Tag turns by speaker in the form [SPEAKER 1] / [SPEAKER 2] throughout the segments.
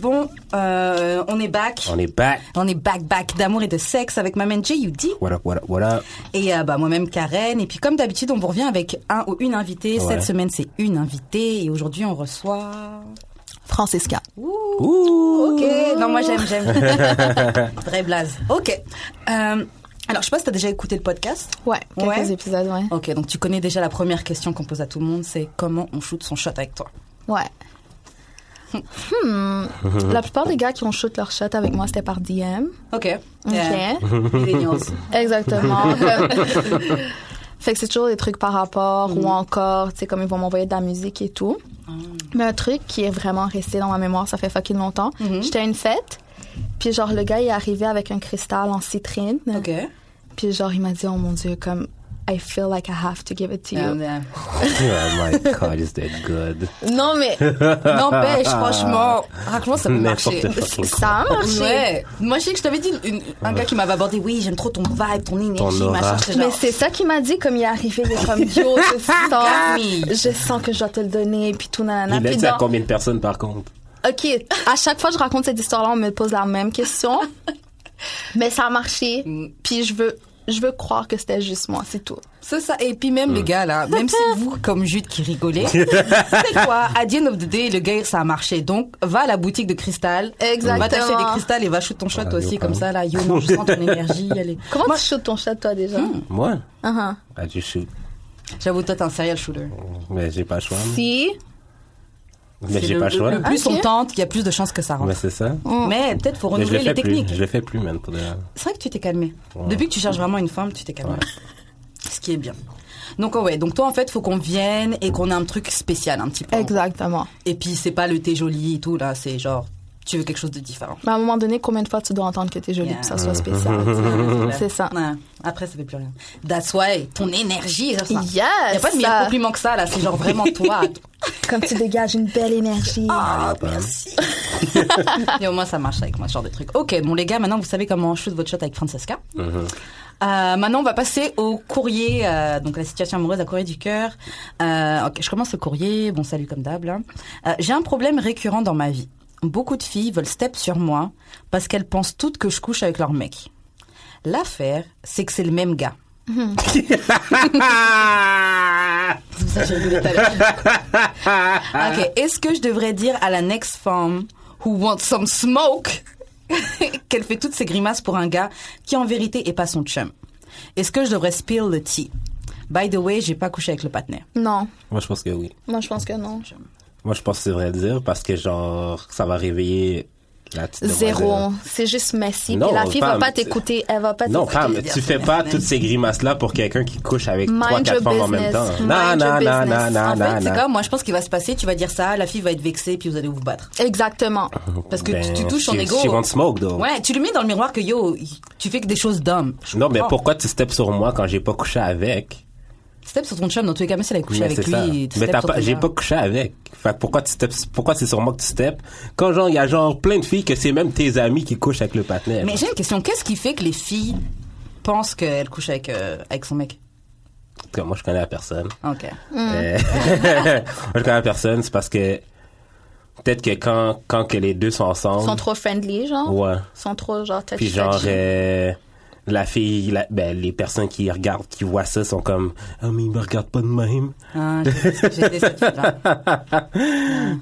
[SPEAKER 1] bon, euh, on est back.
[SPEAKER 2] On est back.
[SPEAKER 1] On est back, back d'amour et de sexe avec Maman J, you dit.
[SPEAKER 2] What up, what up, what up.
[SPEAKER 1] Et euh, bah, moi-même, Karen. Et puis, comme d'habitude, on vous revient avec un ou une invitée.
[SPEAKER 2] Ouais.
[SPEAKER 1] Cette semaine, c'est une invitée. Et aujourd'hui, on reçoit.
[SPEAKER 3] Francesca.
[SPEAKER 2] Ouh.
[SPEAKER 1] Ok. Non, moi, j'aime, j'aime. Vrai blaze. Ok. Euh, alors, je sais pas si t'as déjà écouté le podcast.
[SPEAKER 3] Ouais, quelques
[SPEAKER 1] Ouais.
[SPEAKER 3] épisodes, ouais.
[SPEAKER 1] Ok, donc tu connais déjà la première question qu'on pose à tout le monde, c'est comment on shoot son shot avec toi.
[SPEAKER 3] Ouais. Hmm. La plupart des gars qui ont shoot leur shot avec moi, c'était par DM.
[SPEAKER 1] Ok. Euh,
[SPEAKER 3] Ok.
[SPEAKER 1] Yeah. Millennials.
[SPEAKER 3] Exactement. Comme- fait que c'est toujours des trucs par rapport
[SPEAKER 1] Mm.
[SPEAKER 3] ou encore, tu sais, comme ils vont m'envoyer de la musique et tout. Mais un truc qui est vraiment resté dans ma mémoire, ça fait fucking longtemps.
[SPEAKER 1] Mm-hmm.
[SPEAKER 3] J'étais à une fête, puis genre le gars il est arrivé avec un cristal en citrine.
[SPEAKER 1] Ok.
[SPEAKER 3] Puis genre il m'a dit, oh mon dieu, comme I feel like I have to give it to you.
[SPEAKER 1] And, euh,
[SPEAKER 2] Oh my god, is that good.
[SPEAKER 3] Non mais
[SPEAKER 1] N'empêche, franchement, franchement, ça peut marcher.
[SPEAKER 2] N'importe quoi.
[SPEAKER 3] ça a marché.
[SPEAKER 1] Ouais. Moi, je sais que je t'avais dit, une- un gars qui m'avait abordé, oui, j'aime trop ton vibe, ton énergie,
[SPEAKER 2] aura.
[SPEAKER 1] machin. j'étais
[SPEAKER 3] Mais
[SPEAKER 1] genre,
[SPEAKER 3] c'est ça qu'il m'a dit comme il est arrivé, il est comme yo, je
[SPEAKER 1] Camille.
[SPEAKER 3] sens, je sens que je dois te le donner, puis tout nanana.
[SPEAKER 2] Il a
[SPEAKER 3] Puis
[SPEAKER 2] dit à
[SPEAKER 3] dans-
[SPEAKER 2] combien de personnes par contre?
[SPEAKER 3] Ok, à chaque fois que je raconte cette histoire-là, on me pose la même question, mais ça a marché. Puis je veux, je veux croire que c'était juste moi, c'est tout.
[SPEAKER 1] C'est ça. Et puis
[SPEAKER 2] Mm.
[SPEAKER 1] même les gars là, même si vous comme Jude qui rigolez, c'est quoi À the end of the day, le gars ça a marché. Donc va à la boutique de cristal.
[SPEAKER 3] Exactement.
[SPEAKER 1] Va t'acheter des cristals et va shoot ton shot toi aussi
[SPEAKER 2] Ah, yo,
[SPEAKER 1] comme
[SPEAKER 2] pardon.
[SPEAKER 1] ça là. Yo, non, je sens ton énergie. Allez.
[SPEAKER 3] Comment tu shootes ton chat, toi, déjà?
[SPEAKER 1] Hmm.
[SPEAKER 2] Moi?
[SPEAKER 3] Uh-huh.
[SPEAKER 2] Ah, tu shoot.
[SPEAKER 1] J'avoue, toi t'es un serial shooter.
[SPEAKER 2] Mais j'ai pas le choix. hein.
[SPEAKER 3] Si,
[SPEAKER 2] Mais
[SPEAKER 1] C'est
[SPEAKER 2] j'ai
[SPEAKER 1] le-
[SPEAKER 2] pas le choix.
[SPEAKER 1] Le plus
[SPEAKER 3] Ok.
[SPEAKER 1] on tente, il y a plus de chances que ça rentre.
[SPEAKER 2] Mais c'est ça.
[SPEAKER 3] Mm.
[SPEAKER 1] Mais peut-être faut
[SPEAKER 2] Mais je le
[SPEAKER 1] renouveler les
[SPEAKER 2] fais plus.
[SPEAKER 1] techniques.
[SPEAKER 2] Je le fais plus, man, pour de vrai.
[SPEAKER 1] C'est vrai que tu t'es calmé. Depuis que tu cherches vraiment une femme, tu t'es calmé. Ce qui est bien. Donc oh ouais, donc toi en fait, faut qu'on vienne et qu'on ait un truc spécial un petit peu.
[SPEAKER 3] exactement.
[SPEAKER 1] Et puis c'est pas le thé joli et tout là, c'est genre tu veux quelque chose de différent.
[SPEAKER 3] Mais à un moment donné, combien de fois tu dois entendre que t'es jolie
[SPEAKER 1] Yeah.
[SPEAKER 3] pour que ça soit spécial? c'est ça.
[SPEAKER 1] Ouais. Après ça fait plus rien. That's why ton énergie, genre ça.
[SPEAKER 3] Yes!
[SPEAKER 1] Y a pas de meilleur compliment que ça là, c'est genre vraiment toi.
[SPEAKER 3] Comme tu dégages une belle énergie.
[SPEAKER 1] Ah merci. Et au moins ça marche avec moi ce genre de truc. Ok, bon les gars, maintenant vous savez comment on shoot votre shot avec Francesca.
[SPEAKER 2] Mhm.
[SPEAKER 1] Euh, maintenant, on va passer au courrier, euh, donc la situation amoureuse, la courrier du cœur. Euh, ok, je commence le courrier. Bon, salut comme d'hab. hein. Euh, J'ai un problème récurrent dans ma vie. Beaucoup de filles veulent step sur moi parce qu'elles pensent toutes que je couche avec leur mec. L'affaire, c'est que c'est le même gars.
[SPEAKER 2] Ah!
[SPEAKER 1] C'est pour ça que j'ai rigolé tout à l'heure. ok, est-ce que je devrais dire à la next femme who wants some smoke qu'elle fait toutes ces grimaces pour un gars qui en vérité est pas son chum Est-ce que je devrais spill le tea By the way, j'ai pas couché avec le partenaire.
[SPEAKER 3] Non,
[SPEAKER 2] Moi, je pense que oui.
[SPEAKER 3] moi, je pense que non.
[SPEAKER 2] Moi, je pense que c'est vrai de dire parce que, genre, ça va réveiller la petite.
[SPEAKER 3] Zéro.
[SPEAKER 2] demoiselle.
[SPEAKER 3] C'est juste messy.
[SPEAKER 2] Ben, Non,
[SPEAKER 3] Puis la fille
[SPEAKER 2] Pam,
[SPEAKER 3] va pas
[SPEAKER 2] tu-
[SPEAKER 3] t'écouter, elle va pas
[SPEAKER 2] Non, Pam,
[SPEAKER 3] t'écouter.
[SPEAKER 2] tu fais pas toutes ces grimaces-là pour quelqu'un qui couche avec
[SPEAKER 3] Mind
[SPEAKER 2] trois, quatre
[SPEAKER 3] your
[SPEAKER 2] femmes en même
[SPEAKER 3] business.
[SPEAKER 2] temps.
[SPEAKER 3] Mind
[SPEAKER 2] Non,
[SPEAKER 3] your
[SPEAKER 2] non, non, non,
[SPEAKER 3] business.
[SPEAKER 2] non,
[SPEAKER 1] en
[SPEAKER 2] non,
[SPEAKER 1] fait, c'est
[SPEAKER 2] non.
[SPEAKER 1] comme moi, je pense qu'il va se passer. Tu vas dire ça, la fille va être vexée, puis vous allez vous battre.
[SPEAKER 3] Exactement.
[SPEAKER 1] Parce que
[SPEAKER 2] Ben,
[SPEAKER 1] tu, tu touches son
[SPEAKER 2] she-
[SPEAKER 1] ego.
[SPEAKER 2] she won't smoke, though.
[SPEAKER 1] Ouais, tu lui mets dans le miroir que yo, tu fais que des choses d'homme. Je
[SPEAKER 2] Non, mais
[SPEAKER 1] comprends.
[SPEAKER 2] pourquoi tu steps sur moi quand j'ai pas couché avec?
[SPEAKER 1] Step sur ton chum, dans tous les cas, mais si elle a couché
[SPEAKER 2] Mais
[SPEAKER 1] avec
[SPEAKER 2] c'est ça.
[SPEAKER 1] lui, tu
[SPEAKER 2] Mais
[SPEAKER 1] step
[SPEAKER 2] t'as
[SPEAKER 1] sur
[SPEAKER 2] pas,
[SPEAKER 1] ton
[SPEAKER 2] j'ai
[SPEAKER 1] gars.
[SPEAKER 2] pas couché avec. Fait que pourquoi tu steps, pourquoi c'est sur moi que tu steps? Quand genre, il y a genre plein de filles que c'est même tes amis qui couchent avec le partenaire.
[SPEAKER 1] Mais j'ai une question. Qu'est-ce qui fait que les filles pensent qu'elles couchent avec, euh, avec son mec
[SPEAKER 2] En tout cas, moi, je connais la personne.
[SPEAKER 1] Ok.
[SPEAKER 2] Euh, moi, je connais la personne, c'est parce que peut-être que quand, quand que les deux sont ensemble.
[SPEAKER 3] Ils sont trop friendly, genre.
[SPEAKER 2] Ouais.
[SPEAKER 3] Ils sont trop, genre, touchy.
[SPEAKER 2] Puis genre,
[SPEAKER 3] touchy.
[SPEAKER 2] euh, la fille, la- ben, les personnes qui regardent, qui voient ça sont comme, ah, mais ils me regardent pas de même.
[SPEAKER 1] Ah, j'ai- j'ai cette fille-là.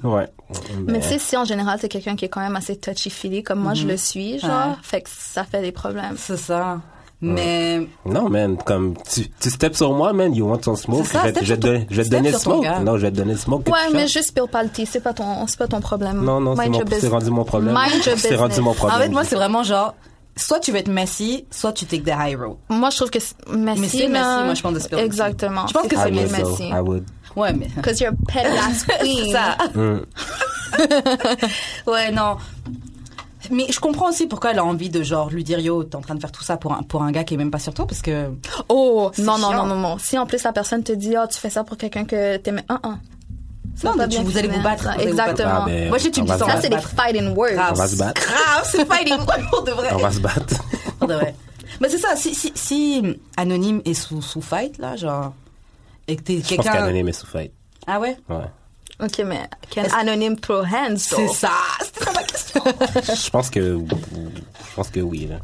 [SPEAKER 2] Ouais.
[SPEAKER 3] Mais
[SPEAKER 2] ben.
[SPEAKER 3] tu sais, si en général, c'est quelqu'un qui est quand même assez touchy-feely, comme moi
[SPEAKER 2] Mhm.
[SPEAKER 3] je le suis, genre,
[SPEAKER 1] Ouais.
[SPEAKER 3] fait que ça fait des problèmes.
[SPEAKER 1] C'est ça. Mais
[SPEAKER 2] Non, man, comme, tu, tu steps sur moi, man, you want some smoke,
[SPEAKER 1] C'est ça,
[SPEAKER 2] je vais,
[SPEAKER 1] step
[SPEAKER 2] je vais
[SPEAKER 1] sur
[SPEAKER 2] te donner-
[SPEAKER 1] ton-
[SPEAKER 2] je vais te
[SPEAKER 1] step
[SPEAKER 2] donner le
[SPEAKER 1] sur ton
[SPEAKER 2] smoke.
[SPEAKER 1] gars.
[SPEAKER 2] Non, je vais te donner le smoke. que
[SPEAKER 3] Ouais,
[SPEAKER 2] tu
[SPEAKER 3] mais
[SPEAKER 2] chantes.
[SPEAKER 3] juste spill pas le tea, c'est pas ton, c'est pas ton problème.
[SPEAKER 2] Non, non, c'est
[SPEAKER 3] Mind
[SPEAKER 2] mon-
[SPEAKER 3] your
[SPEAKER 2] c'est
[SPEAKER 3] business.
[SPEAKER 2] rendu mon problème.
[SPEAKER 3] Mind your
[SPEAKER 2] C'est rendu
[SPEAKER 3] business.
[SPEAKER 2] mon problème.
[SPEAKER 1] en fait, moi, c'est vraiment genre, soit tu veux être messy, soit tu take the high road.
[SPEAKER 3] Moi, je trouve que c'est messy,
[SPEAKER 1] Mais c'est
[SPEAKER 3] là.
[SPEAKER 1] messy, moi, je pense de spill le tea.
[SPEAKER 3] Exactement.
[SPEAKER 1] Je pense que
[SPEAKER 2] I
[SPEAKER 1] c'est
[SPEAKER 2] would,
[SPEAKER 1] bien
[SPEAKER 2] though.
[SPEAKER 3] messy.
[SPEAKER 2] I would. Hmm,
[SPEAKER 1] Ouais, mais.
[SPEAKER 3] Cause you're a petty ass queen.
[SPEAKER 1] Ça. ouais, non. Mais je comprends aussi pourquoi elle a envie de genre lui dire yo, t'es en train de faire tout ça pour un, pour un gars qui est même pas sur toi parce que.
[SPEAKER 3] Oh, non, non,
[SPEAKER 1] chiant.
[SPEAKER 3] non, non, non. Si en plus la personne te dit, oh, tu fais ça pour quelqu'un que t'aimais, un, un. Ça
[SPEAKER 1] Non, mais
[SPEAKER 3] va
[SPEAKER 1] tu-
[SPEAKER 3] bien
[SPEAKER 1] vous
[SPEAKER 3] finir.
[SPEAKER 1] allez vous battre, vous allez vous
[SPEAKER 3] Exactement.
[SPEAKER 2] battre. Ah, ben,
[SPEAKER 1] Moi, je sais, tu me dis
[SPEAKER 2] on va
[SPEAKER 1] ça.
[SPEAKER 2] se
[SPEAKER 1] on va
[SPEAKER 3] Ça,
[SPEAKER 2] battre.
[SPEAKER 1] se
[SPEAKER 3] c'est des
[SPEAKER 1] battre.
[SPEAKER 3] fighting words.
[SPEAKER 1] Grave.
[SPEAKER 2] On va se battre.
[SPEAKER 1] Grave, c'est fighting words pour de vrai.
[SPEAKER 2] On va se battre.
[SPEAKER 1] Pour de vrai. Mais c'est ça, si, si, si Anonyme est sous, sous fight, là, genre. Et que t'es
[SPEAKER 2] Je pense
[SPEAKER 1] quelqu'un.
[SPEAKER 2] qu'anonyme est sous fight.
[SPEAKER 1] Ah ouais
[SPEAKER 2] Ouais.
[SPEAKER 3] Ok, mais can anonyme throw hands,
[SPEAKER 1] C'est
[SPEAKER 3] though?
[SPEAKER 1] ça, c'était ça ma question.
[SPEAKER 2] Je pense que, je pense que oui. Là.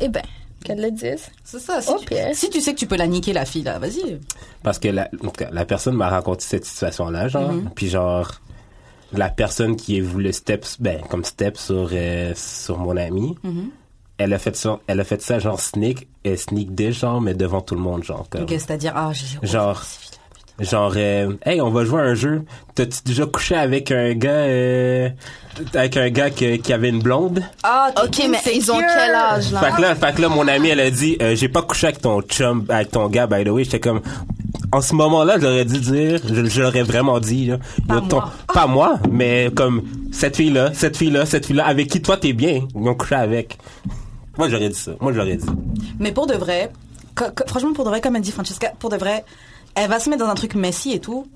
[SPEAKER 3] Eh ben, qu'elle le dise.
[SPEAKER 1] C'est ça. Si,
[SPEAKER 3] Au
[SPEAKER 1] tu,
[SPEAKER 3] pire.
[SPEAKER 1] si tu sais que tu peux la niquer, la fille, là, vas-y.
[SPEAKER 2] Parce que la, en tout cas, la personne m'a raconté cette situation-là, genre. Puis genre, la personne qui a voulu step, ben, comme step sur, euh, sur mon ami, elle, a fait ça, elle a fait ça genre sneak, et sneak des gens, mais devant tout le monde, genre. Comme,
[SPEAKER 1] Ok, C'est-à-dire, ah, j'ai.
[SPEAKER 2] Genre. Genre, euh, hey, on va jouer à un jeu. T'as-tu déjà couché avec un gars, euh, avec un gars que- qui avait une blonde?
[SPEAKER 1] Ah, t'es
[SPEAKER 3] Ok, mais
[SPEAKER 1] insecure.
[SPEAKER 3] ils ont quel âge, là?
[SPEAKER 2] Fait que là, fait que là, mon ami, elle a dit, euh, j'ai pas couché avec ton chum, avec ton gars, by the way. J'étais comme, en ce moment-là, j'aurais dû dire, je, je l'aurais vraiment dit, là.
[SPEAKER 1] Pas
[SPEAKER 2] Yo, ton-
[SPEAKER 1] moi.
[SPEAKER 2] Pas moi, mais comme, cette fille-là, cette fille-là, cette fille-là, avec qui toi t'es bien, ils ont couché avec. Moi, j'aurais dit ça. Moi, j'aurais dit.
[SPEAKER 1] Mais pour de vrai, co- co- franchement, pour de vrai, comme elle dit Francesca, pour de vrai, elle va se mettre dans un truc messy et tout,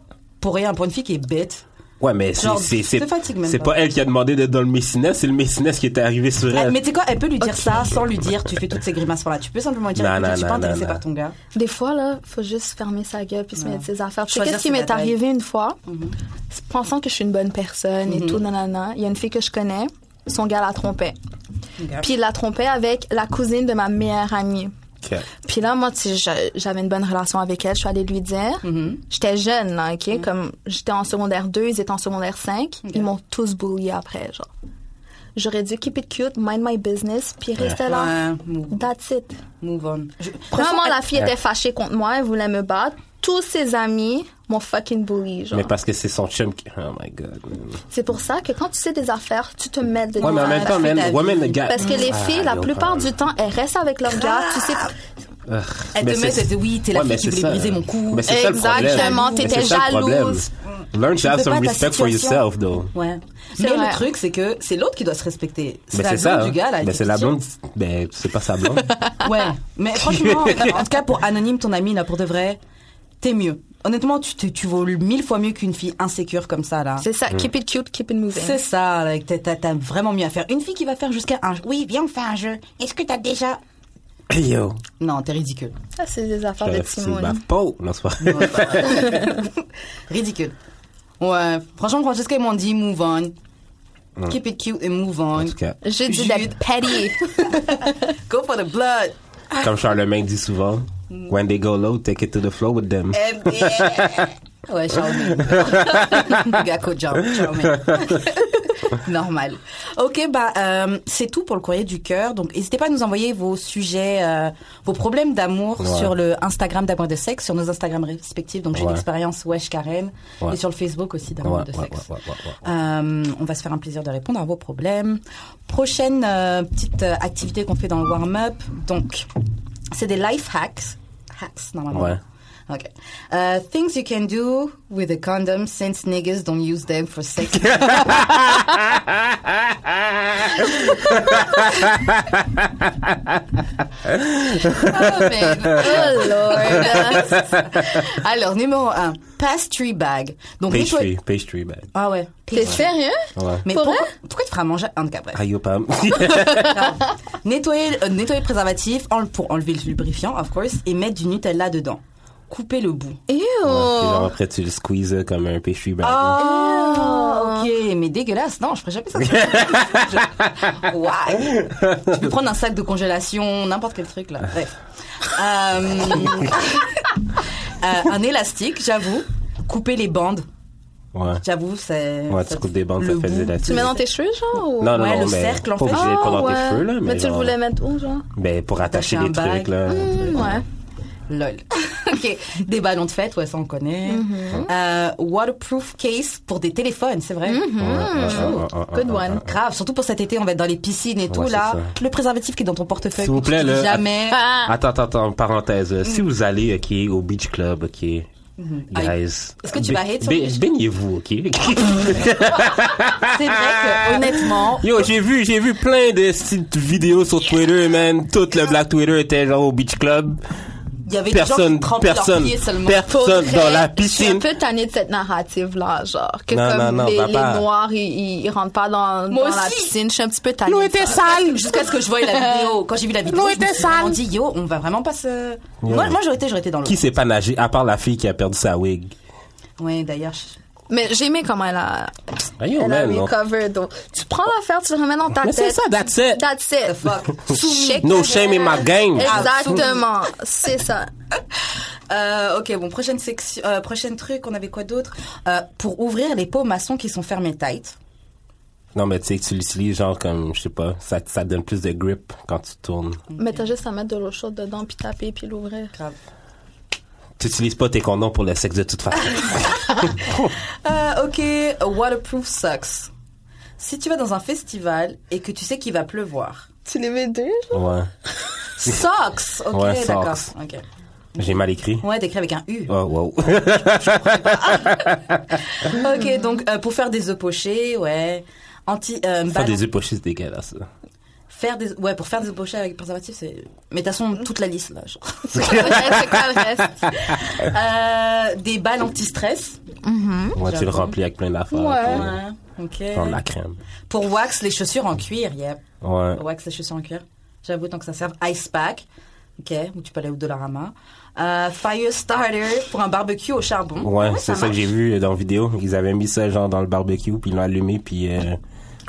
[SPEAKER 1] pour rien, pour une fille qui est bête.
[SPEAKER 2] Ouais, mais c'est,
[SPEAKER 1] Genre, te
[SPEAKER 2] c'est, c'est,
[SPEAKER 1] fatigue même
[SPEAKER 2] c'est
[SPEAKER 1] pas. Ah,
[SPEAKER 2] pas elle qui a demandé d'être dans le messiness, c'est le messiness qui était arrivé sur
[SPEAKER 1] Elle-
[SPEAKER 2] elle.
[SPEAKER 1] mais tu sais quoi, elle peut lui dire
[SPEAKER 3] Ok.
[SPEAKER 1] ça sans lui dire tu fais toutes ces grimaces par là. Tu peux simplement lui dire
[SPEAKER 2] Non,
[SPEAKER 1] écoute,
[SPEAKER 2] non,
[SPEAKER 1] je suis pas
[SPEAKER 2] non,
[SPEAKER 1] intéressée
[SPEAKER 2] non,
[SPEAKER 1] par
[SPEAKER 2] non.
[SPEAKER 1] ton gars.
[SPEAKER 3] Des fois, là, faut juste fermer sa gueule puis se mettre ses affaires. Tu sais,
[SPEAKER 1] Choisir
[SPEAKER 3] qu'est-ce qui
[SPEAKER 1] ses Mhm.
[SPEAKER 3] m'est
[SPEAKER 1] batailles.
[SPEAKER 3] arrivé une fois? Pensant que je suis une bonne personne
[SPEAKER 1] Mhm.
[SPEAKER 3] et tout, nanana, il y a une fille que je connais, son gars la trompait. Puis il la trompait avec la cousine de ma meilleure amie.
[SPEAKER 2] Ok.
[SPEAKER 3] Puis là, moi, tu sais, j'a- j'avais une bonne relation avec elle. Je suis allée lui dire.
[SPEAKER 1] Mm-hmm.
[SPEAKER 3] J'étais jeune, là, OK? Comme j'étais en secondaire 2, ils étaient en secondaire 5. Ils m'ont tous bully après, genre. J'aurais dû keep it cute, mind my business, puis rester là.
[SPEAKER 1] Ouais, move,
[SPEAKER 3] That's it.
[SPEAKER 1] move on. Je-
[SPEAKER 3] Premièrement,
[SPEAKER 1] elle-
[SPEAKER 3] la fille était fâchée contre moi, elle voulait me battre. Tous ses amis m'ont fucking bully, genre.
[SPEAKER 2] Mais parce que c'est son chum qui, oh my god.
[SPEAKER 3] C'est pour ça que quand tu sais des affaires, tu te mets dedans.
[SPEAKER 2] Ouais, mais en même
[SPEAKER 1] elle
[SPEAKER 2] temps,
[SPEAKER 1] fait
[SPEAKER 2] man,
[SPEAKER 1] ta
[SPEAKER 2] women,
[SPEAKER 1] vie.
[SPEAKER 2] gars.
[SPEAKER 3] Parce que les
[SPEAKER 2] Ah,
[SPEAKER 3] filles, la
[SPEAKER 2] yo,
[SPEAKER 3] plupart
[SPEAKER 2] quand
[SPEAKER 3] du temps, elles restent avec leur gars. Tu sais,
[SPEAKER 2] même.
[SPEAKER 1] Elle
[SPEAKER 2] Mais
[SPEAKER 1] te met,
[SPEAKER 2] c'est-
[SPEAKER 1] elle te dit, oui, t'es la fille
[SPEAKER 2] mais
[SPEAKER 1] qui
[SPEAKER 2] c'est
[SPEAKER 1] voulait
[SPEAKER 2] ça.
[SPEAKER 1] briser mon cou.
[SPEAKER 2] Mais c'est ça le problème.
[SPEAKER 3] Exactement,
[SPEAKER 2] Mais
[SPEAKER 3] t'étais
[SPEAKER 2] c'est ça le problème.
[SPEAKER 3] jalouse.
[SPEAKER 2] Learn to have
[SPEAKER 1] peux
[SPEAKER 2] some
[SPEAKER 1] pas ta
[SPEAKER 2] respect for
[SPEAKER 1] situation.
[SPEAKER 2] yourself, though.
[SPEAKER 1] Ouais.
[SPEAKER 3] C'est
[SPEAKER 1] Mais
[SPEAKER 3] vrai.
[SPEAKER 1] le truc, c'est que c'est l'autre qui doit se respecter. C'est
[SPEAKER 2] Mais
[SPEAKER 1] la
[SPEAKER 2] c'est
[SPEAKER 1] blonde
[SPEAKER 2] ça. hein.
[SPEAKER 1] du gars, là. elle
[SPEAKER 2] Mais
[SPEAKER 1] dit,
[SPEAKER 2] c'est la
[SPEAKER 1] tiens.
[SPEAKER 2] blonde. Ben, c'est pas sa blonde.
[SPEAKER 1] Ouais. Mais franchement, en tout cas, pour Anonyme, ton ami, là, pour de vrai, t'es mieux. Honnêtement, tu, tu, tu vaux mille fois mieux qu'une fille insécure comme ça, là.
[SPEAKER 3] C'est ça, keep
[SPEAKER 2] Mm.
[SPEAKER 3] it cute, keep it moving.
[SPEAKER 1] C'est ça, like, t'as- t'as t'as vraiment mieux à faire. Une fille qui va faire jusqu'à un jeu. Oui, viens, on fait un jeu. Est-ce que t'as déjà.
[SPEAKER 2] Hey yo. Euh,
[SPEAKER 1] Non, t'es ridicule.
[SPEAKER 3] Ça, c'est des affaires de
[SPEAKER 2] J'aurais foutu une
[SPEAKER 1] hein.
[SPEAKER 3] Timon.
[SPEAKER 2] baffe. Pau. Non, c'est pas
[SPEAKER 1] Ridicule. Ouais, franchement, Francesca, ils m'ont dit move on. Keep it cute and move on.
[SPEAKER 2] En tout cas,
[SPEAKER 3] J'ai dit
[SPEAKER 1] Jude.
[SPEAKER 3] d'être petty.
[SPEAKER 1] Go for the blood.
[SPEAKER 2] comme Charlemagne dit souvent, when they go low, take it to the floor with them.
[SPEAKER 1] Mm. Eh bien. Ouais, Charlemagne. Gako Charm- Charlemagne. Normal. Ok, bah euh, c'est tout pour le courrier du cœur. Donc n'hésitez pas à nous envoyer vos sujets, euh, vos problèmes d'amour
[SPEAKER 2] Ouais.
[SPEAKER 1] sur le Instagram d'amour et de sexe, sur nos Instagrams respectifs. Donc j'ai
[SPEAKER 2] Ouais.
[SPEAKER 1] l'expérience Wesh Karen
[SPEAKER 2] Ouais.
[SPEAKER 1] et sur le Facebook aussi
[SPEAKER 2] Ouais,
[SPEAKER 1] d'amour
[SPEAKER 2] ouais,
[SPEAKER 1] et de
[SPEAKER 2] ouais,
[SPEAKER 1] sexe.
[SPEAKER 2] ouais, ouais, ouais.
[SPEAKER 1] Euh, on va se faire un plaisir de répondre à vos problèmes. Prochaine euh, petite euh, activité qu'on fait dans le warm-up. Donc, c'est des life hacks. Hacks, normalement.
[SPEAKER 2] Ouais.
[SPEAKER 1] Ok. Euh, things you can do with a condom since niggas don't use them for sex. Oh, man.
[SPEAKER 3] Oh lord.
[SPEAKER 1] Alors, numéro 1, pastry bag. Donc, nettoyer-
[SPEAKER 2] Pastry, pastry, ben.
[SPEAKER 1] Ah ouais.
[SPEAKER 3] T'es sérieux?
[SPEAKER 2] Ouais.
[SPEAKER 1] Mais
[SPEAKER 3] Pour
[SPEAKER 1] pourquoi,
[SPEAKER 3] vrai
[SPEAKER 1] pourquoi tu feras à manger En tout cas, bref.
[SPEAKER 2] Ah, yo, Pam.
[SPEAKER 1] Nettoyer, euh, nettoyer le préservatif en- pour enlever le lubrifiant, of course, et mettre du Nutella dedans. Couper le bout.
[SPEAKER 3] Ew.
[SPEAKER 1] Oh.
[SPEAKER 2] Puis genre, après, tu le squeezes comme un pastry,
[SPEAKER 3] Oh,
[SPEAKER 2] ben.
[SPEAKER 1] Ah, ok, mais dégueulasse. Non, je ferais jamais ça. Je- Why? Tu peux prendre un sac de congélation, n'importe quel truc là. Bref. Euh, euh, un élastique, j'avoue. Couper les bandes,
[SPEAKER 2] Ouais.
[SPEAKER 1] j'avoue, c'est.
[SPEAKER 2] Ouais, tu
[SPEAKER 1] ça-
[SPEAKER 2] coupes des bandes,
[SPEAKER 1] le
[SPEAKER 2] ça fait
[SPEAKER 1] bout.
[SPEAKER 2] des là
[SPEAKER 3] tu le mets dans tes cheveux, genre? ou-
[SPEAKER 2] Non, non,
[SPEAKER 1] Ouais,
[SPEAKER 2] non,
[SPEAKER 1] le
[SPEAKER 2] mais
[SPEAKER 1] cercle, en
[SPEAKER 2] pas
[SPEAKER 1] fait. Oh,
[SPEAKER 2] obligé de
[SPEAKER 3] Ah,
[SPEAKER 2] pas dans
[SPEAKER 3] ouais.
[SPEAKER 2] tes cheveux, là. Mais,
[SPEAKER 3] tu le
[SPEAKER 2] genre,
[SPEAKER 3] voulais mettre où, genre?
[SPEAKER 2] Ben, pour attacher
[SPEAKER 1] Attacher
[SPEAKER 2] les
[SPEAKER 1] un bac.
[SPEAKER 2] trucs,
[SPEAKER 1] Mmh,
[SPEAKER 2] là.
[SPEAKER 3] Ouais.
[SPEAKER 1] Lol. ok. Des ballons de fête, ouais, ça on connaît.
[SPEAKER 4] Mhm.
[SPEAKER 1] Euh, waterproof case pour des téléphones, c'est vrai.
[SPEAKER 4] Mhm.
[SPEAKER 1] Ah,
[SPEAKER 2] Ouais, ouais, ouais, ouais, ouais,
[SPEAKER 3] Good
[SPEAKER 2] ouais, ouais.
[SPEAKER 3] one.
[SPEAKER 1] Grave, surtout pour cet été, on va être dans les piscines et tout
[SPEAKER 2] ah, c'est
[SPEAKER 1] là.
[SPEAKER 2] ça.
[SPEAKER 1] Le préservatif qui est dans ton portefeuille,
[SPEAKER 2] S'il vous
[SPEAKER 1] que tu
[SPEAKER 2] plaît,
[SPEAKER 1] dis
[SPEAKER 2] là.
[SPEAKER 1] jamais.
[SPEAKER 3] Ah.
[SPEAKER 2] Attends, attends, attends, parenthèse.
[SPEAKER 1] Mmh.
[SPEAKER 2] euh, Si vous allez, OK, au beach club, OK, guys.
[SPEAKER 1] Est-ce que tu vas hate sur le
[SPEAKER 2] ba-
[SPEAKER 1] beach?
[SPEAKER 2] Baignez-vous, OK?
[SPEAKER 1] C'est vrai que honnêtement,
[SPEAKER 2] Yo, j'ai vu, j'ai vu plein de petites vidéos sur Twitter, man. Tout le Black Twitter était genre au beach club.
[SPEAKER 1] il y avait des gens
[SPEAKER 2] Personne,
[SPEAKER 1] qui tremplaient leurs
[SPEAKER 2] personne,
[SPEAKER 1] pieds seulement.
[SPEAKER 2] personne
[SPEAKER 3] Faudrait-
[SPEAKER 2] dans la
[SPEAKER 3] Je suis un
[SPEAKER 2] piscine.
[SPEAKER 3] peu tannée de cette narrative-là, genre. Que
[SPEAKER 2] Non,
[SPEAKER 3] comme
[SPEAKER 2] non, non,
[SPEAKER 3] les,
[SPEAKER 2] va
[SPEAKER 3] les
[SPEAKER 2] pas.
[SPEAKER 3] Noirs, ils, ils rentrent pas dans,
[SPEAKER 1] Moi
[SPEAKER 3] dans la
[SPEAKER 1] aussi.
[SPEAKER 3] piscine. Je suis un petit peu tannée. de ça.
[SPEAKER 1] sale Jusqu'à ce que je voie la vidéo. Quand j'ai vu la vidéo,
[SPEAKER 4] L'eau
[SPEAKER 1] je me
[SPEAKER 4] était
[SPEAKER 1] suis vraiment
[SPEAKER 4] sale.
[SPEAKER 1] dit yo, on va vraiment pas se. Moi, moi j'aurais été, j'aurais été dans l'eau.
[SPEAKER 2] Qui s'est pas nagé, à part la fille qui a perdu sa wig?
[SPEAKER 1] Ouais, d'ailleurs. je-
[SPEAKER 3] Mais j'ai aimé comment elle a,
[SPEAKER 2] Ben, yo,
[SPEAKER 3] elle a
[SPEAKER 2] man, non.
[SPEAKER 3] recovered. Donc, tu prends l'affaire, tu le remets dans ta
[SPEAKER 2] Mais c'est
[SPEAKER 3] tête.
[SPEAKER 2] ça, that's it.
[SPEAKER 3] That's it.
[SPEAKER 1] Fuck.
[SPEAKER 3] Soumis.
[SPEAKER 2] No shame in my game.
[SPEAKER 3] Exactement. C'est ça.
[SPEAKER 1] Euh, ok, bon, prochaine section, euh, prochaine truc, on avait quoi d'autre Euh, Pour ouvrir les pots maçons qui sont fermés tight.
[SPEAKER 2] Non, mais tu sais, tu l'utilises genre comme, je sais pas, ça, ça donne plus de grip quand tu tournes.
[SPEAKER 3] Mais t'as juste à mettre de l'eau chaude dedans, puis taper, puis l'ouvrir.
[SPEAKER 1] Grave.
[SPEAKER 2] Tu utilises pas tes condoms pour le sexe de toute façon.
[SPEAKER 1] Euh, ok, waterproof socks. Si tu vas dans un festival et que tu sais qu'il va pleuvoir.
[SPEAKER 3] Tu les mets deux,
[SPEAKER 2] ouais.
[SPEAKER 1] Socks Ok,
[SPEAKER 2] Ouais,
[SPEAKER 1] d'accord.
[SPEAKER 2] socks.
[SPEAKER 1] Ok.
[SPEAKER 2] J'ai mal écrit.
[SPEAKER 1] Ouais, décrit avec un U.
[SPEAKER 2] Oh, wow.
[SPEAKER 1] Ok, donc euh, pour faire des œufs pochés, ouais. Anti, euh,
[SPEAKER 2] Faire
[SPEAKER 1] ballon-
[SPEAKER 2] des œufs pochés, c'est dégueulasse. ça.
[SPEAKER 1] faire des- ouais, pour faire des œufs pochés avec préservatif, c'est. Mais de toute façon, toute la liste là. genre.
[SPEAKER 3] C'est quoi le reste? C'est quoi le reste?
[SPEAKER 1] Euh, des balles anti-stress. Hmm?
[SPEAKER 2] Ouais, tu le remplis avec plein d'affaires.
[SPEAKER 3] Ouais.
[SPEAKER 2] puis, euh,
[SPEAKER 1] Ok.
[SPEAKER 2] prendre de la crème.
[SPEAKER 1] Pour wax, les chaussures en cuir, yep.
[SPEAKER 2] Ouais.
[SPEAKER 1] Wax, les chaussures en cuir. J'avoue, tant que ça serve. Ice Pack, ok, où tu peux aller au Dollarama. Euh, fire Starter pour un barbecue au charbon.
[SPEAKER 2] Ouais, c'est ça, que j'ai
[SPEAKER 1] marche.
[SPEAKER 2] vu euh, dans la vidéo. Ils avaient mis ça genre dans le barbecue, puis ils l'ont allumé, puis euh,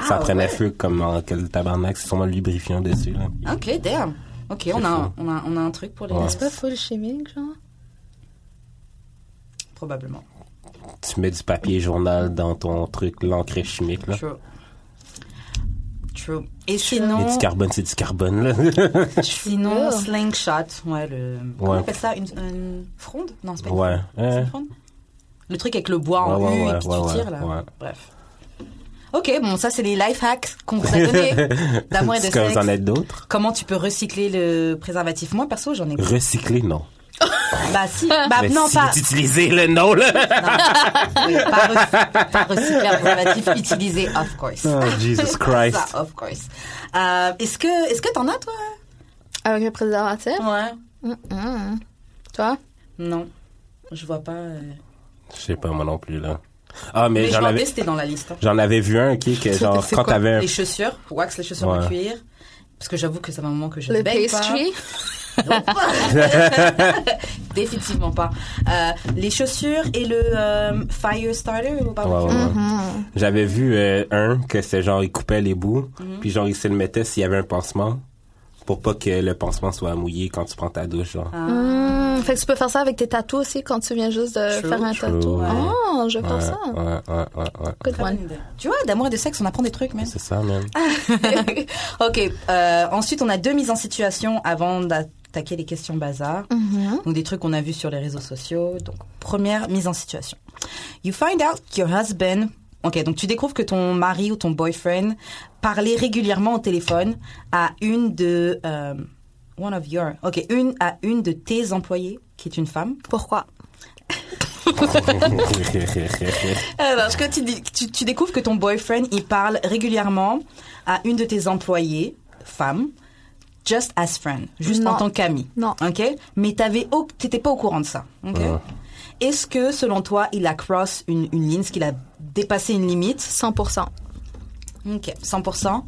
[SPEAKER 2] ça
[SPEAKER 1] Ah,
[SPEAKER 2] prenait
[SPEAKER 1] ouais.
[SPEAKER 2] feu comme en quel tabarnak. C'est sûrement le lubrifiant dessus. Là.
[SPEAKER 1] Ok, damn. Ok, on a, un, on, a, on a un truc pour les
[SPEAKER 2] Ouais.
[SPEAKER 1] N'est-ce
[SPEAKER 3] C'est pas full chimique, genre?
[SPEAKER 1] pas Probablement.
[SPEAKER 2] Tu mets du papier journal dans ton truc, l'encre chimique. Là.
[SPEAKER 1] True. True. Et
[SPEAKER 2] Et
[SPEAKER 1] sinon,
[SPEAKER 2] du carbone, c'est du carbone. Là.
[SPEAKER 1] sinon
[SPEAKER 3] Oh.
[SPEAKER 1] slingshot, ouais, le. Comment
[SPEAKER 2] Ouais.
[SPEAKER 1] on appelle ça une, une fronde Non, c'est pas une
[SPEAKER 2] Ouais.
[SPEAKER 1] fronde. C'est
[SPEAKER 2] Ouais.
[SPEAKER 1] une fronde Le truc avec le bois en
[SPEAKER 2] Ouais,
[SPEAKER 1] U
[SPEAKER 2] ouais,
[SPEAKER 1] et puis
[SPEAKER 2] ouais,
[SPEAKER 1] tu
[SPEAKER 2] ouais,
[SPEAKER 1] tires là.
[SPEAKER 2] ouais.
[SPEAKER 1] Bref. Ok, bon, ça c'est les life hacks qu'on vous a donnés d'amour et de
[SPEAKER 2] C'est comme
[SPEAKER 1] sexe.
[SPEAKER 2] vous Euh, en êtes d'autres.
[SPEAKER 1] Comment tu peux recycler le préservatif Moi perso, j'en ai.
[SPEAKER 2] Recycler, non.
[SPEAKER 1] bah si, bah
[SPEAKER 2] Mais
[SPEAKER 1] non
[SPEAKER 2] si
[SPEAKER 1] pas.
[SPEAKER 2] vous utilisez le nom, là.
[SPEAKER 1] Oui, pas, recy- pas recycler un préservatif utilisé, of course.
[SPEAKER 2] Oh, Jesus Christ.
[SPEAKER 1] Ça, of course. Euh, est-ce que, est-ce que t'en as toi
[SPEAKER 3] Avec le préservatif?
[SPEAKER 1] Ouais.
[SPEAKER 3] Mm-mm. Mm, Toi?
[SPEAKER 1] Non, je vois pas. euh.
[SPEAKER 2] Je sais pas, moi non plus, là. Ah, mais,
[SPEAKER 1] Mais je
[SPEAKER 2] j'en
[SPEAKER 1] m'en
[SPEAKER 2] avais,
[SPEAKER 1] vais, c'était dans la liste. hein.
[SPEAKER 2] j'en avais vu un, qui que genre,
[SPEAKER 1] C'est
[SPEAKER 2] quand
[SPEAKER 1] quoi
[SPEAKER 2] t'avais un
[SPEAKER 1] Les chaussures, wax les chaussures en
[SPEAKER 2] Ouais.
[SPEAKER 1] cuir. Parce que j'avoue que ça fait un moment que je ne
[SPEAKER 3] Le
[SPEAKER 1] baigne
[SPEAKER 3] pastry?
[SPEAKER 1] pas. Définitivement pas. Euh, les chaussures et le euh, fire starter ou pas
[SPEAKER 2] Ouais, ouais, ouais.
[SPEAKER 1] Mm-hmm.
[SPEAKER 2] J'avais vu euh, un que c'est genre il coupait les bouts,
[SPEAKER 1] Mm-hmm.
[SPEAKER 2] puis genre il se le mettait s'il y avait un pansement pour pas que le pansement soit mouillé quand tu prends ta douche genre.
[SPEAKER 1] Ah,
[SPEAKER 3] Mm. Fait que tu peux faire ça avec tes tatous aussi quand tu viens juste de
[SPEAKER 1] True,
[SPEAKER 3] faire un
[SPEAKER 2] true,
[SPEAKER 3] tatou.
[SPEAKER 2] ouais.
[SPEAKER 3] Oh, je vais
[SPEAKER 2] ouais,
[SPEAKER 3] faire ça.
[SPEAKER 2] ouais, ouais, ouais, ouais.
[SPEAKER 3] Good
[SPEAKER 1] Très
[SPEAKER 3] one.
[SPEAKER 1] bonne idée. Tu vois, d'amour et de sexe, on apprend des trucs, même.
[SPEAKER 2] C'est ça même.
[SPEAKER 1] Ah. ok. euh, ensuite, on a deux mises en situation avant d'attaquer les questions bazar.
[SPEAKER 3] Mm-hmm.
[SPEAKER 1] Donc, des trucs qu'on a vus sur les réseaux sociaux. Donc, première mise en situation. You find out your husband. Ok, donc tu découvres que ton mari ou ton boyfriend parlait régulièrement au téléphone à une de. euh, one of your. Ok, une à une de tes employées, qui est une femme.
[SPEAKER 3] Pourquoi?
[SPEAKER 2] Euh,
[SPEAKER 1] Alors, que tu, dis- tu- tu découvres que ton boyfriend, il parle régulièrement à une de tes employées, femme, just as friend, juste
[SPEAKER 3] Non.
[SPEAKER 1] en tant qu'ami.
[SPEAKER 3] Non.
[SPEAKER 1] OK Mais t'avais au- t'étais pas au courant de ça. OK
[SPEAKER 2] Ouais.
[SPEAKER 1] Est-ce que, selon toi, il a cross une, une ligne, est-ce qu'il a dépassé une limite
[SPEAKER 3] 100%.
[SPEAKER 1] OK. 100%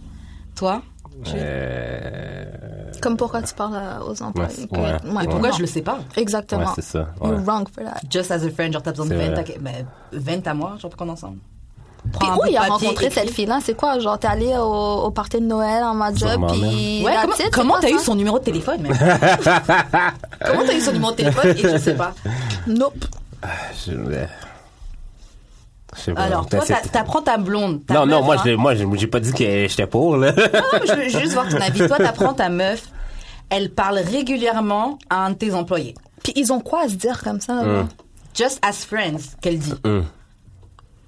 [SPEAKER 1] Toi
[SPEAKER 2] Euh,
[SPEAKER 3] Comme pourquoi tu parles euh, aux employés.
[SPEAKER 2] Ouais,
[SPEAKER 3] que-
[SPEAKER 2] ouais.
[SPEAKER 3] ouais,
[SPEAKER 2] Et
[SPEAKER 1] Pourquoi
[SPEAKER 3] non.
[SPEAKER 1] je le sais pas
[SPEAKER 3] Exactement.
[SPEAKER 2] Ouais, c'est ça, ouais.
[SPEAKER 3] You're wrong for that.
[SPEAKER 1] Just as a friend, genre t'as besoin de
[SPEAKER 2] C'est
[SPEAKER 1] vent,
[SPEAKER 2] vrai.
[SPEAKER 1] ok, mais vent à moi, genre pour qu'on est ensemble.
[SPEAKER 3] Puis
[SPEAKER 1] un
[SPEAKER 3] où
[SPEAKER 1] bout de
[SPEAKER 3] il a
[SPEAKER 1] papier,
[SPEAKER 3] rencontré
[SPEAKER 1] écris.
[SPEAKER 3] cette fille-là? C'est quoi? Genre, t'es allé au, au party de Noël en ma job,
[SPEAKER 2] Sûrement,
[SPEAKER 3] puis...
[SPEAKER 1] Ouais,
[SPEAKER 3] that's
[SPEAKER 1] comment-
[SPEAKER 3] it, c'est
[SPEAKER 1] comment
[SPEAKER 3] quoi
[SPEAKER 1] t'as
[SPEAKER 3] ça?
[SPEAKER 1] eu son numéro de téléphone même Comment t'as eu son numéro de téléphone et je sais pas
[SPEAKER 3] Nope.
[SPEAKER 2] je euh, je sais pas.
[SPEAKER 1] Alors, toi,
[SPEAKER 2] Peut-être
[SPEAKER 1] t'as-
[SPEAKER 2] c'est-
[SPEAKER 1] t'apprends ta blonde. ta
[SPEAKER 2] Non, non,
[SPEAKER 1] meuf,
[SPEAKER 2] moi
[SPEAKER 1] hein.
[SPEAKER 2] j'ai moi j'ai j'ai pas dit que j'étais pour là.
[SPEAKER 1] Non, mais je veux juste voir ton avis. Toi, t'apprends ta meuf. Elle parle régulièrement à un de tes employés.
[SPEAKER 3] Puis ils ont quoi à se dire comme ça? là?
[SPEAKER 1] Just as friends, qu'elle dit.
[SPEAKER 2] Mm.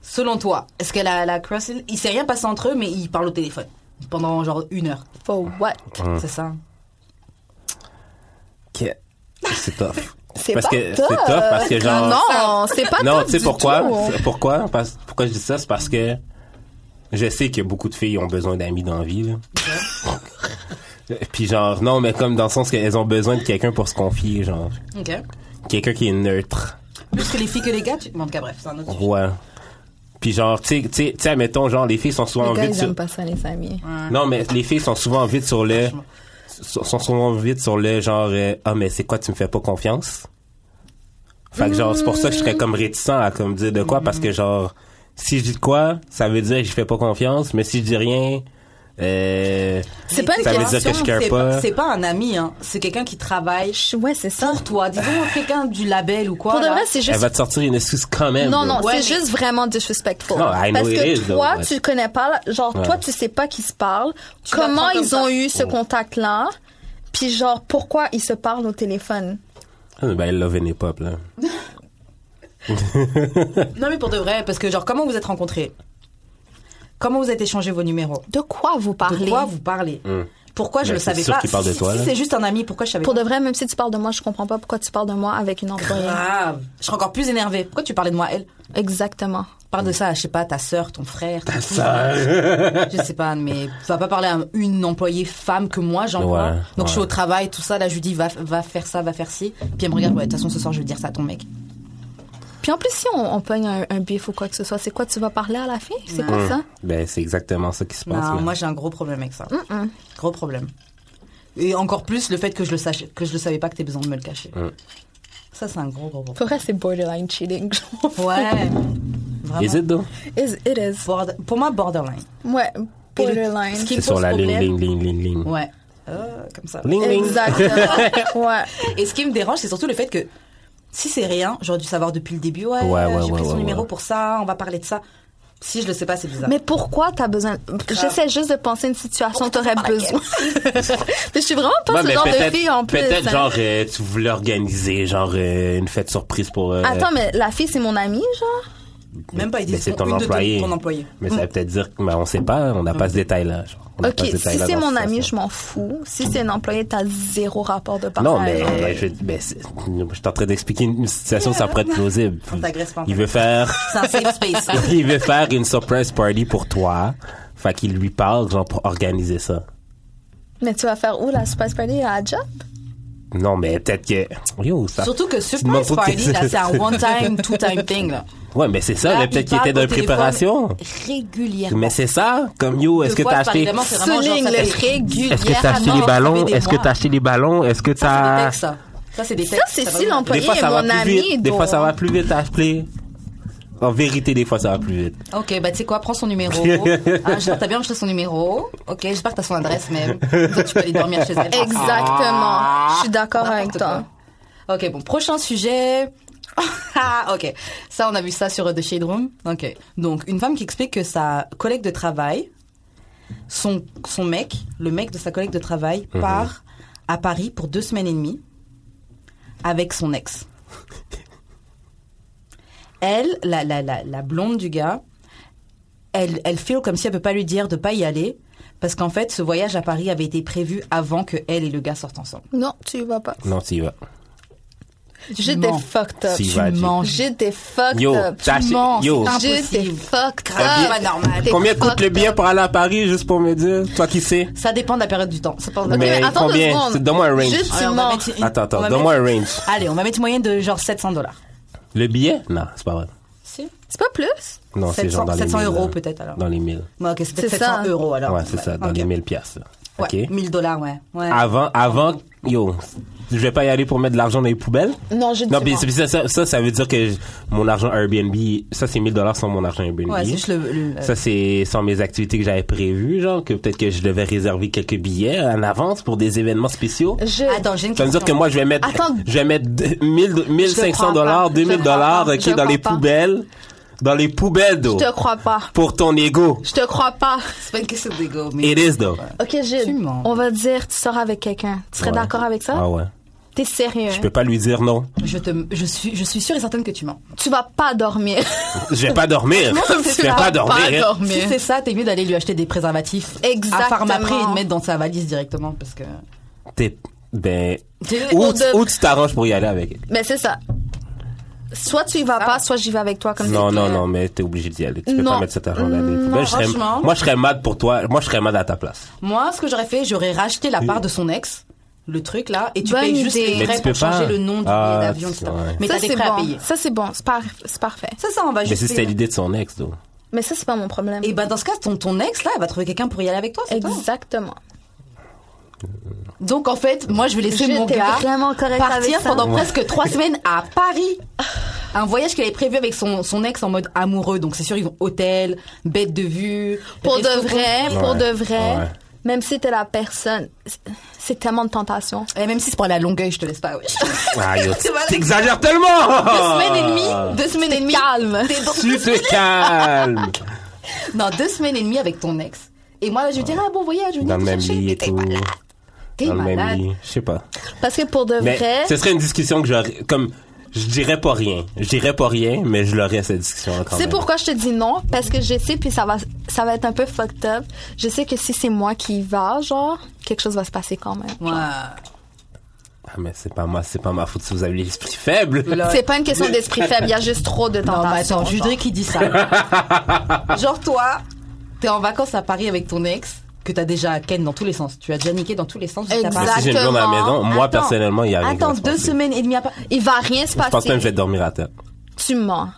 [SPEAKER 1] Selon toi, est-ce qu'elle a la cross Il s'est rien passé entre eux, mais ils parlent au téléphone pendant genre une heure.
[SPEAKER 3] For what?
[SPEAKER 1] C'est ça. hein.
[SPEAKER 2] Que- C'est tough.
[SPEAKER 3] C'est
[SPEAKER 2] Parce
[SPEAKER 3] pas
[SPEAKER 2] que c'est
[SPEAKER 3] top.
[SPEAKER 2] tough parce que genre
[SPEAKER 3] Non, c'est pas
[SPEAKER 2] non,
[SPEAKER 3] top
[SPEAKER 2] tu sais
[SPEAKER 3] du
[SPEAKER 2] pourquoi?
[SPEAKER 3] tout.
[SPEAKER 2] C'est- Pourquoi? Parce- pourquoi je dis ça? C'est parce que je sais que beaucoup de filles ont besoin d'amis dans la vie. là. Puis genre, non, mais comme dans le sens qu'elles ont besoin de quelqu'un pour se confier, genre.
[SPEAKER 1] Ok.
[SPEAKER 2] Quelqu'un qui est neutre.
[SPEAKER 1] Plus que les filles que les gars, tu. Bon, en tout cas, bref, c'est un autre sujet.
[SPEAKER 2] Ouais. Puis genre, tu sais- tu sais, tu sais, admettons, genre, les filles sont souvent
[SPEAKER 3] Les gars,
[SPEAKER 2] vite
[SPEAKER 3] ils
[SPEAKER 2] sur...
[SPEAKER 3] aiment pas ça, les amis.
[SPEAKER 2] Non, mais les filles sont souvent vite sur le... sont sont souvent vite sur le genre, euh, ah, mais c'est quoi, tu me fais pas confiance? Fait que genre, c'est pour ça que je serais comme réticent à comme dire de quoi, parce que genre, si je dis de quoi, ça veut dire que je fais pas confiance, mais si je dis rien, euh,
[SPEAKER 1] C'est pas une
[SPEAKER 2] ça veut dire que je
[SPEAKER 1] question,
[SPEAKER 2] care
[SPEAKER 1] c'est
[SPEAKER 2] pas.
[SPEAKER 1] c'est pas un ami, hein. C'est quelqu'un qui travaille
[SPEAKER 3] Je- Ouais, c'est ça.
[SPEAKER 1] pour toi. Disons quelqu'un du label ou quoi.
[SPEAKER 3] Pour de
[SPEAKER 1] là.
[SPEAKER 3] vrai, c'est
[SPEAKER 2] Elle
[SPEAKER 3] juste.
[SPEAKER 2] va te sortir une excuse quand même.
[SPEAKER 3] Non, non,
[SPEAKER 2] là.
[SPEAKER 1] Ouais,
[SPEAKER 3] c'est
[SPEAKER 1] mais-
[SPEAKER 3] juste vraiment disrespectful.
[SPEAKER 2] Non, I know
[SPEAKER 3] Parce
[SPEAKER 2] it
[SPEAKER 3] que
[SPEAKER 2] is, though,
[SPEAKER 3] toi,
[SPEAKER 2] but-
[SPEAKER 3] tu connais pas, la- genre,
[SPEAKER 2] Ouais. Mm.
[SPEAKER 3] toi, tu sais pas qui se parle,
[SPEAKER 1] Tu l'apprends
[SPEAKER 3] comment
[SPEAKER 1] comme
[SPEAKER 3] ils
[SPEAKER 1] ça.
[SPEAKER 3] ont eu ce contact-là, puis genre, pourquoi ils se parlent au téléphone.
[SPEAKER 2] Ah, Ben, love and hip-hop, là.
[SPEAKER 1] Non, mais pour de vrai, parce que genre, comment vous êtes rencontrés Comment vous êtes échangé vos numéros
[SPEAKER 3] De quoi vous
[SPEAKER 1] De
[SPEAKER 3] parlez?
[SPEAKER 1] quoi vous parlez Pourquoi je
[SPEAKER 2] Ben,
[SPEAKER 1] le
[SPEAKER 2] c'est
[SPEAKER 1] savais
[SPEAKER 2] sûr
[SPEAKER 1] pas
[SPEAKER 2] qu'il parle de
[SPEAKER 1] Si-
[SPEAKER 2] toi,
[SPEAKER 1] si
[SPEAKER 2] là.
[SPEAKER 1] c'est juste un ami, pourquoi je savais
[SPEAKER 3] Pour
[SPEAKER 1] pas
[SPEAKER 3] de vrai, même si tu parles de moi, je comprends pas pourquoi tu parles de moi avec une employée.
[SPEAKER 1] Grave. Je serais encore plus énervée. Pourquoi tu parlais de moi, elle
[SPEAKER 3] Exactement.
[SPEAKER 1] Parle de
[SPEAKER 2] Hum.
[SPEAKER 1] ça, à, je sais pas, ta sœur, ton frère, ta
[SPEAKER 2] Ça.
[SPEAKER 1] je sais pas, mais va pas parler à une employée femme que moi j'emploie.
[SPEAKER 2] Ouais,
[SPEAKER 1] Donc je suis
[SPEAKER 2] ouais.
[SPEAKER 1] au travail, tout ça, là je lui dis va, va faire ça, va faire ci. Puis elle me regarde, ouais, de toute façon ce soir je vais dire ça à ton mec.
[SPEAKER 3] Puis en plus, si on, on pogne un, un bif ou quoi que ce soit, c'est quoi tu vas parler à la fille? C'est quoi ça?
[SPEAKER 2] Ben, c'est exactement ça qui se passe.
[SPEAKER 1] Non,
[SPEAKER 2] là.
[SPEAKER 1] Bah, moi j'ai un gros problème avec ça. Gros problème. Et encore plus le fait que je le sache, que je le savais pas que t'es besoin de me le cacher. Ça c'est un gros gros problème.
[SPEAKER 3] Pour vrai, c'est borderline cheating. genre.
[SPEAKER 1] Ouais. Vraiment.
[SPEAKER 2] Is it, though?
[SPEAKER 3] Is- It is.
[SPEAKER 1] Border- pour moi borderline.
[SPEAKER 3] Ouais,
[SPEAKER 1] Et le-
[SPEAKER 3] borderline.
[SPEAKER 1] ce qui
[SPEAKER 2] C'est
[SPEAKER 1] pose
[SPEAKER 2] sur la ligne,
[SPEAKER 1] problème-
[SPEAKER 2] ligne, ligne, ligne, ligne.
[SPEAKER 1] Ouais. Euh, comme ça.
[SPEAKER 2] Ligne, ligne.
[SPEAKER 3] Exactement. ouais.
[SPEAKER 1] Et ce qui me dérange, c'est surtout le fait que si c'est rien, j'aurais dû savoir depuis le début, ouais, euh,
[SPEAKER 2] Ouais, ouais,
[SPEAKER 1] j'ai pris
[SPEAKER 2] ouais,
[SPEAKER 1] son
[SPEAKER 2] ouais,
[SPEAKER 1] numéro
[SPEAKER 2] ouais.
[SPEAKER 1] pour ça, on va parler de ça. Si je le sais pas, c'est bizarre.
[SPEAKER 3] Mais pourquoi t'as besoin J'essaie juste de penser à une situation où t'aurais besoin. mais je suis vraiment pas
[SPEAKER 2] Ouais,
[SPEAKER 3] ce
[SPEAKER 2] mais
[SPEAKER 3] genre de
[SPEAKER 2] peut-être-
[SPEAKER 3] fille en plus.
[SPEAKER 2] Peut-être,
[SPEAKER 3] hein.
[SPEAKER 2] genre, euh, tu voulais organiser, genre, euh, une fête surprise pour. euh,
[SPEAKER 3] Attends, mais la fille c'est mon amie, genre
[SPEAKER 1] Même pas, ils
[SPEAKER 2] mais
[SPEAKER 1] disent
[SPEAKER 2] c'est
[SPEAKER 1] ton-
[SPEAKER 2] ton
[SPEAKER 1] une de ton-
[SPEAKER 2] employé.
[SPEAKER 1] ton employé. Mm.
[SPEAKER 2] Mais ça veut peut-être dire que, ben, on sait pas, on n'a pas ce détail-là. genre. On n'a
[SPEAKER 3] Ok,
[SPEAKER 2] pas ce
[SPEAKER 3] si
[SPEAKER 2] détail-là
[SPEAKER 3] c'est
[SPEAKER 2] dans
[SPEAKER 3] mon
[SPEAKER 2] cette
[SPEAKER 3] amie, je
[SPEAKER 2] situation.
[SPEAKER 3] m'en fous. Si c'est un employé, t'as zéro rapport de partage.
[SPEAKER 2] Non, mais, euh, je, mais c'est- je suis en train d'expliquer une situation, ça pourrait être plausible.
[SPEAKER 1] On t'agresse pas, on
[SPEAKER 2] Il veut faire.
[SPEAKER 1] C'est un safe space.
[SPEAKER 2] il veut faire une surprise party pour toi. Fait qu'il lui parle, genre, pour organiser ça.
[SPEAKER 3] Mais tu vas faire où la surprise party à la job
[SPEAKER 2] Non, mais peut-être que. Yo, ça.
[SPEAKER 1] Surtout que
[SPEAKER 2] Tu demandes
[SPEAKER 1] surprise
[SPEAKER 2] trop de
[SPEAKER 1] party, là,
[SPEAKER 2] questions.
[SPEAKER 1] c'est un one-time, two-time thing, là.
[SPEAKER 2] Ouais, mais c'est ça,
[SPEAKER 1] Là,
[SPEAKER 2] Ah, mais peut-être
[SPEAKER 1] ils
[SPEAKER 2] qu'il
[SPEAKER 1] parlent
[SPEAKER 2] était dans
[SPEAKER 1] au
[SPEAKER 2] la
[SPEAKER 1] téléphone
[SPEAKER 2] préparation.
[SPEAKER 1] Régulièrement.
[SPEAKER 2] Mais c'est ça, comme yo, est-ce
[SPEAKER 1] De
[SPEAKER 2] que
[SPEAKER 1] quoi
[SPEAKER 2] t'as
[SPEAKER 1] je parle
[SPEAKER 2] acheté.
[SPEAKER 1] vraiment, c'est vraiment genre, ça
[SPEAKER 3] Souligne-le
[SPEAKER 1] fait-
[SPEAKER 3] régulièrement.
[SPEAKER 2] Est-ce que t'as acheté les
[SPEAKER 1] ça fait
[SPEAKER 2] ballons?
[SPEAKER 1] des
[SPEAKER 2] Est-ce que
[SPEAKER 1] mois.
[SPEAKER 2] t'as acheté les ballons? Est-ce que
[SPEAKER 1] Ça, c'est des
[SPEAKER 2] t'as.
[SPEAKER 1] textes, ça. Ça, c'est des
[SPEAKER 3] Ça,
[SPEAKER 1] textes.
[SPEAKER 3] c'est
[SPEAKER 1] va
[SPEAKER 3] si
[SPEAKER 1] vraiment-
[SPEAKER 3] l'employé
[SPEAKER 2] Des fois,
[SPEAKER 3] est
[SPEAKER 2] ça va
[SPEAKER 3] mon
[SPEAKER 2] plus
[SPEAKER 3] ami.
[SPEAKER 2] vite. Des
[SPEAKER 3] donc-
[SPEAKER 2] fois, ça va plus vite à appeler. En vérité, des fois, ça va plus vite.
[SPEAKER 1] Ok, bah tu sais quoi, prends son numéro. Ah, genre, t'as bien enregistré son numéro. Ok, j'espère que t'as son adresse même. Comme ça, tu peux aller dormir chez elle.
[SPEAKER 3] Exactement. Je suis d'accord avec
[SPEAKER 1] N'importe
[SPEAKER 3] toi.
[SPEAKER 1] quoi. Ok, bon, prochain sujet. Ah, ok, ça on a vu ça sur euh, The Shade Room. Ok, donc une femme qui explique que sa collègue de travail, son, son mec, le mec de sa collègue de travail, part à Paris pour deux semaines et demie avec son ex. Elle, la, la, la, la blonde du gars, elle, elle feel comme si elle peut pas lui dire de pas y aller parce qu'en fait ce voyage à Paris avait été prévu avant que elle et le gars sortent ensemble.
[SPEAKER 3] Non, tu y vas pas.
[SPEAKER 2] Non, tu y vas.
[SPEAKER 3] J'étais
[SPEAKER 1] mens.
[SPEAKER 3] fucked up.
[SPEAKER 2] Si, va, Jay.
[SPEAKER 3] J'étais fucked euh,
[SPEAKER 2] Yo,
[SPEAKER 3] up.
[SPEAKER 2] t'as acheté-
[SPEAKER 1] mens,
[SPEAKER 2] yo.
[SPEAKER 1] c'est un-
[SPEAKER 3] J'étais
[SPEAKER 1] Impossible.
[SPEAKER 3] fucked up.
[SPEAKER 1] Grave, Ah, pas normal.
[SPEAKER 2] Ah,
[SPEAKER 3] T'es
[SPEAKER 2] Combien coûte le
[SPEAKER 3] fucked
[SPEAKER 2] billet
[SPEAKER 3] up.
[SPEAKER 2] pour aller à Paris, juste pour me dire? Toi qui sais?
[SPEAKER 1] Ça dépend de la période du temps. Ça dépend de la
[SPEAKER 3] Ok,
[SPEAKER 2] Mais
[SPEAKER 3] mais attends deux
[SPEAKER 2] combien?
[SPEAKER 3] secondes.
[SPEAKER 2] C'est- Donne-moi un range.
[SPEAKER 3] Juste-
[SPEAKER 1] Alors, on va
[SPEAKER 3] mens.
[SPEAKER 1] mettre une-
[SPEAKER 2] Attends,
[SPEAKER 1] on va
[SPEAKER 2] attends, donne-moi un range.
[SPEAKER 1] mettre- Allez, on va mettre une moyenne de genre 700 dollars.
[SPEAKER 2] Le billet? Non, c'est pas vrai.
[SPEAKER 1] Si.
[SPEAKER 3] C'est pas plus?
[SPEAKER 2] Non, c'est
[SPEAKER 1] 700
[SPEAKER 2] genre dans les
[SPEAKER 1] 700
[SPEAKER 2] mille,
[SPEAKER 1] euros,
[SPEAKER 2] là.
[SPEAKER 1] peut-être, alors.
[SPEAKER 2] Dans les 1000.
[SPEAKER 1] Bon, ok, c'est peut-être
[SPEAKER 3] C'est
[SPEAKER 1] 700
[SPEAKER 3] ça.
[SPEAKER 1] euros alors.
[SPEAKER 2] Ouais, c'est ça, dans
[SPEAKER 1] Ok.
[SPEAKER 2] les 1000 piastres. là.
[SPEAKER 1] Ouais,
[SPEAKER 2] OK? Ah,
[SPEAKER 1] 1000 dollars, ouais. ouais.
[SPEAKER 2] Avant, avant, yo, je vais pas y aller pour mettre de l'argent dans les poubelles.
[SPEAKER 3] Non, je dis
[SPEAKER 2] Non,
[SPEAKER 3] moi.
[SPEAKER 2] mais c'est- ça, ça, ça, ça veut dire que je- mon argent Airbnb, ça c'est 1000 dollars sans mon argent Airbnb.
[SPEAKER 1] Ouais, c'est juste le. le-
[SPEAKER 3] euh,
[SPEAKER 2] Ça c'est sans mes activités que j'avais prévues, genre que peut-être que je devais réserver quelques billets en avance pour des événements spéciaux.
[SPEAKER 3] Je...
[SPEAKER 1] Attends, j'ai une
[SPEAKER 2] Ça veut
[SPEAKER 1] question.
[SPEAKER 2] dire que moi je vais mettre,
[SPEAKER 3] Attends.
[SPEAKER 2] je vais mettre deux- 1000, de- 1500
[SPEAKER 3] crois pas.
[SPEAKER 2] dollars,
[SPEAKER 3] Je
[SPEAKER 2] 2000
[SPEAKER 3] crois
[SPEAKER 2] dollars,
[SPEAKER 3] pas.
[SPEAKER 2] ok,
[SPEAKER 3] Je
[SPEAKER 2] dans les
[SPEAKER 3] crois pas.
[SPEAKER 2] poubelles, dans les poubelles d'eau,
[SPEAKER 3] Je te crois pas.
[SPEAKER 2] pour ton ego.
[SPEAKER 3] Je te crois pas.
[SPEAKER 1] C'est pas une question d'ego, mais.
[SPEAKER 2] It is though.
[SPEAKER 3] Ok, Gilles,
[SPEAKER 1] Tu mens.
[SPEAKER 3] on va dire tu sors avec quelqu'un. Tu serais
[SPEAKER 2] Ouais.
[SPEAKER 3] d'accord avec ça?
[SPEAKER 2] Ah ouais.
[SPEAKER 3] T'es sérieux?
[SPEAKER 2] Je peux pas lui dire non.
[SPEAKER 1] Je, te, je, suis, je suis sûre et certaine que tu mens.
[SPEAKER 3] Tu vas pas dormir.
[SPEAKER 2] Je vais pas dormir. Je
[SPEAKER 3] Tu
[SPEAKER 2] vais
[SPEAKER 3] vas
[SPEAKER 2] pas dormir.
[SPEAKER 1] Si c'est ça, t'es mieux d'aller lui acheter des préservatifs à
[SPEAKER 3] Oh, Exactement.
[SPEAKER 1] Pharmaprix et de mettre dans sa valise directement parce que.
[SPEAKER 2] T'es, ben,
[SPEAKER 1] T'es-
[SPEAKER 2] ou,
[SPEAKER 3] Au
[SPEAKER 2] tu-
[SPEAKER 3] de-
[SPEAKER 2] ou tu t'arranges pour y aller avec.
[SPEAKER 3] Mais c'est ça. Soit tu y vas pas, soit j'y vais avec toi comme
[SPEAKER 2] Non,
[SPEAKER 3] c'est
[SPEAKER 2] non,
[SPEAKER 3] clair.
[SPEAKER 2] non, mais t'es obligé d'y aller. Tu peux
[SPEAKER 3] Non.
[SPEAKER 2] pas mettre cet argent là. Ben, je serais,
[SPEAKER 1] franchement.
[SPEAKER 2] moi, je serais mad pour toi. Moi, je serais mad à ta place.
[SPEAKER 1] Moi, ce que j'aurais fait, j'aurais racheté la part de son ex, le truc là, et tu
[SPEAKER 3] Bonne
[SPEAKER 1] payes juste
[SPEAKER 3] idée.
[SPEAKER 1] les
[SPEAKER 3] Mais
[SPEAKER 1] frais
[SPEAKER 2] tu peux
[SPEAKER 1] pour changer
[SPEAKER 2] pas.
[SPEAKER 1] le nom du
[SPEAKER 2] Ah,
[SPEAKER 1] billet d'avion, etc.
[SPEAKER 2] ouais.
[SPEAKER 1] Mais
[SPEAKER 3] Ça,
[SPEAKER 1] t'as des
[SPEAKER 3] c'est
[SPEAKER 1] frais à
[SPEAKER 3] bon.
[SPEAKER 1] payer.
[SPEAKER 3] Ça, c'est bon. C'est, par- c'est parfait.
[SPEAKER 1] Ça, ça, on va
[SPEAKER 2] Mais
[SPEAKER 1] juste. Eh
[SPEAKER 2] si c'était
[SPEAKER 1] payer.
[SPEAKER 2] l'idée de son ex, donc.
[SPEAKER 3] Mais ça, c'est pas mon problème.
[SPEAKER 1] Et ben dans ce cas, ton, ton ex là, elle va trouver quelqu'un pour y aller avec toi, c'est toi.
[SPEAKER 3] Exactement.
[SPEAKER 1] Donc en fait, moi je vais laisser mon
[SPEAKER 3] J'étais
[SPEAKER 1] gars
[SPEAKER 3] vraiment correcte avec
[SPEAKER 1] partir
[SPEAKER 3] ça.
[SPEAKER 1] pendant presque trois semaines à Paris. Un voyage qu'elle avait prévu avec son, son ex en mode amoureux. Donc c'est sûr, ils vont hôtel, bête de vue.
[SPEAKER 3] Pour
[SPEAKER 1] resto
[SPEAKER 3] de vrai, pour de vrai,
[SPEAKER 2] Ouais.
[SPEAKER 3] même si t'es la personne, c'est- c'est tellement de tentation.
[SPEAKER 1] Et Eh, même si c'est pour aller à Longueuil, je te laisse pas. oui.
[SPEAKER 2] Ah, yo,
[SPEAKER 1] C'est malade.
[SPEAKER 2] T'exagères tellement!
[SPEAKER 1] Deux semaines et demie, deux semaines et demie.
[SPEAKER 3] Calme.
[SPEAKER 1] T'es dans-
[SPEAKER 2] Tu te calmes!
[SPEAKER 1] dans deux semaines et demie avec ton ex. Et moi, là, je lui dirais, ah, bon voyage, venez
[SPEAKER 2] Dans le
[SPEAKER 1] me
[SPEAKER 2] même
[SPEAKER 1] chercher.
[SPEAKER 2] lit
[SPEAKER 1] Mais
[SPEAKER 2] et
[SPEAKER 1] t'es
[SPEAKER 2] tout.
[SPEAKER 1] malade. T'es
[SPEAKER 2] Dans le même
[SPEAKER 1] malade.
[SPEAKER 2] lit. Je sais pas.
[SPEAKER 3] Parce que pour de
[SPEAKER 2] Mais
[SPEAKER 3] vrai,
[SPEAKER 2] ce serait une discussion que j'aurais, comme, je dirais pas rien. Je dirais pas rien, mais je l'aurais cette discussion-là quand
[SPEAKER 3] c'est
[SPEAKER 2] même.
[SPEAKER 3] pourquoi je te dis non, parce que je sais, puis ça va, ça va être un peu fucked up. Je sais que si c'est moi qui y va, genre, quelque chose va se passer quand même.
[SPEAKER 1] Moi,
[SPEAKER 2] Ah, mais c'est pas moi, c'est pas ma faute si vous avez l'esprit faible.
[SPEAKER 1] là,
[SPEAKER 3] C'est pas une question d'esprit faible, il y a juste trop de
[SPEAKER 1] Non, mais
[SPEAKER 3] tentation.
[SPEAKER 1] attends,
[SPEAKER 3] genre.
[SPEAKER 1] Judré qui dit ça. Genre, toi, t'es en vacances à Paris avec ton ex, que t'as déjà ken dans tous les sens. Tu as déjà niqué dans tous les sens jusqu'à
[SPEAKER 3] Exact.
[SPEAKER 2] Mais
[SPEAKER 1] Paris.
[SPEAKER 2] si j'ai une blonde à la maison, moi,
[SPEAKER 3] Attends.
[SPEAKER 2] personnellement, il y a rien qui va
[SPEAKER 1] Attends,
[SPEAKER 2] se
[SPEAKER 1] deux
[SPEAKER 2] passer.
[SPEAKER 1] semaines et demie à Paris.
[SPEAKER 3] Il va rien se
[SPEAKER 2] Je pense même que je
[SPEAKER 3] passer.
[SPEAKER 2] vais dormir à terre.
[SPEAKER 3] Tu mens.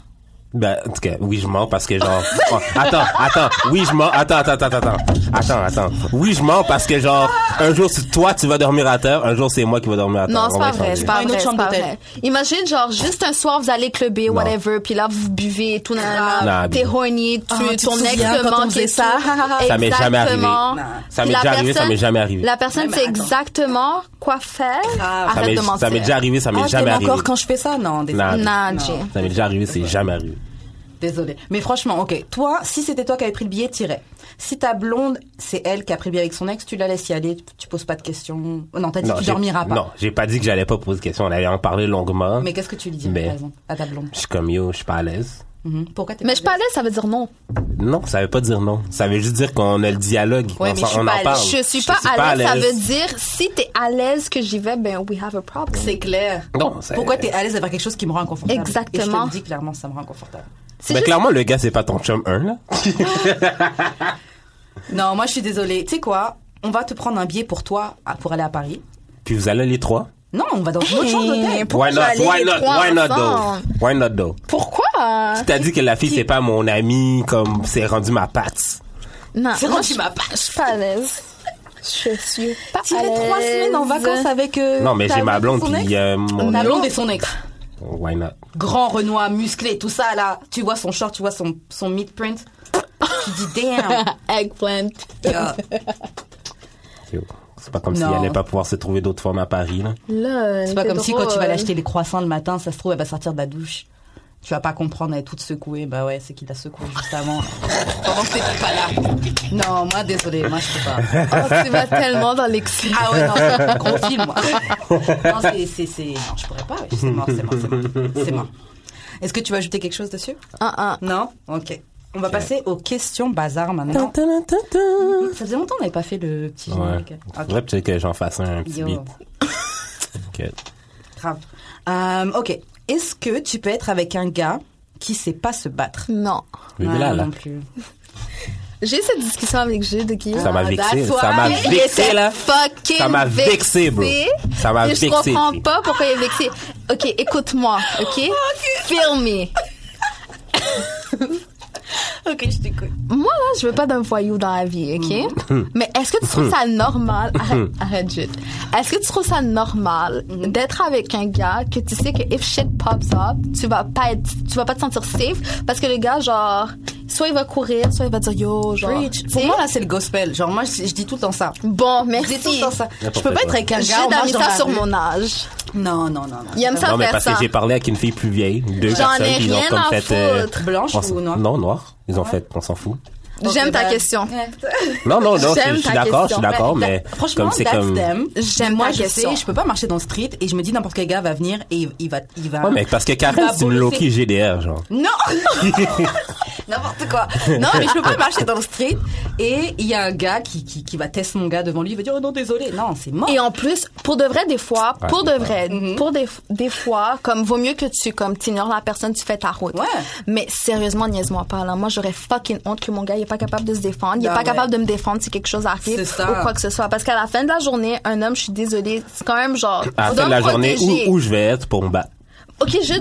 [SPEAKER 2] Ben, en tout cas, oui, je mens parce que genre. oh, attends, attends, oui, je mens. Attends, attends, attends, attends. Attends, attends. Oui, je mens parce que genre, un jour, c'est toi, tu vas dormir à terre. Un jour, c'est moi qui vais dormir à terre.
[SPEAKER 3] Non, c'est
[SPEAKER 2] On
[SPEAKER 3] pas
[SPEAKER 2] va
[SPEAKER 3] vrai,
[SPEAKER 2] échanger.
[SPEAKER 3] c'est pas
[SPEAKER 1] Dans une
[SPEAKER 3] vrai.
[SPEAKER 1] autre
[SPEAKER 3] c'est
[SPEAKER 1] chambre
[SPEAKER 3] pas
[SPEAKER 1] d'hôtel.
[SPEAKER 3] vrai. Imagine, genre, juste un soir, vous allez clubber,
[SPEAKER 2] Non.
[SPEAKER 3] whatever, puis là, vous buvez, tout, nanana,
[SPEAKER 2] Non,
[SPEAKER 3] t'es
[SPEAKER 2] non.
[SPEAKER 3] horny, tu,
[SPEAKER 1] Ah, tu te
[SPEAKER 3] ton ex
[SPEAKER 1] souviens
[SPEAKER 3] te
[SPEAKER 1] quand on
[SPEAKER 3] manque
[SPEAKER 1] faisait
[SPEAKER 3] et
[SPEAKER 1] ça?
[SPEAKER 3] ça.
[SPEAKER 2] Ça m'est jamais arrivé.
[SPEAKER 3] Exactement.
[SPEAKER 1] Non.
[SPEAKER 2] Ça
[SPEAKER 3] Puis
[SPEAKER 2] m'est
[SPEAKER 3] la
[SPEAKER 2] déjà arrivé, ça
[SPEAKER 3] personne-
[SPEAKER 2] m'est jamais arrivé.
[SPEAKER 3] La personne
[SPEAKER 1] Mais
[SPEAKER 3] sait
[SPEAKER 1] attends.
[SPEAKER 3] exactement quoi faire.
[SPEAKER 1] Grave.
[SPEAKER 2] Ça
[SPEAKER 3] Arrête
[SPEAKER 2] m'est-
[SPEAKER 3] de mentir.
[SPEAKER 2] Ça m'est déjà arrivé, ça m'est
[SPEAKER 1] Ah, je t'aime
[SPEAKER 2] jamais arrivé.
[SPEAKER 1] encore quand je fais ça Non, désolé.
[SPEAKER 2] Non.
[SPEAKER 3] Non,
[SPEAKER 1] Non.
[SPEAKER 3] Jay.
[SPEAKER 2] Ça m'est déjà arrivé, c'est jamais arrivé.
[SPEAKER 1] Désolé. Mais franchement, ok. Toi, si c'était toi qui avais pris le billet, t'irais. Si ta blonde, c'est elle qui a pris le billet avec son ex, tu la laisses y aller, tu- tu poses pas de questions. Oh Non, t'as dit que tu
[SPEAKER 2] j'ai-
[SPEAKER 1] dormiras pas.
[SPEAKER 2] Non, j'ai pas dit que j'allais pas poser de questions. On allait en parler longuement.
[SPEAKER 1] Mais qu'est-ce que tu lui dis,
[SPEAKER 2] Mais-
[SPEAKER 1] par exemple, à ta blonde
[SPEAKER 2] Je suis comme yo, je suis pas à l'aise.
[SPEAKER 1] Mhm. Pourquoi t'es
[SPEAKER 3] Mais je parlais, ça veut dire non.
[SPEAKER 2] Non, ça veut pas dire non. Ça veut juste dire qu'on a le dialogue.
[SPEAKER 1] Ouais,
[SPEAKER 2] on
[SPEAKER 1] mais
[SPEAKER 2] s'en-
[SPEAKER 1] je suis
[SPEAKER 2] on
[SPEAKER 1] pas à
[SPEAKER 2] en
[SPEAKER 1] l'aise.
[SPEAKER 2] parle.
[SPEAKER 3] Je suis pas à l'aise. Ça veut dire, si t'es à l'aise que j'y vais, ben, we have a problem.
[SPEAKER 1] C'est clair.
[SPEAKER 2] Non, Ben, ça-
[SPEAKER 1] Pourquoi t'es à l'aise d'avoir quelque chose qui me rend inconfortable Et je te
[SPEAKER 3] Exactement.
[SPEAKER 1] le dis clairement, ça me rend inconfortable.
[SPEAKER 3] C'est
[SPEAKER 2] Mais
[SPEAKER 3] juste-
[SPEAKER 2] clairement, le gars, c'est pas ton chum 1, là.
[SPEAKER 1] Non, moi je suis désolée. Tu sais quoi On va te prendre un billet pour toi à- pour aller à Paris.
[SPEAKER 2] Puis vous allez les trois.
[SPEAKER 1] Non, on va dans une autre chambre d'hôtel.
[SPEAKER 3] Pourquoi
[SPEAKER 2] why
[SPEAKER 3] je vais aller
[SPEAKER 2] not? Why
[SPEAKER 3] les
[SPEAKER 2] not?
[SPEAKER 3] trois
[SPEAKER 2] Why not
[SPEAKER 3] ensemble?
[SPEAKER 2] though? Why not though?
[SPEAKER 3] Pourquoi?
[SPEAKER 2] T'as dit que la fille, c'est pas mon amie, comme c'est rendu ma patte.
[SPEAKER 3] Non.
[SPEAKER 1] C'est
[SPEAKER 3] moi,
[SPEAKER 1] rendu
[SPEAKER 3] je
[SPEAKER 1] ma page.
[SPEAKER 3] je suis pas à l'aise. Je suis pas
[SPEAKER 1] Tu
[SPEAKER 3] à
[SPEAKER 1] es
[SPEAKER 3] l'aise.
[SPEAKER 1] trois semaines en vacances avec. euh,
[SPEAKER 2] Non, mais
[SPEAKER 1] ta-
[SPEAKER 2] j'ai ma blonde,
[SPEAKER 1] son ex
[SPEAKER 2] puis euh, mon...
[SPEAKER 1] Ta blonde et son ex.
[SPEAKER 2] Why not?
[SPEAKER 1] Grand Renoir, musclé, tout ça là. Tu vois son short, tu vois son, son midprint. tu dis damn. euh,
[SPEAKER 3] Eggplant.
[SPEAKER 1] yeah.
[SPEAKER 2] Yo, C'est pas comme s'il
[SPEAKER 1] Non.
[SPEAKER 2] allait pas pouvoir se trouver d'autres formes à Paris, là.
[SPEAKER 3] Là, euh,
[SPEAKER 1] C'est pas comme si quand tu vas l'acheter les croissants le matin, ça se trouve, elle va sortir de la douche. Tu vas pas comprendre, elle est toute secouée. Bah ouais, c'est qu'il la secouée juste avant. Pendant que t'étais pas là. Non, moi, désolé, moi, je peux pas.
[SPEAKER 3] Oh, tu vas tellement dans l'excès.
[SPEAKER 1] Ah ouais, non, c'est un gros film, moi. Non, c'est, c'est, c'est... Non, je pourrais pas. ouais. C'est mort, c'est mort, c'est mort. C'est mort. Est-ce que tu veux ajouter quelque chose dessus
[SPEAKER 3] Ah, ah.
[SPEAKER 1] Non Ok. On va passer aux questions bazar maintenant. Ça faisait longtemps qu'on n'avait pas fait le petit
[SPEAKER 2] Ouais.
[SPEAKER 1] générique. Ok.
[SPEAKER 2] Faudrait peut-être que j'en fasse un, un petit
[SPEAKER 1] Yo.
[SPEAKER 2] beat. Ok.
[SPEAKER 1] Grave. Euh, ok. Est-ce que tu peux être avec un gars qui sait pas se battre
[SPEAKER 3] Non.
[SPEAKER 2] Mais
[SPEAKER 1] Ouais,
[SPEAKER 2] là,
[SPEAKER 1] moi
[SPEAKER 2] là.
[SPEAKER 1] non plus.
[SPEAKER 3] J'ai eu cette discussion avec Jude, OK?
[SPEAKER 2] Ça m'a
[SPEAKER 1] Ah,
[SPEAKER 2] vexé,
[SPEAKER 1] that's why.
[SPEAKER 2] ça m'a
[SPEAKER 3] Il
[SPEAKER 2] vexé,
[SPEAKER 3] était
[SPEAKER 2] là.
[SPEAKER 3] fucking
[SPEAKER 2] Ça m'a vexé, bro. Ça m'a
[SPEAKER 3] Et
[SPEAKER 2] vexé.
[SPEAKER 3] Je comprends pas pourquoi il est vexé. OK, écoute-moi, OK?
[SPEAKER 1] Oh,
[SPEAKER 3] Feel me.
[SPEAKER 1] Ok, je t'écoute.
[SPEAKER 3] Moi, là, je veux pas d'un voyou dans la vie, OK? Mais est-ce que tu trouves ça normal... Arrête, arrête, Jude. Est-ce que tu trouves ça normal
[SPEAKER 1] Mhm.
[SPEAKER 3] d'être avec un gars que tu sais que if shit pops up, tu vas pas être... Tu vas pas te sentir safe parce que le gars, genre... Soit il va courir, soit il va dire yo, genre... tu
[SPEAKER 1] Pour
[SPEAKER 3] sais?
[SPEAKER 1] moi, là, c'est le gospel. Genre, moi, je, je dis tout le temps ça.
[SPEAKER 3] Bon,
[SPEAKER 1] Je dis tout
[SPEAKER 3] merci.
[SPEAKER 1] le temps ça. Je
[SPEAKER 2] N'importe
[SPEAKER 1] peux pas
[SPEAKER 2] quoi.
[SPEAKER 1] être avec un
[SPEAKER 3] Jude
[SPEAKER 1] gars. on
[SPEAKER 3] a
[SPEAKER 1] marche
[SPEAKER 3] mis
[SPEAKER 1] dans
[SPEAKER 3] ça
[SPEAKER 1] la
[SPEAKER 3] sur
[SPEAKER 1] rue.
[SPEAKER 3] mon âge.
[SPEAKER 1] Non, non, non. non.
[SPEAKER 3] Il aime ça
[SPEAKER 2] Non, mais
[SPEAKER 3] faire
[SPEAKER 2] parce
[SPEAKER 3] ça.
[SPEAKER 2] que j'ai parlé avec une fille plus vieille, deux
[SPEAKER 3] J'en ai
[SPEAKER 2] personnes, puis ils ont
[SPEAKER 3] rien
[SPEAKER 2] comme
[SPEAKER 3] à
[SPEAKER 2] fait... euh,
[SPEAKER 3] foutre.
[SPEAKER 1] Blanche
[SPEAKER 2] on s-
[SPEAKER 1] ou noire
[SPEAKER 2] Non, noir. Ils ont fait, on s'en fout.
[SPEAKER 1] Ok,
[SPEAKER 3] J'aime ta
[SPEAKER 1] bah,
[SPEAKER 3] question.
[SPEAKER 1] ouais.
[SPEAKER 2] Non, non, non,
[SPEAKER 3] J'aime
[SPEAKER 2] je je suis
[SPEAKER 3] ta
[SPEAKER 2] d'accord, je
[SPEAKER 3] question. Ben,
[SPEAKER 2] suis d'accord,
[SPEAKER 1] Bah,
[SPEAKER 2] mais
[SPEAKER 1] bah, franchement,
[SPEAKER 2] comme c'est comme... Ouais,
[SPEAKER 1] J'aime
[SPEAKER 3] J'aime
[SPEAKER 1] moi,
[SPEAKER 3] ta
[SPEAKER 1] je
[SPEAKER 3] question.
[SPEAKER 1] sais, je peux pas marcher dans le street et je me dis n'importe quel gars va venir et il, il va, il va.
[SPEAKER 2] mais parce que Karen,
[SPEAKER 3] Bah,
[SPEAKER 1] va
[SPEAKER 2] c'est une
[SPEAKER 1] bosser.
[SPEAKER 2] low-key GDR, genre.
[SPEAKER 1] Non N'importe quoi. Non, mais je peux pas marcher dans le street et il y a un gars qui, qui, qui va tester mon gars devant lui, il va dire oh non, désolé. Non, c'est mort.
[SPEAKER 3] Et en plus, pour de vrai, des fois,
[SPEAKER 2] Ouais,
[SPEAKER 3] pour de
[SPEAKER 2] ouais.
[SPEAKER 3] vrai,
[SPEAKER 1] Mhm.
[SPEAKER 3] pour des, des fois, comme vaut mieux que tu comme t'ignores la personne, tu fais ta route.
[SPEAKER 1] Ouais.
[SPEAKER 3] Mais sérieusement, niaise-moi pas là. Moi, j'aurais fucking honte que mon gars il est pas capable de se défendre, il est
[SPEAKER 1] Ah
[SPEAKER 3] pas
[SPEAKER 1] ouais.
[SPEAKER 3] capable de me défendre si quelque chose arrive
[SPEAKER 1] C'est ça.
[SPEAKER 3] ou quoi que ce soit. Parce qu'à la fin de la journée, un homme, je suis désolée, c'est quand même genre.
[SPEAKER 2] À la fin
[SPEAKER 3] faut
[SPEAKER 2] de
[SPEAKER 3] me
[SPEAKER 2] la journée,
[SPEAKER 3] protéger.
[SPEAKER 2] où, où je vais être pour me battre?
[SPEAKER 3] Ok, je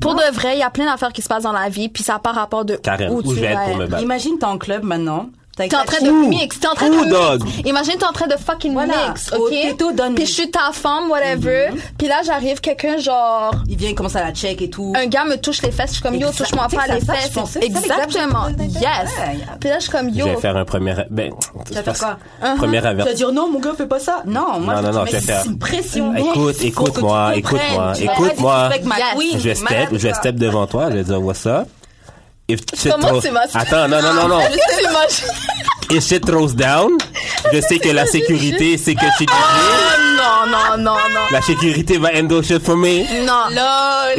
[SPEAKER 3] pour de vrai, il y a plein d'affaires qui se passent dans la vie, puis ça n'a pas rapport de
[SPEAKER 2] Karen, où,
[SPEAKER 3] tu
[SPEAKER 2] je vais être
[SPEAKER 3] vas
[SPEAKER 2] pour me battre?
[SPEAKER 1] Imagine, bah. t'es en club maintenant,
[SPEAKER 3] T'es en train de
[SPEAKER 2] Ouh.
[SPEAKER 3] mix, t'es en train
[SPEAKER 2] Ouh,
[SPEAKER 3] de
[SPEAKER 2] dog.
[SPEAKER 3] mix. Imagine t'es en train de fucking
[SPEAKER 1] Voilà.
[SPEAKER 3] mix,
[SPEAKER 1] Au
[SPEAKER 3] ok?
[SPEAKER 1] této, donne-
[SPEAKER 3] Puis je suis ta femme, whatever.
[SPEAKER 2] Mm-hmm.
[SPEAKER 3] Puis là j'arrive, quelqu'un genre
[SPEAKER 1] Il vient, il commence à la check et tout.
[SPEAKER 3] un gars me touche les fesses, je suis comme yo
[SPEAKER 1] Exact.
[SPEAKER 3] touche-moi
[SPEAKER 1] Tu sais
[SPEAKER 3] pas
[SPEAKER 1] que
[SPEAKER 3] les
[SPEAKER 1] ça, ça, je
[SPEAKER 3] fesses.
[SPEAKER 1] pensais que ça, les gars,
[SPEAKER 3] Exactement,
[SPEAKER 1] je pensais que ça,
[SPEAKER 3] yes.
[SPEAKER 1] ouais.
[SPEAKER 3] Puis là je suis comme
[SPEAKER 2] Je
[SPEAKER 3] yo.
[SPEAKER 2] vais faire un premier. Ben,
[SPEAKER 1] vas faire quoi? Uh-huh.
[SPEAKER 2] Premier
[SPEAKER 1] Tu vas
[SPEAKER 2] avertissement.
[SPEAKER 1] dire non, mon gars, fais pas ça. Non, moi,
[SPEAKER 2] Non, non,
[SPEAKER 1] je
[SPEAKER 2] non,
[SPEAKER 1] te
[SPEAKER 2] je
[SPEAKER 1] mets
[SPEAKER 2] vais faire-
[SPEAKER 1] une pression.
[SPEAKER 2] Écoute,
[SPEAKER 1] Faut que tu
[SPEAKER 2] écoute-moi,
[SPEAKER 1] comprennes.
[SPEAKER 2] écoute-moi,
[SPEAKER 1] Tu vas pas
[SPEAKER 2] écoute-moi.
[SPEAKER 1] disrespect ma
[SPEAKER 3] Yes.
[SPEAKER 1] queen,
[SPEAKER 2] Je step,
[SPEAKER 1] malade,
[SPEAKER 2] je
[SPEAKER 1] toi.
[SPEAKER 2] step devant toi, je vais dire what's up. If shit
[SPEAKER 3] Comment Ah,
[SPEAKER 2] throws-
[SPEAKER 3] tu vas-
[SPEAKER 2] Attends, non, non, non, non.
[SPEAKER 3] C'est moche.
[SPEAKER 2] If shit throws down, je sais que la sécurité, c'est que shit is real.
[SPEAKER 3] Ah, non non non non.
[SPEAKER 2] La sécurité va handle shit for me.
[SPEAKER 3] Non.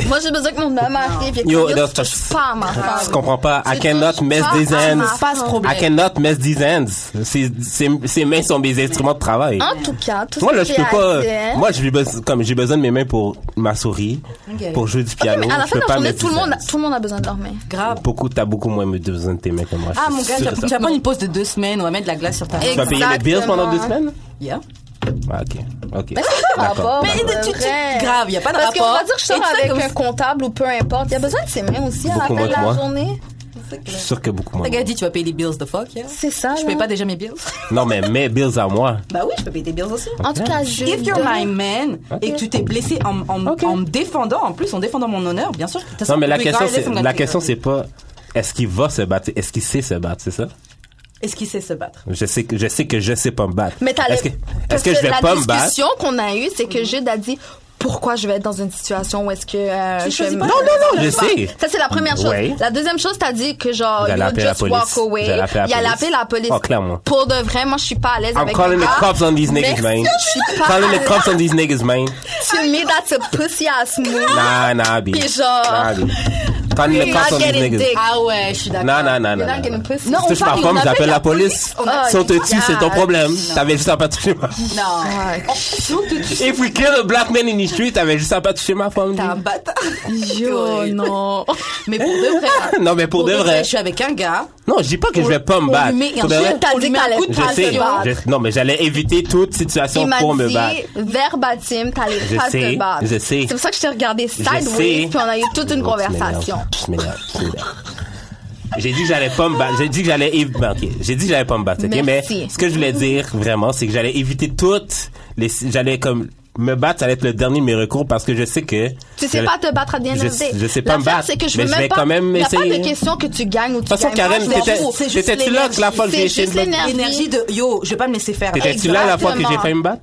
[SPEAKER 3] Moi, j'ai besoin que mon homme arrive et que
[SPEAKER 2] Yo,
[SPEAKER 3] yo,
[SPEAKER 2] non,
[SPEAKER 3] tu
[SPEAKER 2] c'est
[SPEAKER 3] touches pas à ma
[SPEAKER 2] Je
[SPEAKER 3] femme.
[SPEAKER 2] comprends pas. I
[SPEAKER 3] Tu
[SPEAKER 2] cannot
[SPEAKER 3] touches
[SPEAKER 2] mess
[SPEAKER 3] pas
[SPEAKER 2] these
[SPEAKER 3] à ma
[SPEAKER 2] ends.
[SPEAKER 1] Pas ce
[SPEAKER 3] femme.
[SPEAKER 1] problème.
[SPEAKER 2] I cannot mess these hands. Ces, ces, ces mains sont mes instruments de travail.
[SPEAKER 3] En tout cas, tout
[SPEAKER 2] Moi,
[SPEAKER 3] ce
[SPEAKER 2] là,
[SPEAKER 3] que hein?
[SPEAKER 2] je peux
[SPEAKER 3] j'ai à
[SPEAKER 2] pas.
[SPEAKER 3] dire-
[SPEAKER 2] Moi, j'ai besoin, comme j'ai besoin de mes mains pour ma souris,
[SPEAKER 1] Ok.
[SPEAKER 2] pour jouer du
[SPEAKER 3] Ok,
[SPEAKER 2] piano.
[SPEAKER 3] mais à la
[SPEAKER 2] je
[SPEAKER 3] fin
[SPEAKER 2] peux
[SPEAKER 3] de la
[SPEAKER 2] pas
[SPEAKER 3] journée,
[SPEAKER 2] mettre
[SPEAKER 3] tout le,
[SPEAKER 2] du
[SPEAKER 3] monde a,
[SPEAKER 2] zèle.
[SPEAKER 3] tout le monde a besoin de dormir.
[SPEAKER 1] Grave.
[SPEAKER 2] Beaucoup, t'as beaucoup moins besoin de tes mains que moi. je
[SPEAKER 1] Ah,
[SPEAKER 2] suis
[SPEAKER 1] mon gars,
[SPEAKER 2] sûr de
[SPEAKER 1] tu
[SPEAKER 2] ça.
[SPEAKER 1] vas prendre une pause de deux semaines, on va mettre de la glace sur ta main.
[SPEAKER 2] Tu vas payer les bills pendant deux semaines?
[SPEAKER 1] Yeah.
[SPEAKER 2] Ah, ok. Ok.
[SPEAKER 3] Rapport,
[SPEAKER 2] D'accord.
[SPEAKER 1] Mais
[SPEAKER 2] d'accord.
[SPEAKER 1] tu- tu- tu- grave, y a pas de
[SPEAKER 3] Parce
[SPEAKER 1] rapport.
[SPEAKER 3] qu'on va dire que je
[SPEAKER 1] Et
[SPEAKER 3] sors
[SPEAKER 1] tu sais
[SPEAKER 3] avec
[SPEAKER 1] comme-
[SPEAKER 3] un comptable ou peu importe. Il y a besoin de ses mains aussi à la
[SPEAKER 2] Beaucoup
[SPEAKER 3] fin
[SPEAKER 2] moins
[SPEAKER 3] de
[SPEAKER 2] que
[SPEAKER 3] la
[SPEAKER 2] moi.
[SPEAKER 3] journée.
[SPEAKER 2] Je suis sûr que beaucoup moins.
[SPEAKER 1] Le gars dit, tu vas payer les bills, the fuck, yeah.
[SPEAKER 3] C'est ça.
[SPEAKER 1] Je
[SPEAKER 3] là.
[SPEAKER 1] paye pas déjà mes bills.
[SPEAKER 2] Non, mais mes bills à moi.
[SPEAKER 1] bah oui, je peux payer tes bills aussi.
[SPEAKER 3] En tout cas, je.
[SPEAKER 1] If you're
[SPEAKER 3] donne-
[SPEAKER 1] my man et que tu t'es blessé en, en,
[SPEAKER 2] Ok.
[SPEAKER 1] en me défendant, en plus en défendant mon honneur, bien sûr. de toute façon,
[SPEAKER 2] Non, mais la question,
[SPEAKER 1] regardless,
[SPEAKER 2] c'est,
[SPEAKER 1] I'm gonna
[SPEAKER 2] la
[SPEAKER 1] figure
[SPEAKER 2] question,
[SPEAKER 1] it out.
[SPEAKER 2] c'est pas, est-ce qu'il va se battre? Est-ce qu'il sait se battre? C'est ça?
[SPEAKER 1] Est-ce qu'il sait se battre
[SPEAKER 2] Je sais que, je sais que je sais pas me battre.
[SPEAKER 3] Mais t'as
[SPEAKER 2] Est-ce que,
[SPEAKER 3] le-
[SPEAKER 2] est-ce
[SPEAKER 3] parce
[SPEAKER 2] que je vais
[SPEAKER 3] la
[SPEAKER 2] pas me battre?
[SPEAKER 3] discussion qu'on a eue, c'est que Jude a dit pourquoi je vais être dans une situation où est-ce que euh,
[SPEAKER 1] Tu
[SPEAKER 3] je
[SPEAKER 1] choisis
[SPEAKER 3] vais-
[SPEAKER 1] pas
[SPEAKER 2] Non, non, non, je sais.
[SPEAKER 3] Ça, c'est la première chose.
[SPEAKER 2] Ouais.
[SPEAKER 3] La deuxième chose, t'as dit que genre,
[SPEAKER 2] J'allais
[SPEAKER 3] you
[SPEAKER 2] appeler
[SPEAKER 3] just
[SPEAKER 2] la
[SPEAKER 3] walk
[SPEAKER 2] police.
[SPEAKER 3] away.
[SPEAKER 2] J'allais appeler la
[SPEAKER 3] Il allait
[SPEAKER 2] police.
[SPEAKER 3] appeler la police.
[SPEAKER 2] Oh, clairement.
[SPEAKER 3] Pour de vrai, moi, je suis pas à l'aise
[SPEAKER 2] I'm
[SPEAKER 3] avec
[SPEAKER 2] calling
[SPEAKER 3] les
[SPEAKER 2] the
[SPEAKER 3] gars.
[SPEAKER 2] cops on these niggas,
[SPEAKER 3] Merci,
[SPEAKER 2] man.
[SPEAKER 3] Je suis pas
[SPEAKER 2] Calling
[SPEAKER 3] à
[SPEAKER 2] the
[SPEAKER 3] l'aise.
[SPEAKER 2] cops on these niggas, man.
[SPEAKER 3] To me, that's a pussy ass move.
[SPEAKER 2] Nah, nah, B.
[SPEAKER 3] Puis genre-
[SPEAKER 2] Nah, B. Calling the
[SPEAKER 3] You're
[SPEAKER 2] cops on
[SPEAKER 3] not
[SPEAKER 2] these
[SPEAKER 3] getting
[SPEAKER 2] niggas.
[SPEAKER 3] dick.
[SPEAKER 1] Ah ouais, je suis d'accord.
[SPEAKER 2] Non, non, non,
[SPEAKER 3] You're
[SPEAKER 2] non.
[SPEAKER 3] not getting
[SPEAKER 2] non.
[SPEAKER 3] pussy.
[SPEAKER 1] Non,
[SPEAKER 2] Si tu touches
[SPEAKER 1] on
[SPEAKER 2] ma
[SPEAKER 1] parle-
[SPEAKER 2] femme,
[SPEAKER 1] on
[SPEAKER 2] j'appelle
[SPEAKER 1] appelle
[SPEAKER 2] la
[SPEAKER 1] la
[SPEAKER 2] police.
[SPEAKER 1] police. On-
[SPEAKER 2] Si on te
[SPEAKER 3] Oh,
[SPEAKER 2] tue, c'est ton
[SPEAKER 3] God.
[SPEAKER 2] problème. T'avais juste à pas toucher ma
[SPEAKER 1] Non.
[SPEAKER 3] Fuck.
[SPEAKER 1] Oh, si on te tue,
[SPEAKER 2] If we kill a black man in the street, t'avais juste à pas toucher ma femme.
[SPEAKER 1] t'es un
[SPEAKER 2] dude.
[SPEAKER 1] bâtard.
[SPEAKER 3] Yo, non.
[SPEAKER 1] Mais pour de vrai.
[SPEAKER 2] Non, mais pour de vrai.
[SPEAKER 1] Je suis avec un gars.
[SPEAKER 2] Non, je dis pas que je vais pas me
[SPEAKER 1] on
[SPEAKER 2] battre.
[SPEAKER 1] lui met un
[SPEAKER 2] Pour de vrai,
[SPEAKER 1] shit
[SPEAKER 3] T'as
[SPEAKER 1] On lui
[SPEAKER 3] dit que
[SPEAKER 1] met un
[SPEAKER 3] t'allais
[SPEAKER 1] coup de
[SPEAKER 2] Je
[SPEAKER 3] pas
[SPEAKER 2] sais.
[SPEAKER 3] te battre.
[SPEAKER 2] je- non, mais j'allais éviter toute situation
[SPEAKER 3] Il m'a
[SPEAKER 2] pour me battre.
[SPEAKER 3] dit verbatim, t'allais
[SPEAKER 2] Je
[SPEAKER 3] pas
[SPEAKER 2] sais,
[SPEAKER 3] te battre.
[SPEAKER 2] je sais.
[SPEAKER 3] C'est pour ça que je t'ai regardé
[SPEAKER 2] sais.
[SPEAKER 3] sideways, puis on a eu toute une
[SPEAKER 2] Oh, tu m'énerves,
[SPEAKER 3] conversation.
[SPEAKER 2] tu m'énerves, tu m'énerves. J'ai dit que j'allais pas me battre. J'ai dit que j'allais év- ben, ok. J'ai dit que j'allais pas me battre. ok, Mais
[SPEAKER 3] Merci.
[SPEAKER 2] ce que je voulais dire vraiment, c'est que j'allais éviter toutes les. J'allais comme me battre. Ça allait être le dernier de mes recours parce que je sais que.
[SPEAKER 3] Tu sais
[SPEAKER 2] je-
[SPEAKER 3] pas te battre à bien
[SPEAKER 2] Je- je sais pas me battre,
[SPEAKER 3] c'est que je
[SPEAKER 2] mais
[SPEAKER 3] veux
[SPEAKER 2] je
[SPEAKER 3] même
[SPEAKER 2] vais
[SPEAKER 3] pas.
[SPEAKER 2] quand même
[SPEAKER 3] y a pas
[SPEAKER 2] essayer.
[SPEAKER 3] de question que tu gagnes ou tu
[SPEAKER 2] De toute façon,
[SPEAKER 3] gagnes pas.
[SPEAKER 2] Karen,
[SPEAKER 3] Je m'en
[SPEAKER 2] t'étais-
[SPEAKER 3] fous. C'est juste
[SPEAKER 2] t'étais-tu là que la fois que j'ai
[SPEAKER 3] l'énergie.
[SPEAKER 2] essayé de
[SPEAKER 3] C'est juste
[SPEAKER 2] battre?
[SPEAKER 1] L'énergie de yo, je vais pas me laisser faire.
[SPEAKER 2] T'étais-tu là la fois que j'ai failli me battre?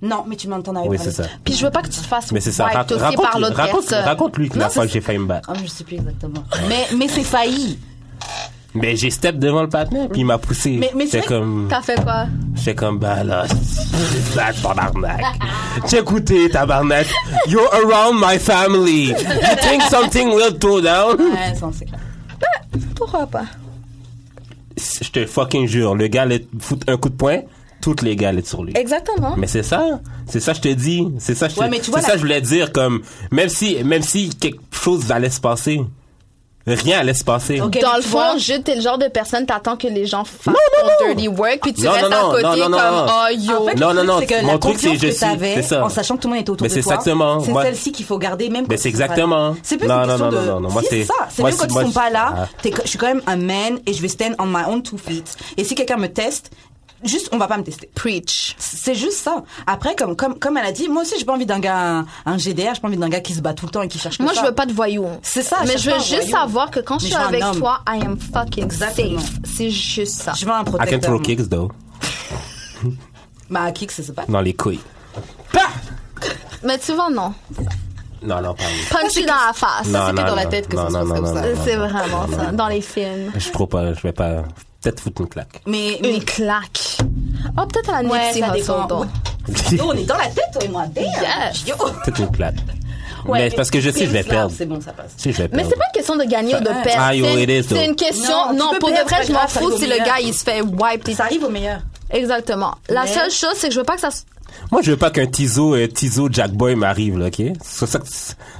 [SPEAKER 1] Non, mais tu m'entends avec
[SPEAKER 2] Oui, c'est ça.
[SPEAKER 3] Puis je veux pas que tu te fasses
[SPEAKER 2] Mais c'est ça.
[SPEAKER 3] wipe
[SPEAKER 2] Rac-
[SPEAKER 3] aussi
[SPEAKER 2] raconte,
[SPEAKER 3] par l'autre
[SPEAKER 2] raconte,
[SPEAKER 3] personne.
[SPEAKER 2] raconte lui que
[SPEAKER 1] Non,
[SPEAKER 2] la
[SPEAKER 1] c'est
[SPEAKER 2] fois que
[SPEAKER 1] ça.
[SPEAKER 2] j'ai failli me battre.
[SPEAKER 1] Ah, mais je sais plus exactement. Mais, mais c'est failli.
[SPEAKER 2] Mais j'ai step devant le patin puis il m'a poussé.
[SPEAKER 1] Mais- mais c'est
[SPEAKER 2] c'est
[SPEAKER 1] vrai que
[SPEAKER 2] comme,
[SPEAKER 3] T'as fait quoi
[SPEAKER 2] c'est comme bah là, c'est ça tabarnak. J'ai écouté tabarnak. You're around my family. You think something will go down?
[SPEAKER 1] Ouais, ça, on sait.
[SPEAKER 3] Pourquoi pas
[SPEAKER 2] Je te fucking jure, le gars le fout un coup de poing, toutes les gars les sur lui.
[SPEAKER 3] Exactement.
[SPEAKER 2] Mais c'est ça, c'est ça je te dis, c'est ça je te-
[SPEAKER 1] Ouais, mais tu
[SPEAKER 2] c'est
[SPEAKER 1] vois,
[SPEAKER 2] ça
[SPEAKER 1] la-
[SPEAKER 2] je voulais dire comme même si même si quelque chose allait se passer, rien allait se passer.
[SPEAKER 1] Ok.
[SPEAKER 3] Dans
[SPEAKER 1] mais
[SPEAKER 3] le
[SPEAKER 1] tu
[SPEAKER 3] fond,
[SPEAKER 1] vois-
[SPEAKER 3] je t'es le genre de personne t'attends que les gens fassent
[SPEAKER 2] non,
[SPEAKER 3] ton
[SPEAKER 2] non.
[SPEAKER 3] dirty work puis tu
[SPEAKER 2] Non, non,
[SPEAKER 3] restes
[SPEAKER 2] non,
[SPEAKER 3] à côté
[SPEAKER 2] non, non,
[SPEAKER 3] comme
[SPEAKER 2] non.
[SPEAKER 3] oh yo.
[SPEAKER 1] En fait,
[SPEAKER 2] Non,
[SPEAKER 1] le
[SPEAKER 2] non, non,
[SPEAKER 1] truc, c'est que
[SPEAKER 2] mon
[SPEAKER 1] la
[SPEAKER 2] truc, c'est
[SPEAKER 1] confiance
[SPEAKER 2] je
[SPEAKER 1] que
[SPEAKER 2] suis,
[SPEAKER 1] t'avais,
[SPEAKER 2] c'est ça.
[SPEAKER 1] en sachant que tout le monde était autour
[SPEAKER 2] Mais
[SPEAKER 1] de
[SPEAKER 2] c'est
[SPEAKER 1] toi,
[SPEAKER 2] exactement,
[SPEAKER 1] C'est
[SPEAKER 2] moi-
[SPEAKER 1] celle-ci qu'il faut garder, même quand
[SPEAKER 2] Mais
[SPEAKER 1] tu
[SPEAKER 2] c'est
[SPEAKER 1] seras là.
[SPEAKER 2] exactement.
[SPEAKER 1] C'est plus
[SPEAKER 2] Non,
[SPEAKER 1] une question
[SPEAKER 2] non, non,
[SPEAKER 1] de.
[SPEAKER 2] non, non, non, moi,
[SPEAKER 1] Si,
[SPEAKER 2] c'est-
[SPEAKER 1] ça. C'est
[SPEAKER 2] moi,
[SPEAKER 1] même quand
[SPEAKER 2] c'est-
[SPEAKER 1] ils
[SPEAKER 2] moi,
[SPEAKER 1] sont
[SPEAKER 2] je-
[SPEAKER 1] pas là.
[SPEAKER 2] Ah.
[SPEAKER 1] t'es que- je suis quand même un man et je vais stand on my own two feet. Et si quelqu'un me teste, juste, on va pas me tester.
[SPEAKER 3] Preach.
[SPEAKER 1] C'est juste ça. Après, comme, comme, comme elle a dit, moi aussi, j'ai pas envie d'un gars, un, un GDR, j'ai pas envie d'un gars qui se bat tout le temps et qui cherche que
[SPEAKER 3] Moi,
[SPEAKER 1] ça.
[SPEAKER 3] je veux pas de voyous.
[SPEAKER 1] C'est ça,
[SPEAKER 3] Mais
[SPEAKER 1] cherche
[SPEAKER 3] je veux
[SPEAKER 1] pas un
[SPEAKER 3] juste
[SPEAKER 1] voyou.
[SPEAKER 3] savoir que quand je
[SPEAKER 1] Mais je
[SPEAKER 3] suis
[SPEAKER 1] veux un
[SPEAKER 3] avec
[SPEAKER 1] homme.
[SPEAKER 3] toi, I am fucking
[SPEAKER 1] Exactement.
[SPEAKER 3] safe. C'est juste ça.
[SPEAKER 1] Ah. Je veux un
[SPEAKER 2] I
[SPEAKER 1] protecteur.
[SPEAKER 2] can throw
[SPEAKER 1] moi.
[SPEAKER 2] kicks though
[SPEAKER 1] Bah, kick, c'est pas.
[SPEAKER 2] dans les couilles. Bah
[SPEAKER 3] Mais souvent, non.
[SPEAKER 2] Non, non, pas lui.
[SPEAKER 3] Punch you dans la face.
[SPEAKER 2] Non,
[SPEAKER 1] c'est que
[SPEAKER 2] non,
[SPEAKER 1] dans la
[SPEAKER 2] non,
[SPEAKER 1] tête que
[SPEAKER 2] non,
[SPEAKER 1] ça se
[SPEAKER 2] non,
[SPEAKER 1] passe
[SPEAKER 2] non,
[SPEAKER 1] comme
[SPEAKER 2] non,
[SPEAKER 1] ça.
[SPEAKER 2] non, non,
[SPEAKER 3] C'est
[SPEAKER 2] non,
[SPEAKER 3] vraiment
[SPEAKER 2] non,
[SPEAKER 3] ça,
[SPEAKER 2] non.
[SPEAKER 3] dans les films.
[SPEAKER 2] Je trouve pas, je vais pas peut-être foutre une claque.
[SPEAKER 1] Mais, mais
[SPEAKER 3] Une claque. Oh, peut-être à la
[SPEAKER 1] Ouais,
[SPEAKER 3] Nipsey
[SPEAKER 1] ça
[SPEAKER 3] Hussle,
[SPEAKER 1] dépend.
[SPEAKER 3] donc.
[SPEAKER 1] Ouais. Yo, on est dans la tête, toi et moi. Damn.
[SPEAKER 3] Yes.
[SPEAKER 1] Yo.
[SPEAKER 2] Peut-être une claque.
[SPEAKER 1] Ouais,
[SPEAKER 2] mais c'est parce que je sais que je vais
[SPEAKER 1] c'est grave,
[SPEAKER 2] perdre.
[SPEAKER 1] C'est bon, ça passe.
[SPEAKER 2] Je sais que je vais
[SPEAKER 3] Mais
[SPEAKER 2] perdre.
[SPEAKER 3] c'est pas une question de gagner ou de
[SPEAKER 1] Ouais.
[SPEAKER 3] perdre.
[SPEAKER 2] Ah, yo,
[SPEAKER 3] C'est
[SPEAKER 2] it is,
[SPEAKER 3] une- C'est
[SPEAKER 2] though.
[SPEAKER 3] une question.
[SPEAKER 1] Non, tu
[SPEAKER 3] Non,
[SPEAKER 1] peux
[SPEAKER 3] pour de
[SPEAKER 1] perdre,
[SPEAKER 3] vrai,
[SPEAKER 1] c'est
[SPEAKER 3] je
[SPEAKER 1] pas
[SPEAKER 3] m'en
[SPEAKER 1] grave, ça
[SPEAKER 3] fous
[SPEAKER 1] vaut
[SPEAKER 3] si le
[SPEAKER 1] mieux.
[SPEAKER 3] gars il se fait wipe.
[SPEAKER 1] Ça arrive au meilleur.
[SPEAKER 3] Exactement. La
[SPEAKER 1] Mais-
[SPEAKER 3] seule chose, c'est que je veux pas que ça. se-
[SPEAKER 2] Moi, je veux pas qu'un Tizo, euh, Tizo Jack Boy m'arrive, là, ok? C'est ça, que-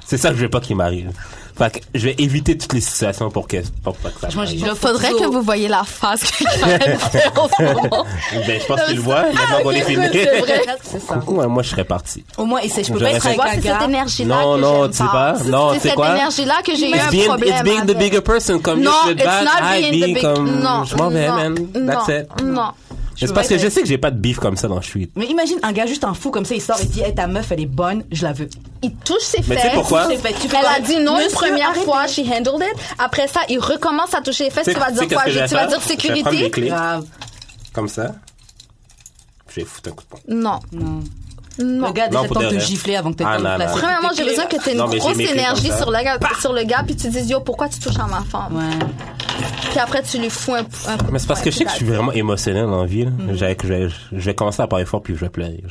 [SPEAKER 2] c'est ça que je veux pas qu'il m'arrive. Fait que je vais éviter toutes les situations pour que, pour pas que ça
[SPEAKER 1] Moi, je
[SPEAKER 2] m'arrive.
[SPEAKER 1] dis-
[SPEAKER 3] Il faudrait
[SPEAKER 1] photo.
[SPEAKER 3] que vous voyez la face que je suis en train de faire en ce moment.
[SPEAKER 2] Ben, je pense qu'il le voit, maintenant
[SPEAKER 3] Ah,
[SPEAKER 2] qu'on
[SPEAKER 3] ok,
[SPEAKER 2] est
[SPEAKER 3] cool,
[SPEAKER 2] fini.
[SPEAKER 3] c'est vrai.
[SPEAKER 1] C'est ça.
[SPEAKER 2] Ouais, hein, moi, je serais parti.
[SPEAKER 1] Au moins, essaie. Je peux
[SPEAKER 2] Je
[SPEAKER 1] pas être
[SPEAKER 2] reste-
[SPEAKER 1] avec
[SPEAKER 3] Moi,
[SPEAKER 1] un
[SPEAKER 3] c'est cette
[SPEAKER 1] gars.
[SPEAKER 3] énergie-là
[SPEAKER 2] Non,
[SPEAKER 3] que
[SPEAKER 2] non,
[SPEAKER 3] j'aime
[SPEAKER 2] tu sais pas.
[SPEAKER 3] C'est-
[SPEAKER 2] Non, tu sais
[SPEAKER 3] c'est cette
[SPEAKER 2] quoi?
[SPEAKER 3] énergie-là que j'ai eu
[SPEAKER 2] It's
[SPEAKER 3] un
[SPEAKER 2] being,
[SPEAKER 3] problème
[SPEAKER 2] it's being the
[SPEAKER 3] avec.
[SPEAKER 2] bigger person, comme
[SPEAKER 3] Non,
[SPEAKER 2] you
[SPEAKER 3] it's
[SPEAKER 2] should bad,
[SPEAKER 3] not
[SPEAKER 2] I
[SPEAKER 3] being
[SPEAKER 2] be
[SPEAKER 3] the big...
[SPEAKER 2] comme,
[SPEAKER 3] non,
[SPEAKER 2] je m'en vais,
[SPEAKER 3] non,
[SPEAKER 2] man. That's it.
[SPEAKER 3] Non, non.
[SPEAKER 2] Mais C'est parce
[SPEAKER 1] veux
[SPEAKER 2] que
[SPEAKER 1] être-
[SPEAKER 2] je sais que j'ai pas de beef comme ça dans Street.
[SPEAKER 1] Mais imagine un gars juste un fou comme ça, il sort et dit Hey, ta meuf, elle est bonne, je la veux.
[SPEAKER 3] Il touche ses
[SPEAKER 2] Mais tu sais
[SPEAKER 3] fesses.
[SPEAKER 2] pourquoi?
[SPEAKER 1] Tu fais- tu fais
[SPEAKER 3] Elle
[SPEAKER 1] quoi?
[SPEAKER 3] a dit non une
[SPEAKER 1] Monsieur,
[SPEAKER 3] première
[SPEAKER 1] arrêtez.
[SPEAKER 3] fois, she handled it. Après ça, il recommence à toucher les fesses.
[SPEAKER 2] Tu sais-
[SPEAKER 3] Tu vas
[SPEAKER 2] tu
[SPEAKER 3] dire
[SPEAKER 2] sais
[SPEAKER 3] quoi?
[SPEAKER 2] qu'est-ce que
[SPEAKER 3] Je-
[SPEAKER 2] je
[SPEAKER 3] Tu
[SPEAKER 2] vais
[SPEAKER 3] vas dire
[SPEAKER 2] faire? Je vais prendre les
[SPEAKER 3] sécurité?
[SPEAKER 2] clés.
[SPEAKER 1] Grave.
[SPEAKER 2] Comme ça. Puis Je vais foutre un coup de poing.
[SPEAKER 3] Non,
[SPEAKER 1] Non.
[SPEAKER 3] non.
[SPEAKER 1] Le gars a déjà
[SPEAKER 2] Non,
[SPEAKER 1] le
[SPEAKER 2] pour
[SPEAKER 1] temps
[SPEAKER 2] de
[SPEAKER 1] de te
[SPEAKER 2] vrai.
[SPEAKER 1] gifler avant que tu
[SPEAKER 2] Ah, non, non.
[SPEAKER 3] Premièrement, j'ai besoin que tu aies une
[SPEAKER 2] Non, mais j'ai
[SPEAKER 3] grosse
[SPEAKER 2] mes clés comme
[SPEAKER 3] énergie
[SPEAKER 2] ça.
[SPEAKER 3] sur le, gars, sur le gars, puis tu dises yo, pourquoi tu touches à ma femme?
[SPEAKER 1] Ouais.
[SPEAKER 2] Oh.
[SPEAKER 3] Puis après, tu lui fous un. un
[SPEAKER 2] Mais c'est parce
[SPEAKER 3] un
[SPEAKER 2] que je sais que je
[SPEAKER 3] pédale.
[SPEAKER 2] suis vraiment émotionnel en vie. là.
[SPEAKER 3] Mm.
[SPEAKER 2] J'ai- Je, vais, je vais commencer à parler fort puis je vais pleurer.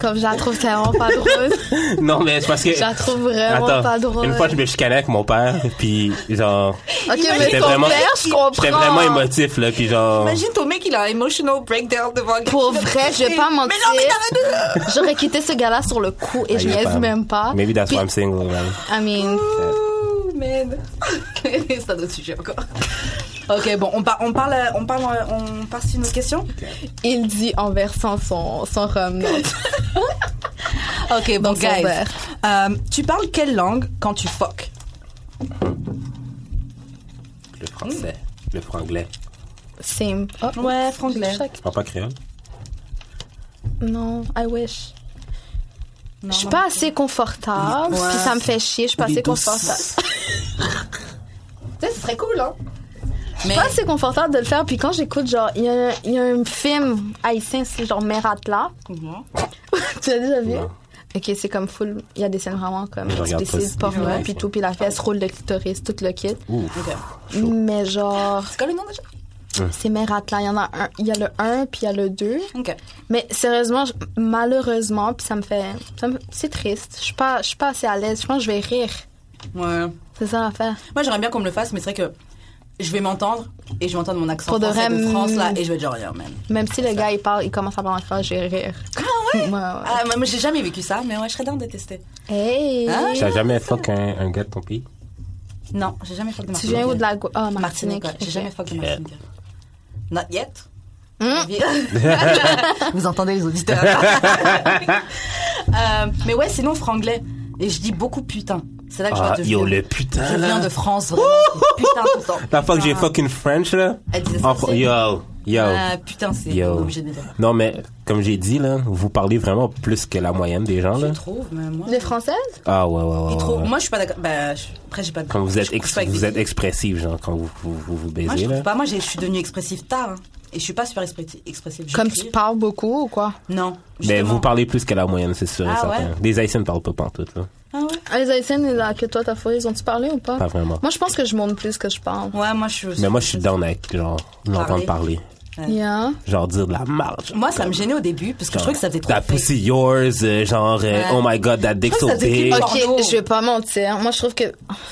[SPEAKER 3] Comme je la trouve tellement pas drôle.
[SPEAKER 2] non, mais c'est parce que.
[SPEAKER 3] Je la trouve vraiment
[SPEAKER 2] Attends,
[SPEAKER 3] pas drôle.
[SPEAKER 2] Une fois, je me chicanais avec mon père, puis genre.
[SPEAKER 3] Ok, mais
[SPEAKER 2] J'étais
[SPEAKER 3] ton
[SPEAKER 2] vraiment-
[SPEAKER 3] père, je comprends.
[SPEAKER 2] J'étais vraiment émotif, là, puis genre.
[SPEAKER 1] Imagine ton mec, il a un emotional breakdown devant
[SPEAKER 3] Pour vrai, je vais pas mentir.
[SPEAKER 1] Mais non, mais t'arrêtes de-
[SPEAKER 3] J'aurais quitté ce gars-là sur le coup et
[SPEAKER 2] Ah,
[SPEAKER 3] je
[SPEAKER 2] il est
[SPEAKER 3] niaise
[SPEAKER 2] femme.
[SPEAKER 3] même pas.
[SPEAKER 2] Maybe that's why
[SPEAKER 3] Puis-
[SPEAKER 2] I'm single, man.
[SPEAKER 3] I mean,
[SPEAKER 1] Ouh, man. C'est un autre sujet encore. Ok, bon, on, par- on parle, euh, on parle, euh, on part sur nos questions.
[SPEAKER 3] il dit en versant son, son rhum.
[SPEAKER 1] Ok, bon,
[SPEAKER 3] son
[SPEAKER 1] guys.
[SPEAKER 3] verre.
[SPEAKER 1] Euh, tu parles quelle langue quand tu fuck
[SPEAKER 2] Le français. Le franglais.
[SPEAKER 3] Same. Oh,
[SPEAKER 1] Ouais, franglais.
[SPEAKER 3] chaque-
[SPEAKER 2] Tu parles pas créole?
[SPEAKER 3] Non, I wish.
[SPEAKER 1] Non,
[SPEAKER 3] Je suis
[SPEAKER 1] non.
[SPEAKER 3] pas assez confortable,
[SPEAKER 1] Ouais.
[SPEAKER 3] puis ça me fait chier. Je suis pas assez confortable. Tu sais, ce serait cool, hein? Je
[SPEAKER 1] Mais-
[SPEAKER 3] suis pas assez confortable de le faire, puis quand j'écoute, genre, il y, a un- il y a un film haïtien, c'est genre Mère Atlas.
[SPEAKER 1] Comment
[SPEAKER 3] tu l'as déjà vu?
[SPEAKER 2] Non.
[SPEAKER 3] Ok, c'est comme full. Il y a des scènes vraiment comme
[SPEAKER 2] Je regarde pas
[SPEAKER 3] explicites,
[SPEAKER 2] ce
[SPEAKER 3] porno,
[SPEAKER 2] film-là,
[SPEAKER 3] puis
[SPEAKER 2] ça.
[SPEAKER 3] tout, puis la fesse roule le clitoris, tout le kit.
[SPEAKER 2] Ouf.
[SPEAKER 1] Ok.
[SPEAKER 2] Chaud.
[SPEAKER 3] Mais genre,
[SPEAKER 1] C'est quoi le nom déjà
[SPEAKER 3] c'est Mère Atlas. Il y en a un, il y a le 1, puis il y a le 2.
[SPEAKER 1] Ok.
[SPEAKER 3] Mais sérieusement, je- malheureusement, puis ça me fait. ça me- C'est triste. Je suis pas, je suis pas assez à l'aise. Je pense que je vais rire.
[SPEAKER 1] Ouais.
[SPEAKER 3] C'est ça l'affaire.
[SPEAKER 1] Moi, j'aimerais bien qu'on me le fasse, mais c'est vrai que je vais m'entendre et je vais entendre mon accent
[SPEAKER 3] Pour de
[SPEAKER 1] français
[SPEAKER 3] vrai,
[SPEAKER 1] de France là
[SPEAKER 3] mm.
[SPEAKER 1] et je vais dire rien même.
[SPEAKER 3] Même si le gars, il parle, il commence à parler en français, je vais rire.
[SPEAKER 1] Ah
[SPEAKER 3] Ouais,
[SPEAKER 1] ouais.
[SPEAKER 3] ouais.
[SPEAKER 1] Ah, moi, moi, j'ai jamais vécu ça, mais ouais, je serais down de tester.
[SPEAKER 3] Hey!
[SPEAKER 1] Ah,
[SPEAKER 2] Tu as jamais fuck un, un gars de ton pays?
[SPEAKER 1] Non, j'ai jamais fuck de
[SPEAKER 3] tu
[SPEAKER 1] Martinique.
[SPEAKER 3] viens où de la. Gou- Ah, oh,
[SPEAKER 1] Martinique,
[SPEAKER 3] Martinique.
[SPEAKER 1] ouais. J'ai
[SPEAKER 3] ok.
[SPEAKER 1] jamais fuck de
[SPEAKER 2] Ok.
[SPEAKER 1] Martinique. Not yet.
[SPEAKER 3] Hmm?
[SPEAKER 1] Vous entendez les auditeurs. Euh, mais ouais, sinon franglais. Et je dis beaucoup putain. C'est là que je
[SPEAKER 2] Ah,
[SPEAKER 1] vois
[SPEAKER 2] yo, le putain,
[SPEAKER 1] Je viens
[SPEAKER 2] là.
[SPEAKER 1] de France, vraiment. putain tout le temps.
[SPEAKER 2] La fois que j'ai
[SPEAKER 1] Putain.
[SPEAKER 2] fucking French, là.
[SPEAKER 1] Elle disait ça
[SPEAKER 2] en-
[SPEAKER 1] aussi.
[SPEAKER 2] Yo, yo.
[SPEAKER 1] Ah, putain, c'est
[SPEAKER 2] Yo.
[SPEAKER 1] on est obligé de dire.
[SPEAKER 2] Non, mais comme j'ai dit, là, vous parlez vraiment plus que la moyenne des gens,
[SPEAKER 1] Je
[SPEAKER 2] là.
[SPEAKER 1] trouve, mais moi.
[SPEAKER 3] Les Françaises?
[SPEAKER 2] Ah, ouais, ouais, ouais.
[SPEAKER 1] Il
[SPEAKER 2] ouais,
[SPEAKER 1] trouve-
[SPEAKER 2] ouais.
[SPEAKER 1] Moi, je suis pas d'accord. Bah, je- après, j'ai pas de.
[SPEAKER 2] Quand vous êtes,
[SPEAKER 1] je couche
[SPEAKER 2] ex-
[SPEAKER 1] pas avec
[SPEAKER 2] vous
[SPEAKER 1] des-
[SPEAKER 2] êtes expressif, genre, quand vous vous, vous, vous
[SPEAKER 1] Moi, je
[SPEAKER 2] baisez,
[SPEAKER 1] trouve
[SPEAKER 2] là.
[SPEAKER 1] pas. Moi, j'ai- je suis devenue expressive tard. hein. Et je suis pas super expré- expressive. J'écris.
[SPEAKER 3] Comme tu parles beaucoup ou quoi?
[SPEAKER 1] Non.
[SPEAKER 2] Mais
[SPEAKER 1] justement.
[SPEAKER 2] vous parlez plus que la moyenne, c'est sûr et
[SPEAKER 1] Ah,
[SPEAKER 2] certain.
[SPEAKER 1] ouais?
[SPEAKER 2] Les Haïtiens ne parlent pas pantoute, là.
[SPEAKER 1] Ah ouais.
[SPEAKER 3] Les Haïtiennes là, que toi t'as fourré, ils ont-tu parlé ou pas?
[SPEAKER 2] Pas vraiment.
[SPEAKER 3] Moi, je pense que je monte plus que je parle.
[SPEAKER 1] Ouais, moi, je suis.
[SPEAKER 2] Mais moi, je suis down avec, genre, l'entendre parler.
[SPEAKER 1] Ouais.
[SPEAKER 3] Yeah.
[SPEAKER 2] Genre, dire de la marge.
[SPEAKER 1] Moi, ça me gênait au début parce que je trouvais que ça faisait trop.
[SPEAKER 2] That
[SPEAKER 1] fake.
[SPEAKER 2] Ah, pussy yours, euh, genre, euh,
[SPEAKER 1] Ouais.
[SPEAKER 2] oh my god, that dick
[SPEAKER 1] Je
[SPEAKER 2] so
[SPEAKER 1] trouve que ça faisait
[SPEAKER 2] big.
[SPEAKER 1] plus
[SPEAKER 3] Ok,
[SPEAKER 1] Bordeaux.
[SPEAKER 3] je vais pas mentir. Moi, je trouve que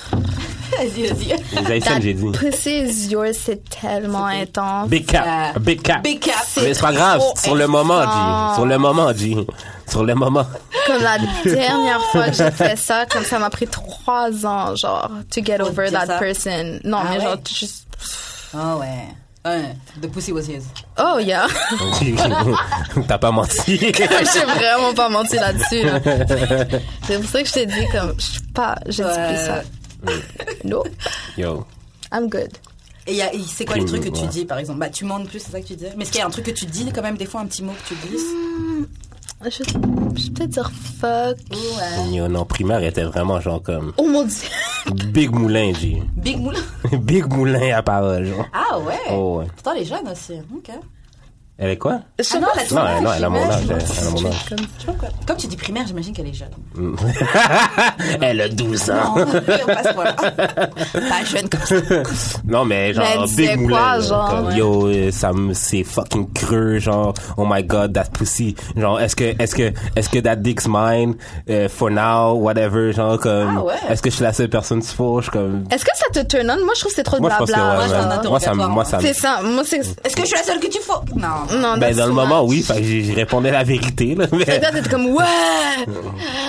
[SPEAKER 1] Vas-y, vas-y.
[SPEAKER 2] Les Haïtiens, j'ai dit.
[SPEAKER 3] Précise Yours, c'est tellement intense.
[SPEAKER 2] Big cap,
[SPEAKER 1] Euh,
[SPEAKER 2] big cap.
[SPEAKER 1] Big cap.
[SPEAKER 2] Ah. Mais c'est pas grave,
[SPEAKER 3] trop
[SPEAKER 2] sur le moment,
[SPEAKER 3] intense.
[SPEAKER 2] G. Sur le moment, G. Sur le moment.
[SPEAKER 3] Comme la dernière fois que j'ai fait ça, comme ça m'a pris trois ans, genre, to get
[SPEAKER 1] Pour
[SPEAKER 3] over
[SPEAKER 1] dire
[SPEAKER 3] that
[SPEAKER 1] Oh, ça.
[SPEAKER 3] person. Non,
[SPEAKER 1] Ah
[SPEAKER 3] mais genre,
[SPEAKER 1] ouais?
[SPEAKER 3] juste.
[SPEAKER 1] Ah ouais. Ouais. The pussy was his.
[SPEAKER 3] Oh, yeah.
[SPEAKER 2] T'as pas menti.
[SPEAKER 3] j'ai vraiment pas menti là-dessus. là. C'est pour ça que je t'ai dit, comme, je suis pas. J'ai dit plus
[SPEAKER 1] Euh,
[SPEAKER 3] ça. No,
[SPEAKER 2] Yo.
[SPEAKER 3] I'm good.
[SPEAKER 1] Et il y a- et c'est quoi le
[SPEAKER 2] Prime,
[SPEAKER 1] truc que tu
[SPEAKER 2] ouais.
[SPEAKER 1] dis par exemple Bah, tu mens plus, c'est ça que tu dis Mais est-ce qu'il y a un truc que tu dis quand même, des fois, un petit mot que tu glisses
[SPEAKER 3] Je, je vais peut-être dire fuck.
[SPEAKER 1] Ouais.
[SPEAKER 2] Yo, non, primaire était vraiment genre comme
[SPEAKER 3] Oh mon dieu.
[SPEAKER 2] Big Moulin, G.
[SPEAKER 1] Big moulin.
[SPEAKER 2] Big Moulin à parole, genre.
[SPEAKER 1] Ah ouais.
[SPEAKER 2] Oh, ouais.
[SPEAKER 1] Pourtant, les jeunes aussi. hein. Ok.
[SPEAKER 2] Elle est quoi?
[SPEAKER 3] Je sais
[SPEAKER 1] Ah non,
[SPEAKER 3] pas
[SPEAKER 1] la
[SPEAKER 3] si-
[SPEAKER 2] Non, elle, non, elle a mon âge.
[SPEAKER 1] j'imagine.
[SPEAKER 2] Elle, elle a mon âge.
[SPEAKER 3] Comme-
[SPEAKER 1] Je sais pas quoi. Comme tu dis primaire, j'imagine qu'elle est jeune.
[SPEAKER 2] Elle a 12
[SPEAKER 1] Non,
[SPEAKER 2] ans.
[SPEAKER 1] on passe voilà. Pas jeune comme ça.
[SPEAKER 2] Non, mais genre,
[SPEAKER 3] Mais elle disait
[SPEAKER 2] Big
[SPEAKER 3] quoi,
[SPEAKER 2] Moulin. là,
[SPEAKER 3] genre?
[SPEAKER 2] comme,
[SPEAKER 3] Ouais.
[SPEAKER 2] Yo, euh, ça me, c'est fucking creux, genre, oh my god, that pussy. Genre, est-ce que, est-ce que, est-ce que that dick's mine, euh, for now, whatever, genre, comme,
[SPEAKER 1] Ah ouais.
[SPEAKER 2] est-ce que je suis la seule personne qui se fauche, comme,
[SPEAKER 3] Est-ce que ça te turn on? Moi, je trouve que c'est trop de
[SPEAKER 2] moi, je pense que,
[SPEAKER 3] blabla.
[SPEAKER 2] ouais,
[SPEAKER 1] c'est un
[SPEAKER 2] man.
[SPEAKER 3] genre.
[SPEAKER 2] moi, ça, me- moi, ça me-
[SPEAKER 3] c'est ça. Moi, c'est.
[SPEAKER 1] Est-ce que je suis la seule que tu faut Non.
[SPEAKER 3] Non,
[SPEAKER 2] ben,
[SPEAKER 3] that's
[SPEAKER 2] dans le
[SPEAKER 3] too
[SPEAKER 2] moment,
[SPEAKER 3] much.
[SPEAKER 2] oui, fait que j'ai- j'ai répondu la vérité, là, mais,
[SPEAKER 3] Fait que là, t'es comme, ouais!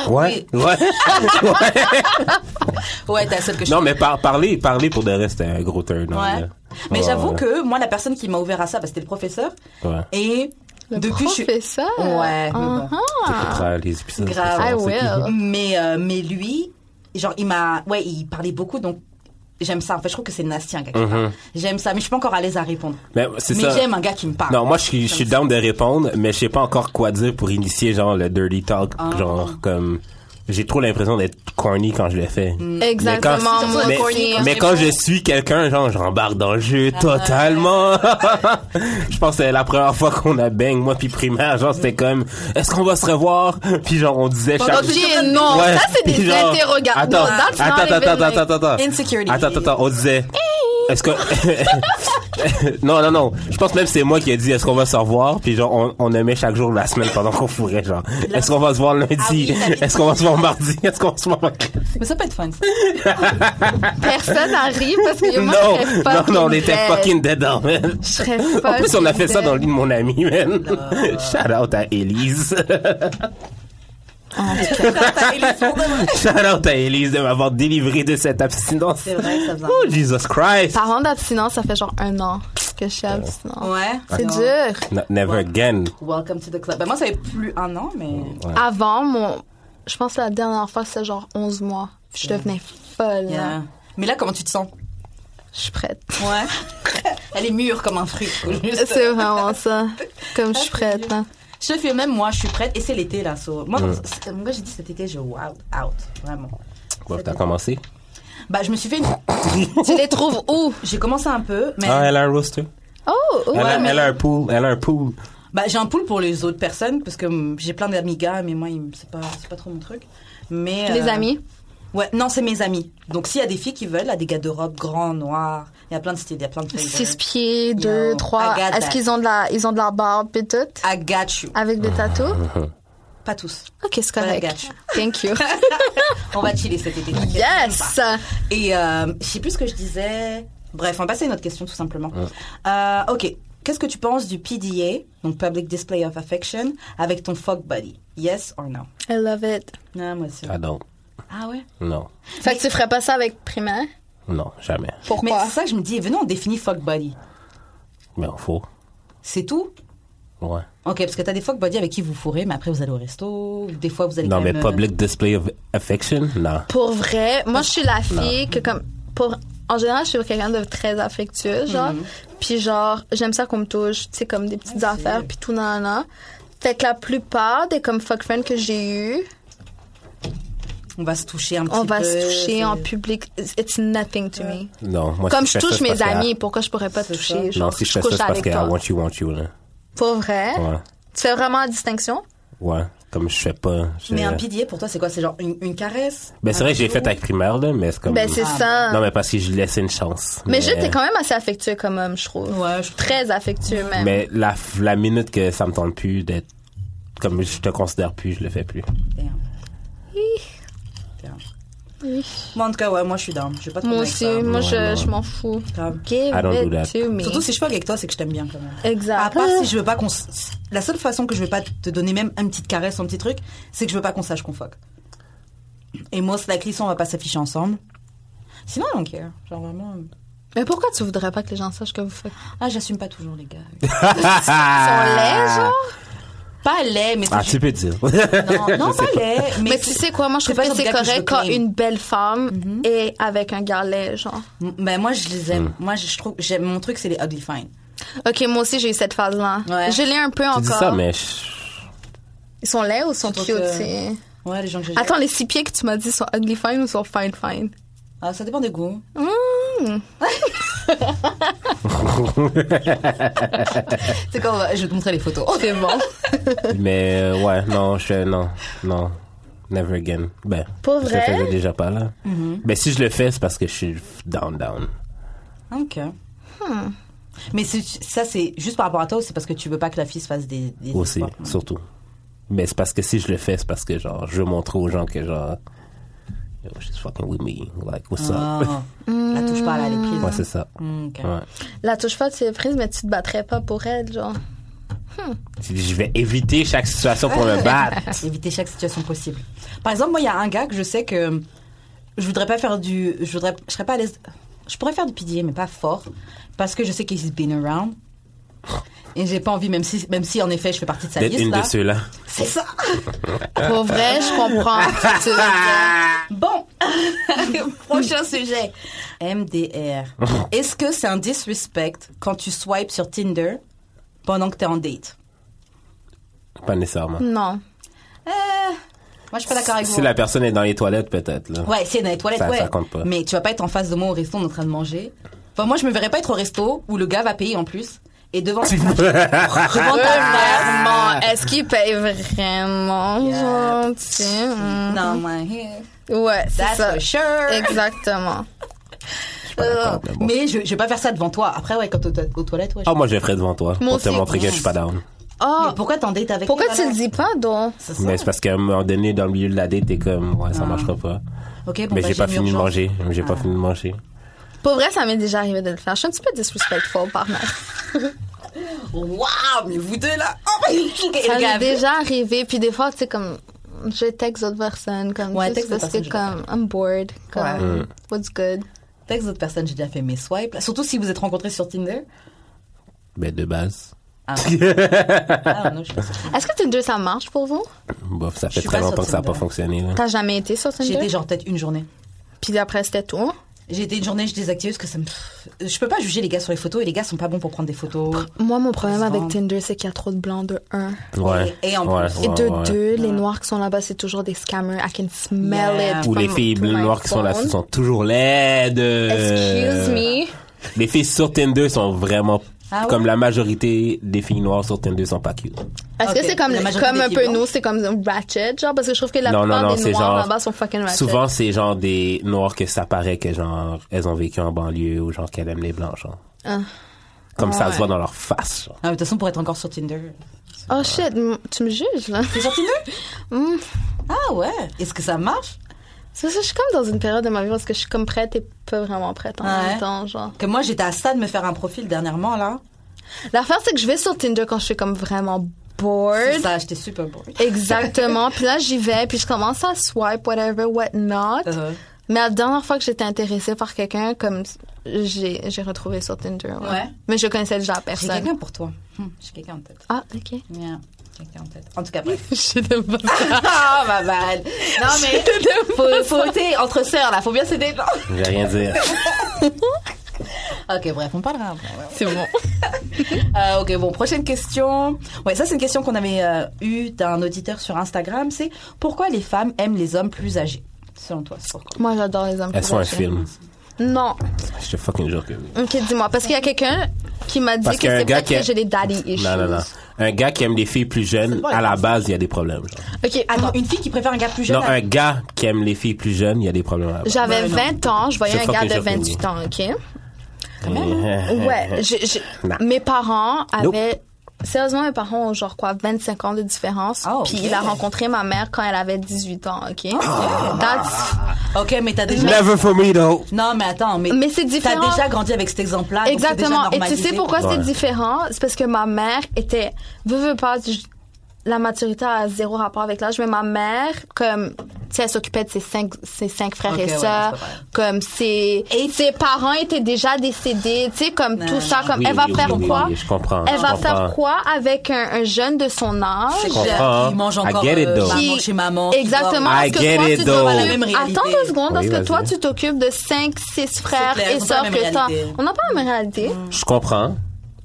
[SPEAKER 2] Ouais, ouais.
[SPEAKER 1] Ouais, t'as celle que je
[SPEAKER 2] non, mais par- parler, parler pour de reste, c'était un gros turn. on,
[SPEAKER 1] Ouais.
[SPEAKER 2] là.
[SPEAKER 1] Mais
[SPEAKER 2] Ouais, Ah,
[SPEAKER 1] j'avoue
[SPEAKER 2] ouais.
[SPEAKER 1] que moi, la personne qui m'a ouvert à ça, bah, c'était le professeur.
[SPEAKER 2] Ouais.
[SPEAKER 1] Et
[SPEAKER 3] Le
[SPEAKER 1] depuis, je suis-
[SPEAKER 3] professeur?
[SPEAKER 1] Ouais, mais bon.
[SPEAKER 3] Ah,
[SPEAKER 2] T'écouteras les épisodes.
[SPEAKER 1] Grave.
[SPEAKER 2] pour
[SPEAKER 3] I
[SPEAKER 2] savoir c'est qui.
[SPEAKER 3] will.
[SPEAKER 1] Mais, euh, mais lui, genre, il m'a. Ouais, il parlait beaucoup, donc j'aime ça. En fait, je trouve que c'est nasty, un gars qui parle. J'aime ça, mais je suis pas encore à l'aise à répondre.
[SPEAKER 2] Mhm. Mais c'est
[SPEAKER 1] Mais
[SPEAKER 2] ça.
[SPEAKER 1] j'aime un gars qui me parle.
[SPEAKER 2] Non, moi, je suis, je suis down de répondre, mais je sais pas encore quoi dire pour initier, genre, le dirty talk.
[SPEAKER 1] Ah.
[SPEAKER 2] Genre, comme, j'ai trop l'impression d'être corny quand je le fais.
[SPEAKER 1] Mm.
[SPEAKER 3] Exactement,
[SPEAKER 2] Mais
[SPEAKER 1] moi
[SPEAKER 2] quand, mais-
[SPEAKER 1] aussi, quand
[SPEAKER 2] mais
[SPEAKER 1] je
[SPEAKER 2] quand je
[SPEAKER 1] réponds.
[SPEAKER 2] suis quelqu'un, genre, je rembarque dans le jeu
[SPEAKER 3] Ah,
[SPEAKER 2] totalement. je pense que c'est la première fois qu'on a bang, moi, puis primaire, genre, c'était comme, est-ce qu'on va se revoir? Puis genre, on disait chaque-
[SPEAKER 3] Ok, non,
[SPEAKER 2] Ouais,
[SPEAKER 3] ça c'est
[SPEAKER 2] puis
[SPEAKER 3] des
[SPEAKER 2] genre,
[SPEAKER 3] interrogations.
[SPEAKER 2] Attends,
[SPEAKER 3] Non, that's
[SPEAKER 2] attends,
[SPEAKER 3] not
[SPEAKER 2] attends,
[SPEAKER 3] even
[SPEAKER 2] attends,
[SPEAKER 3] like-
[SPEAKER 2] attends, attends, attends.
[SPEAKER 1] Insecurity.
[SPEAKER 2] Attends, attends, attends, on disait. Est-ce que. non, non, non. Je pense même que c'est moi qui ai dit est-ce qu'on va se revoir, puis genre, on, on aimait chaque jour de la semaine pendant qu'on fourrait, genre. Est-ce qu'on va se voir lundi?
[SPEAKER 1] Ah oui, t'avais dit.
[SPEAKER 2] est-ce qu'on va se voir mardi? Est-ce qu'on va se voir mercredi?
[SPEAKER 1] Mais ça peut être fun. ça.
[SPEAKER 3] Personne n'arrive parce que moi,
[SPEAKER 2] Non,
[SPEAKER 3] je serais
[SPEAKER 2] non,
[SPEAKER 3] fucking
[SPEAKER 2] non, on était
[SPEAKER 3] dead.
[SPEAKER 2] fucking dedans, man.
[SPEAKER 3] Je serais
[SPEAKER 2] En plus, on a fait ça
[SPEAKER 3] fucking
[SPEAKER 2] dans le
[SPEAKER 3] dead. Ah.
[SPEAKER 2] lit de mon ami, man. Shout out à Elise. Shout out à Elise de m'avoir délivré de cette abstinence.
[SPEAKER 1] C'est vrai, ça faisait un-
[SPEAKER 2] Oh, Jesus Christ!
[SPEAKER 3] Parents d'abstinence, ça fait genre un an que je suis abstinente.
[SPEAKER 1] Ouais.
[SPEAKER 3] C'est
[SPEAKER 1] Non.
[SPEAKER 3] dur.
[SPEAKER 2] No- never again.
[SPEAKER 1] Welcome to the club. Bah, moi, ça fait plus un an, mais.
[SPEAKER 3] Avant, mon... je pense que la dernière fois, c'était genre 11 mois. Je devenais folle. là.
[SPEAKER 1] Yeah. Mais là, comment tu te sens
[SPEAKER 3] Je suis prête.
[SPEAKER 1] Ouais. Elle est mûre comme un fruit. faut juste-
[SPEAKER 3] C'est Ah, vraiment ça. Comme je suis prête. là.
[SPEAKER 1] Je fais même moi, je suis prête et c'est l'été là. so- Moi, c'est- moi j'ai dit cet été, je wild out, vraiment.
[SPEAKER 2] Bon, t'as commencé?
[SPEAKER 1] Bah, je me suis fait une.
[SPEAKER 3] Tu les trouves où?
[SPEAKER 1] J'ai commencé un peu, mais.
[SPEAKER 2] Ah, elle a un rooster.
[SPEAKER 3] Oh, oh,
[SPEAKER 2] elle, a,
[SPEAKER 3] mais-
[SPEAKER 2] elle a un pool. Elle a un pool.
[SPEAKER 1] Bah, j'ai un pool pour les autres personnes parce que hum, j'ai plein d'amis gars, mais moi, ils me- c'est pas, c'est pas trop mon truc. Mais.
[SPEAKER 3] Les
[SPEAKER 1] euh,
[SPEAKER 3] amis?
[SPEAKER 1] Ouais, non, c'est mes amis. Donc, s'il y a des filles qui veulent, là, des gars de robe grands, noirs, il y a plein de styles, il y a plein de flavors.
[SPEAKER 3] 6 pieds, 2,
[SPEAKER 1] Yo,
[SPEAKER 3] 3.
[SPEAKER 1] I got
[SPEAKER 3] Est-ce
[SPEAKER 1] that.
[SPEAKER 3] qu'ils ont de la, ils ont de la barbe et tout?
[SPEAKER 1] I got you.
[SPEAKER 3] Avec des tatous?
[SPEAKER 2] Uh-huh.
[SPEAKER 1] Pas tous.
[SPEAKER 3] Ah. Ok,
[SPEAKER 1] I
[SPEAKER 3] c'est
[SPEAKER 1] got
[SPEAKER 3] correct. Thank you.
[SPEAKER 1] On va chiller cet été.
[SPEAKER 3] Yes!
[SPEAKER 1] Et euh, je sais plus ce que je disais. Bref, on va passer à une autre question tout simplement. Euh, ok, qu'est-ce que tu penses du PDA, donc Public Display of Affection, avec ton fuck buddy Yes or no
[SPEAKER 3] I love it.
[SPEAKER 1] Ah, moi aussi.
[SPEAKER 2] I don't.
[SPEAKER 1] Ah ouais
[SPEAKER 2] Non.
[SPEAKER 3] Fait que tu ferais pas ça avec primaire?
[SPEAKER 2] Non, jamais.
[SPEAKER 1] Mais
[SPEAKER 3] Pourquoi?
[SPEAKER 1] c'est ça que je me dis, venez, on définit fuck buddy.
[SPEAKER 2] Mais on faut.
[SPEAKER 1] C'est tout
[SPEAKER 2] Ouais.
[SPEAKER 1] Ok, parce que t'as des fuck buddy avec qui vous fourrez, mais après vous allez au resto, des fois vous allez.
[SPEAKER 2] Non,
[SPEAKER 1] quand
[SPEAKER 2] mais
[SPEAKER 1] même, euh,
[SPEAKER 2] public display of affection? Non.
[SPEAKER 3] Pour vrai, moi je suis la fille que comme pour en général, je suis quelqu'un de très affectueux, genre.
[SPEAKER 2] Mhm.
[SPEAKER 3] Puis genre, j'aime ça qu'on me touche, tu sais comme des petites affaires puis tout nanana. Fait que la plupart des comme fuck friends que j'ai eu,
[SPEAKER 1] euh, On va se toucher un petit peu.
[SPEAKER 3] on va se toucher
[SPEAKER 1] c'est-
[SPEAKER 3] en public. It's it's nothing to me.
[SPEAKER 2] Non, moi,
[SPEAKER 3] Comme
[SPEAKER 2] si
[SPEAKER 3] je
[SPEAKER 2] fais ça,
[SPEAKER 3] touche
[SPEAKER 2] c'est
[SPEAKER 3] mes
[SPEAKER 2] parce que-
[SPEAKER 3] amis, pourquoi je pourrais pas te
[SPEAKER 1] C'est
[SPEAKER 3] toucher
[SPEAKER 1] ça.
[SPEAKER 2] Non,
[SPEAKER 3] Genre,
[SPEAKER 2] si je
[SPEAKER 3] je
[SPEAKER 2] fais ça,
[SPEAKER 3] couche
[SPEAKER 2] c'est parce
[SPEAKER 3] avec
[SPEAKER 2] que I
[SPEAKER 3] toi.
[SPEAKER 2] want you, want you, là.
[SPEAKER 3] Pour vrai,
[SPEAKER 2] Ouais.
[SPEAKER 3] tu fais vraiment la distinction
[SPEAKER 2] Ouais. Comme je fais pas. je-
[SPEAKER 1] Mais un PDA pour toi, c'est quoi C'est genre une, une caresse
[SPEAKER 2] Euh. Ben, c'est vrai que j'ai
[SPEAKER 1] Un
[SPEAKER 2] fait avec primaire, là, mais c'est comme.
[SPEAKER 3] Ben c'est
[SPEAKER 1] Ah,
[SPEAKER 3] ça.
[SPEAKER 2] Non, mais parce que je laissais une chance.
[SPEAKER 3] mais je t'es quand même assez affectueux comme homme, je trouve.
[SPEAKER 1] Ouais, je-
[SPEAKER 3] Très affectueux même.
[SPEAKER 2] Mais la, la minute que ça me tente plus d'être. Comme je te considère plus, je le fais plus.
[SPEAKER 1] Damn. Damn. Moi, en tout cas, ouais, moi, je suis down. Je vais pas te
[SPEAKER 3] Moi
[SPEAKER 1] avec
[SPEAKER 3] aussi,
[SPEAKER 1] ça.
[SPEAKER 3] moi je,
[SPEAKER 2] Ouais, non.
[SPEAKER 3] je m'en fous.
[SPEAKER 1] Grave.
[SPEAKER 3] Give
[SPEAKER 2] I don't
[SPEAKER 3] it
[SPEAKER 2] do that.
[SPEAKER 3] to me.
[SPEAKER 1] Surtout si je fuck avec toi, c'est que je t'aime bien quand même. À
[SPEAKER 3] Exact.
[SPEAKER 1] part si je veux pas qu'on. s- La seule façon que je veux pas te donner même une petite caresse, un petit truc, c'est que je veux pas qu'on sache qu'on fuck. Et moi, c'est la clé, on va pas s'afficher ensemble. Sinon, I don't care. Genre vraiment. euh,
[SPEAKER 3] Mais pourquoi tu voudrais pas que les gens sachent que vous faites
[SPEAKER 1] Ah, j'assume pas toujours les gars.
[SPEAKER 3] lait, genre?
[SPEAKER 1] pas laid, mais c'est
[SPEAKER 2] Ah,
[SPEAKER 1] juste-
[SPEAKER 2] tu peux dire.
[SPEAKER 1] Non, non, pas laid. Mais,
[SPEAKER 3] Mais
[SPEAKER 1] c'est-
[SPEAKER 3] tu sais quoi, moi je
[SPEAKER 1] c'est
[SPEAKER 3] trouve
[SPEAKER 1] pas
[SPEAKER 3] que
[SPEAKER 1] le
[SPEAKER 3] c'est
[SPEAKER 1] gars que je Mhm. veux
[SPEAKER 3] correct quand
[SPEAKER 1] claim.
[SPEAKER 3] une belle femme est avec un gars laid, genre.
[SPEAKER 1] M- Ben, moi, je les aime. Moi, je je trouve. j'aime- Mon truc, c'est les ugly fine.
[SPEAKER 3] Ok, moi aussi j'ai eu cette phase-là.
[SPEAKER 1] Ouais.
[SPEAKER 3] Je l'ai un peu encore.
[SPEAKER 2] Tu dis ça, mais. je-
[SPEAKER 3] Ils sont laids ou sont
[SPEAKER 1] trouve
[SPEAKER 3] cute,
[SPEAKER 1] que-
[SPEAKER 3] tu sais?
[SPEAKER 1] Ouais, les gens que j'ai.
[SPEAKER 3] Attends, les six pieds que tu m'as dit sont ugly fine ou sont fine fine?
[SPEAKER 1] Ah, ça dépend des goûts. Mmh. C'est comme. Je vais te montrer les photos.
[SPEAKER 3] C'est bon.
[SPEAKER 2] Mais euh, ouais, non, je fais non, non. Never again. Ben,
[SPEAKER 3] Pour
[SPEAKER 2] je le
[SPEAKER 3] vrai? Mm-hmm.
[SPEAKER 2] faisais déjà pas là. Ben, si je le fais, c'est parce que je suis down, down.
[SPEAKER 1] Ok. Mmh. Mais c'est- ça, c'est juste par rapport à toi ou c'est parce que tu veux pas que la fille se fasse des. des
[SPEAKER 2] Aussi,
[SPEAKER 1] histoires?
[SPEAKER 2] surtout. Mais c'est parce que si je le fais, c'est parce que genre, je veux montrer aux gens que genre, yo, she's fucking with me. Like, what's up?
[SPEAKER 1] Ah. La touche pas, là, elle est prise.
[SPEAKER 2] Ouais, c'est ça.
[SPEAKER 1] Mm, ok.
[SPEAKER 2] Ouais.
[SPEAKER 3] La touche pas, tu es prise, mais tu te battrais pas pour elle, genre.
[SPEAKER 2] Je vais éviter chaque situation pour me battre.
[SPEAKER 1] éviter chaque situation possible. Par exemple, moi, il y a un gars que je sais que je voudrais pas faire du, je voudrais, je serais pas à l'aise. Je pourrais faire du PDA, mais pas fort, parce que je sais qu'il been around. Et j'ai pas envie, même si, même si en effet je fais partie de sa
[SPEAKER 2] D'être
[SPEAKER 1] liste
[SPEAKER 2] une
[SPEAKER 1] là.
[SPEAKER 2] de ceux-là.
[SPEAKER 1] C'est ça.
[SPEAKER 2] Euh.
[SPEAKER 3] Pour vrai, je comprends. ce que tu veux dire.
[SPEAKER 1] Bon, prochain sujet. MDR. Est-ce que c'est un disrespect quand tu swipes sur Tinder pendant que t'es en date
[SPEAKER 2] Pas nécessairement.
[SPEAKER 3] Non.
[SPEAKER 1] Euh, Moi, je suis pas d'accord avec vous.
[SPEAKER 2] Si la personne est dans les toilettes, peut-être. là.
[SPEAKER 1] Ouais, c'est dans les toilettes,
[SPEAKER 2] Ça-
[SPEAKER 1] ouais.
[SPEAKER 2] ça compte pas.
[SPEAKER 1] Mais tu vas pas être en face de moi au resto en train de manger. Enfin, moi, je me verrais pas être au resto où le gars va payer en plus et devant ta face, devant ta face.
[SPEAKER 2] Ah.
[SPEAKER 3] Vraiment, est-ce qu'il paye vraiment genre, tu sais, hmm.
[SPEAKER 1] Non, my hair,
[SPEAKER 3] Ouais, c'est
[SPEAKER 1] that's
[SPEAKER 3] ça.
[SPEAKER 1] for sure.
[SPEAKER 3] Exactement.
[SPEAKER 2] Je suis pas d'accord. mais Ah, ben bon.
[SPEAKER 1] Mais je, je vais pas faire ça devant toi. Après, ouais, quand t'es aux, aux toilettes, ouais. je-
[SPEAKER 2] Ah, moi, je le ferai devant toi
[SPEAKER 3] Moi
[SPEAKER 2] pour te
[SPEAKER 3] aussi.
[SPEAKER 2] montrer que je suis pas down.
[SPEAKER 3] Oh,
[SPEAKER 1] Mais pourquoi t'en dates avec
[SPEAKER 3] pourquoi
[SPEAKER 1] lui,
[SPEAKER 3] tu le
[SPEAKER 1] alors
[SPEAKER 3] dis pas donc
[SPEAKER 1] C'est ça.
[SPEAKER 2] Mais c'est parce qu'à un moment donné, dans le milieu de la date, t'es comme, ouais, ça
[SPEAKER 1] Ah.
[SPEAKER 2] marchera pas.
[SPEAKER 1] Ok, bon,
[SPEAKER 2] Mais
[SPEAKER 1] bah,
[SPEAKER 2] j'ai pas
[SPEAKER 1] une
[SPEAKER 2] fini
[SPEAKER 1] urgence.
[SPEAKER 2] de
[SPEAKER 1] Ah.
[SPEAKER 2] manger. J'ai pas fini de manger.
[SPEAKER 3] Pour vrai, ça m'est déjà arrivé de le faire. Je suis un petit peu disrespectful par mal.
[SPEAKER 1] Waouh, mais vous deux là. Oh, et
[SPEAKER 3] Ça
[SPEAKER 1] le gars
[SPEAKER 3] m'est
[SPEAKER 1] avec-
[SPEAKER 3] déjà arrivé. Puis des fois, tu sais, comme, je texte d'autres personnes. Comme,
[SPEAKER 1] Ouais,
[SPEAKER 3] tu sais,
[SPEAKER 1] texte
[SPEAKER 3] parce que,
[SPEAKER 1] d'autres personnes,
[SPEAKER 3] comme, I'm bored. Comme,
[SPEAKER 1] Ouais.
[SPEAKER 3] what's good?
[SPEAKER 1] Texte d'autres personnes, j'ai déjà fait mes swipes. là. Surtout si vous êtes rencontrés sur Tinder.
[SPEAKER 2] Ben, de base.
[SPEAKER 1] Ah, Ah, non, je suis pas sûre.
[SPEAKER 3] Est-ce que Tinder, ça marche pour vous?
[SPEAKER 2] Bof, ça
[SPEAKER 1] Je
[SPEAKER 2] fait
[SPEAKER 1] suis
[SPEAKER 2] très
[SPEAKER 1] pas
[SPEAKER 2] longtemps
[SPEAKER 1] sur
[SPEAKER 2] que ça n'a pas
[SPEAKER 1] Tinder.
[SPEAKER 2] fonctionné, là.
[SPEAKER 3] T'as jamais été sur
[SPEAKER 1] J'ai
[SPEAKER 3] Tinder?
[SPEAKER 1] été genre peut-être une journée.
[SPEAKER 3] Puis après, c'était tout.
[SPEAKER 1] J'ai été une journée, je dézactive parce que ça me. pff, Je peux pas juger les gars sur les photos et les gars sont pas bons pour prendre des photos.
[SPEAKER 3] Moi, mon problème
[SPEAKER 1] Souvent.
[SPEAKER 3] avec Tinder, c'est qu'il y a trop de blancs de 1.
[SPEAKER 2] Ouais.
[SPEAKER 1] Et- et en
[SPEAKER 2] Ouais,
[SPEAKER 1] plus.
[SPEAKER 2] ouais,
[SPEAKER 3] Et de
[SPEAKER 2] ouais.
[SPEAKER 3] deux, les noirs qui sont là-bas, c'est toujours des scammers. I can smell
[SPEAKER 1] Yeah.
[SPEAKER 3] it.
[SPEAKER 2] Ou les
[SPEAKER 3] from-
[SPEAKER 2] filles
[SPEAKER 3] through my
[SPEAKER 2] noires qui sont là
[SPEAKER 3] phone. Euh,
[SPEAKER 2] sont toujours laides.
[SPEAKER 3] Excuse me.
[SPEAKER 2] Les filles sur Tinder sont vraiment.
[SPEAKER 1] Ah ouais?
[SPEAKER 2] Comme la majorité des filles noires sur Tinder sont pas cute.
[SPEAKER 3] Est-ce
[SPEAKER 1] Ok,
[SPEAKER 3] que c'est comme,
[SPEAKER 1] la majorité
[SPEAKER 3] comme
[SPEAKER 1] des
[SPEAKER 3] un
[SPEAKER 1] filles
[SPEAKER 3] peu
[SPEAKER 1] blanches.
[SPEAKER 3] nous, c'est comme ratchet, genre, parce que je trouve que la
[SPEAKER 2] Non, non,
[SPEAKER 3] plupart
[SPEAKER 2] non,
[SPEAKER 3] des
[SPEAKER 2] c'est
[SPEAKER 3] noirs
[SPEAKER 2] genre-
[SPEAKER 3] là-bas sont fucking ratchet.
[SPEAKER 2] Souvent, c'est genre des noirs que ça paraît que genre, elles ont vécu en banlieue ou genre qu'elles aiment les blanches. genre.
[SPEAKER 3] Ah.
[SPEAKER 2] Comme ça
[SPEAKER 3] Ouais.
[SPEAKER 2] se voit dans leur face. genre.
[SPEAKER 1] Ah, mais de toute façon, pour être encore sur Tinder.
[SPEAKER 3] Oh shit, m- tu me juges, là.
[SPEAKER 1] T'es sur Tinder
[SPEAKER 3] Mm.
[SPEAKER 1] Ah ouais. Est-ce que ça marche
[SPEAKER 3] C'est ça, je suis comme dans une période de ma vie parce que je suis comme prête et pas vraiment prête en
[SPEAKER 1] Ouais.
[SPEAKER 3] même temps, genre.
[SPEAKER 1] Que moi, j'étais à ça de me faire un profil dernièrement là.
[SPEAKER 3] L'affaire, c'est que je vais sur Tinder quand je suis comme vraiment
[SPEAKER 1] C'est
[SPEAKER 3] bored.
[SPEAKER 1] ça, j'étais super bored.
[SPEAKER 3] Exactement. puis là, j'y vais, puis je commence à swipe, whatever, what not.
[SPEAKER 1] Euh,
[SPEAKER 3] Mais la dernière fois que j'étais intéressée par quelqu'un, comme j'ai, j'ai retrouvé sur Tinder. ouais.
[SPEAKER 1] Ouais.
[SPEAKER 3] Mais je connaissais déjà la
[SPEAKER 1] J'ai
[SPEAKER 3] personne.
[SPEAKER 1] quelqu'un pour toi. Hum, J'ai quelqu'un en tête.
[SPEAKER 3] Ah, ok.
[SPEAKER 1] Yeah, j'ai quelqu'un en tête. En tout cas, bref.
[SPEAKER 3] Je n'aime pas ça.
[SPEAKER 1] Ah, ma balle. Non, mais. Faut, faut, t'sais, entre sœurs, là. Faut bien s'aider. non?
[SPEAKER 2] Je vais rien dire.
[SPEAKER 1] Ok, bref, on parlera après. ouais.
[SPEAKER 3] C'est bon.
[SPEAKER 1] Euh, ok, bon, prochaine question. Ouais, ça, c'est une question qu'on avait euh, eue d'un auditeur sur Instagram. C'est pourquoi les femmes aiment les hommes plus âgés Selon toi, c'est pourquoi
[SPEAKER 3] Moi, j'adore les hommes.
[SPEAKER 2] Elles
[SPEAKER 3] plus
[SPEAKER 2] sont un
[SPEAKER 3] âgés.
[SPEAKER 2] film.
[SPEAKER 3] Non.
[SPEAKER 2] Je te fucking jure que oui.
[SPEAKER 3] Ok, dis-moi. Parce qu'il y a quelqu'un qui m'a dit
[SPEAKER 2] Parce
[SPEAKER 3] que
[SPEAKER 2] qu'un
[SPEAKER 3] c'est
[SPEAKER 2] gars
[SPEAKER 3] peut
[SPEAKER 2] qui a-
[SPEAKER 3] que j'ai des daddy issues.
[SPEAKER 2] Non, non, non. Un gars qui aime les filles plus jeunes,
[SPEAKER 1] pas
[SPEAKER 2] à la
[SPEAKER 1] grave.
[SPEAKER 2] base, il y a des problèmes. genre.
[SPEAKER 3] Ok,
[SPEAKER 1] Attends, une fille qui préfère un gars plus jeune.
[SPEAKER 2] Non, un gars qui aime les filles plus jeunes, il y a des problèmes. à la base.
[SPEAKER 3] J'avais
[SPEAKER 1] Ouais, non.
[SPEAKER 3] 20 ans, je voyais
[SPEAKER 2] C'est
[SPEAKER 3] un
[SPEAKER 2] fuck
[SPEAKER 3] gars
[SPEAKER 2] les
[SPEAKER 3] de
[SPEAKER 2] gens qui
[SPEAKER 3] 28 ans, OK?
[SPEAKER 2] Ouais.
[SPEAKER 3] Ouais, j'ai- j'ai-
[SPEAKER 2] Non.
[SPEAKER 3] mes parents
[SPEAKER 2] Nope.
[SPEAKER 3] avaient... Sérieusement, mes parents ont genre quoi, 25 ans de différence.
[SPEAKER 1] Oh,
[SPEAKER 3] puis
[SPEAKER 1] ok.
[SPEAKER 3] il a rencontré ma mère quand elle avait 18 ans, OK?
[SPEAKER 1] Ah.
[SPEAKER 3] That's-
[SPEAKER 1] Ok, mais t'as déjà.
[SPEAKER 2] Never for me, though.
[SPEAKER 1] Non, mais attends, mais.
[SPEAKER 3] Mais c'est
[SPEAKER 1] T'as
[SPEAKER 3] différent.
[SPEAKER 1] déjà grandi avec cet exemple-là. Ah, donc c'est déjà
[SPEAKER 3] Exactement. Et tu
[SPEAKER 1] normalisé.
[SPEAKER 3] sais pourquoi
[SPEAKER 2] Ouais.
[SPEAKER 3] c'est différent? C'est parce que ma mère était... Veux, veux pas... je- La maturité a zéro rapport avec l'âge, mais ma mère, comme, tu sais, elle s'occupait de ses cinq, ses cinq frères
[SPEAKER 1] Ok,
[SPEAKER 3] et
[SPEAKER 1] ouais,
[SPEAKER 3] sœurs,
[SPEAKER 1] c'est pas vrai.
[SPEAKER 3] comme ses, et ses parents étaient déjà décédés, tu sais, comme tout ça, comme,
[SPEAKER 2] Oui,
[SPEAKER 3] elle va
[SPEAKER 2] oui,
[SPEAKER 3] faire
[SPEAKER 2] oui,
[SPEAKER 3] quoi?
[SPEAKER 2] oui, je comprends.
[SPEAKER 3] Elle
[SPEAKER 2] je
[SPEAKER 3] va
[SPEAKER 2] comprends.
[SPEAKER 3] faire quoi avec un, un jeune de son âge?
[SPEAKER 1] C'est
[SPEAKER 2] comprends. hein.
[SPEAKER 1] clair, euh, Il mange
[SPEAKER 2] I
[SPEAKER 1] encore
[SPEAKER 2] get it,
[SPEAKER 1] euh,
[SPEAKER 2] though.
[SPEAKER 1] maman
[SPEAKER 3] Qui-
[SPEAKER 1] chez maman. tu vois. Ah,
[SPEAKER 3] Exactement.
[SPEAKER 2] I
[SPEAKER 3] Est-ce que
[SPEAKER 2] get
[SPEAKER 3] toi,
[SPEAKER 2] it,
[SPEAKER 3] tu
[SPEAKER 2] though.
[SPEAKER 1] la même
[SPEAKER 3] t'occupes-
[SPEAKER 1] réalité.
[SPEAKER 3] Attends deux secondes, parce
[SPEAKER 2] Oui,
[SPEAKER 3] que
[SPEAKER 2] vas-y.
[SPEAKER 3] toi, tu t'occupes de 5, 6 frères
[SPEAKER 1] clair,
[SPEAKER 3] et
[SPEAKER 1] ils ont pas la
[SPEAKER 3] sœurs
[SPEAKER 1] même
[SPEAKER 3] que toi.
[SPEAKER 1] réalité.
[SPEAKER 3] On n'a pas la même réalité.
[SPEAKER 2] Je comprends,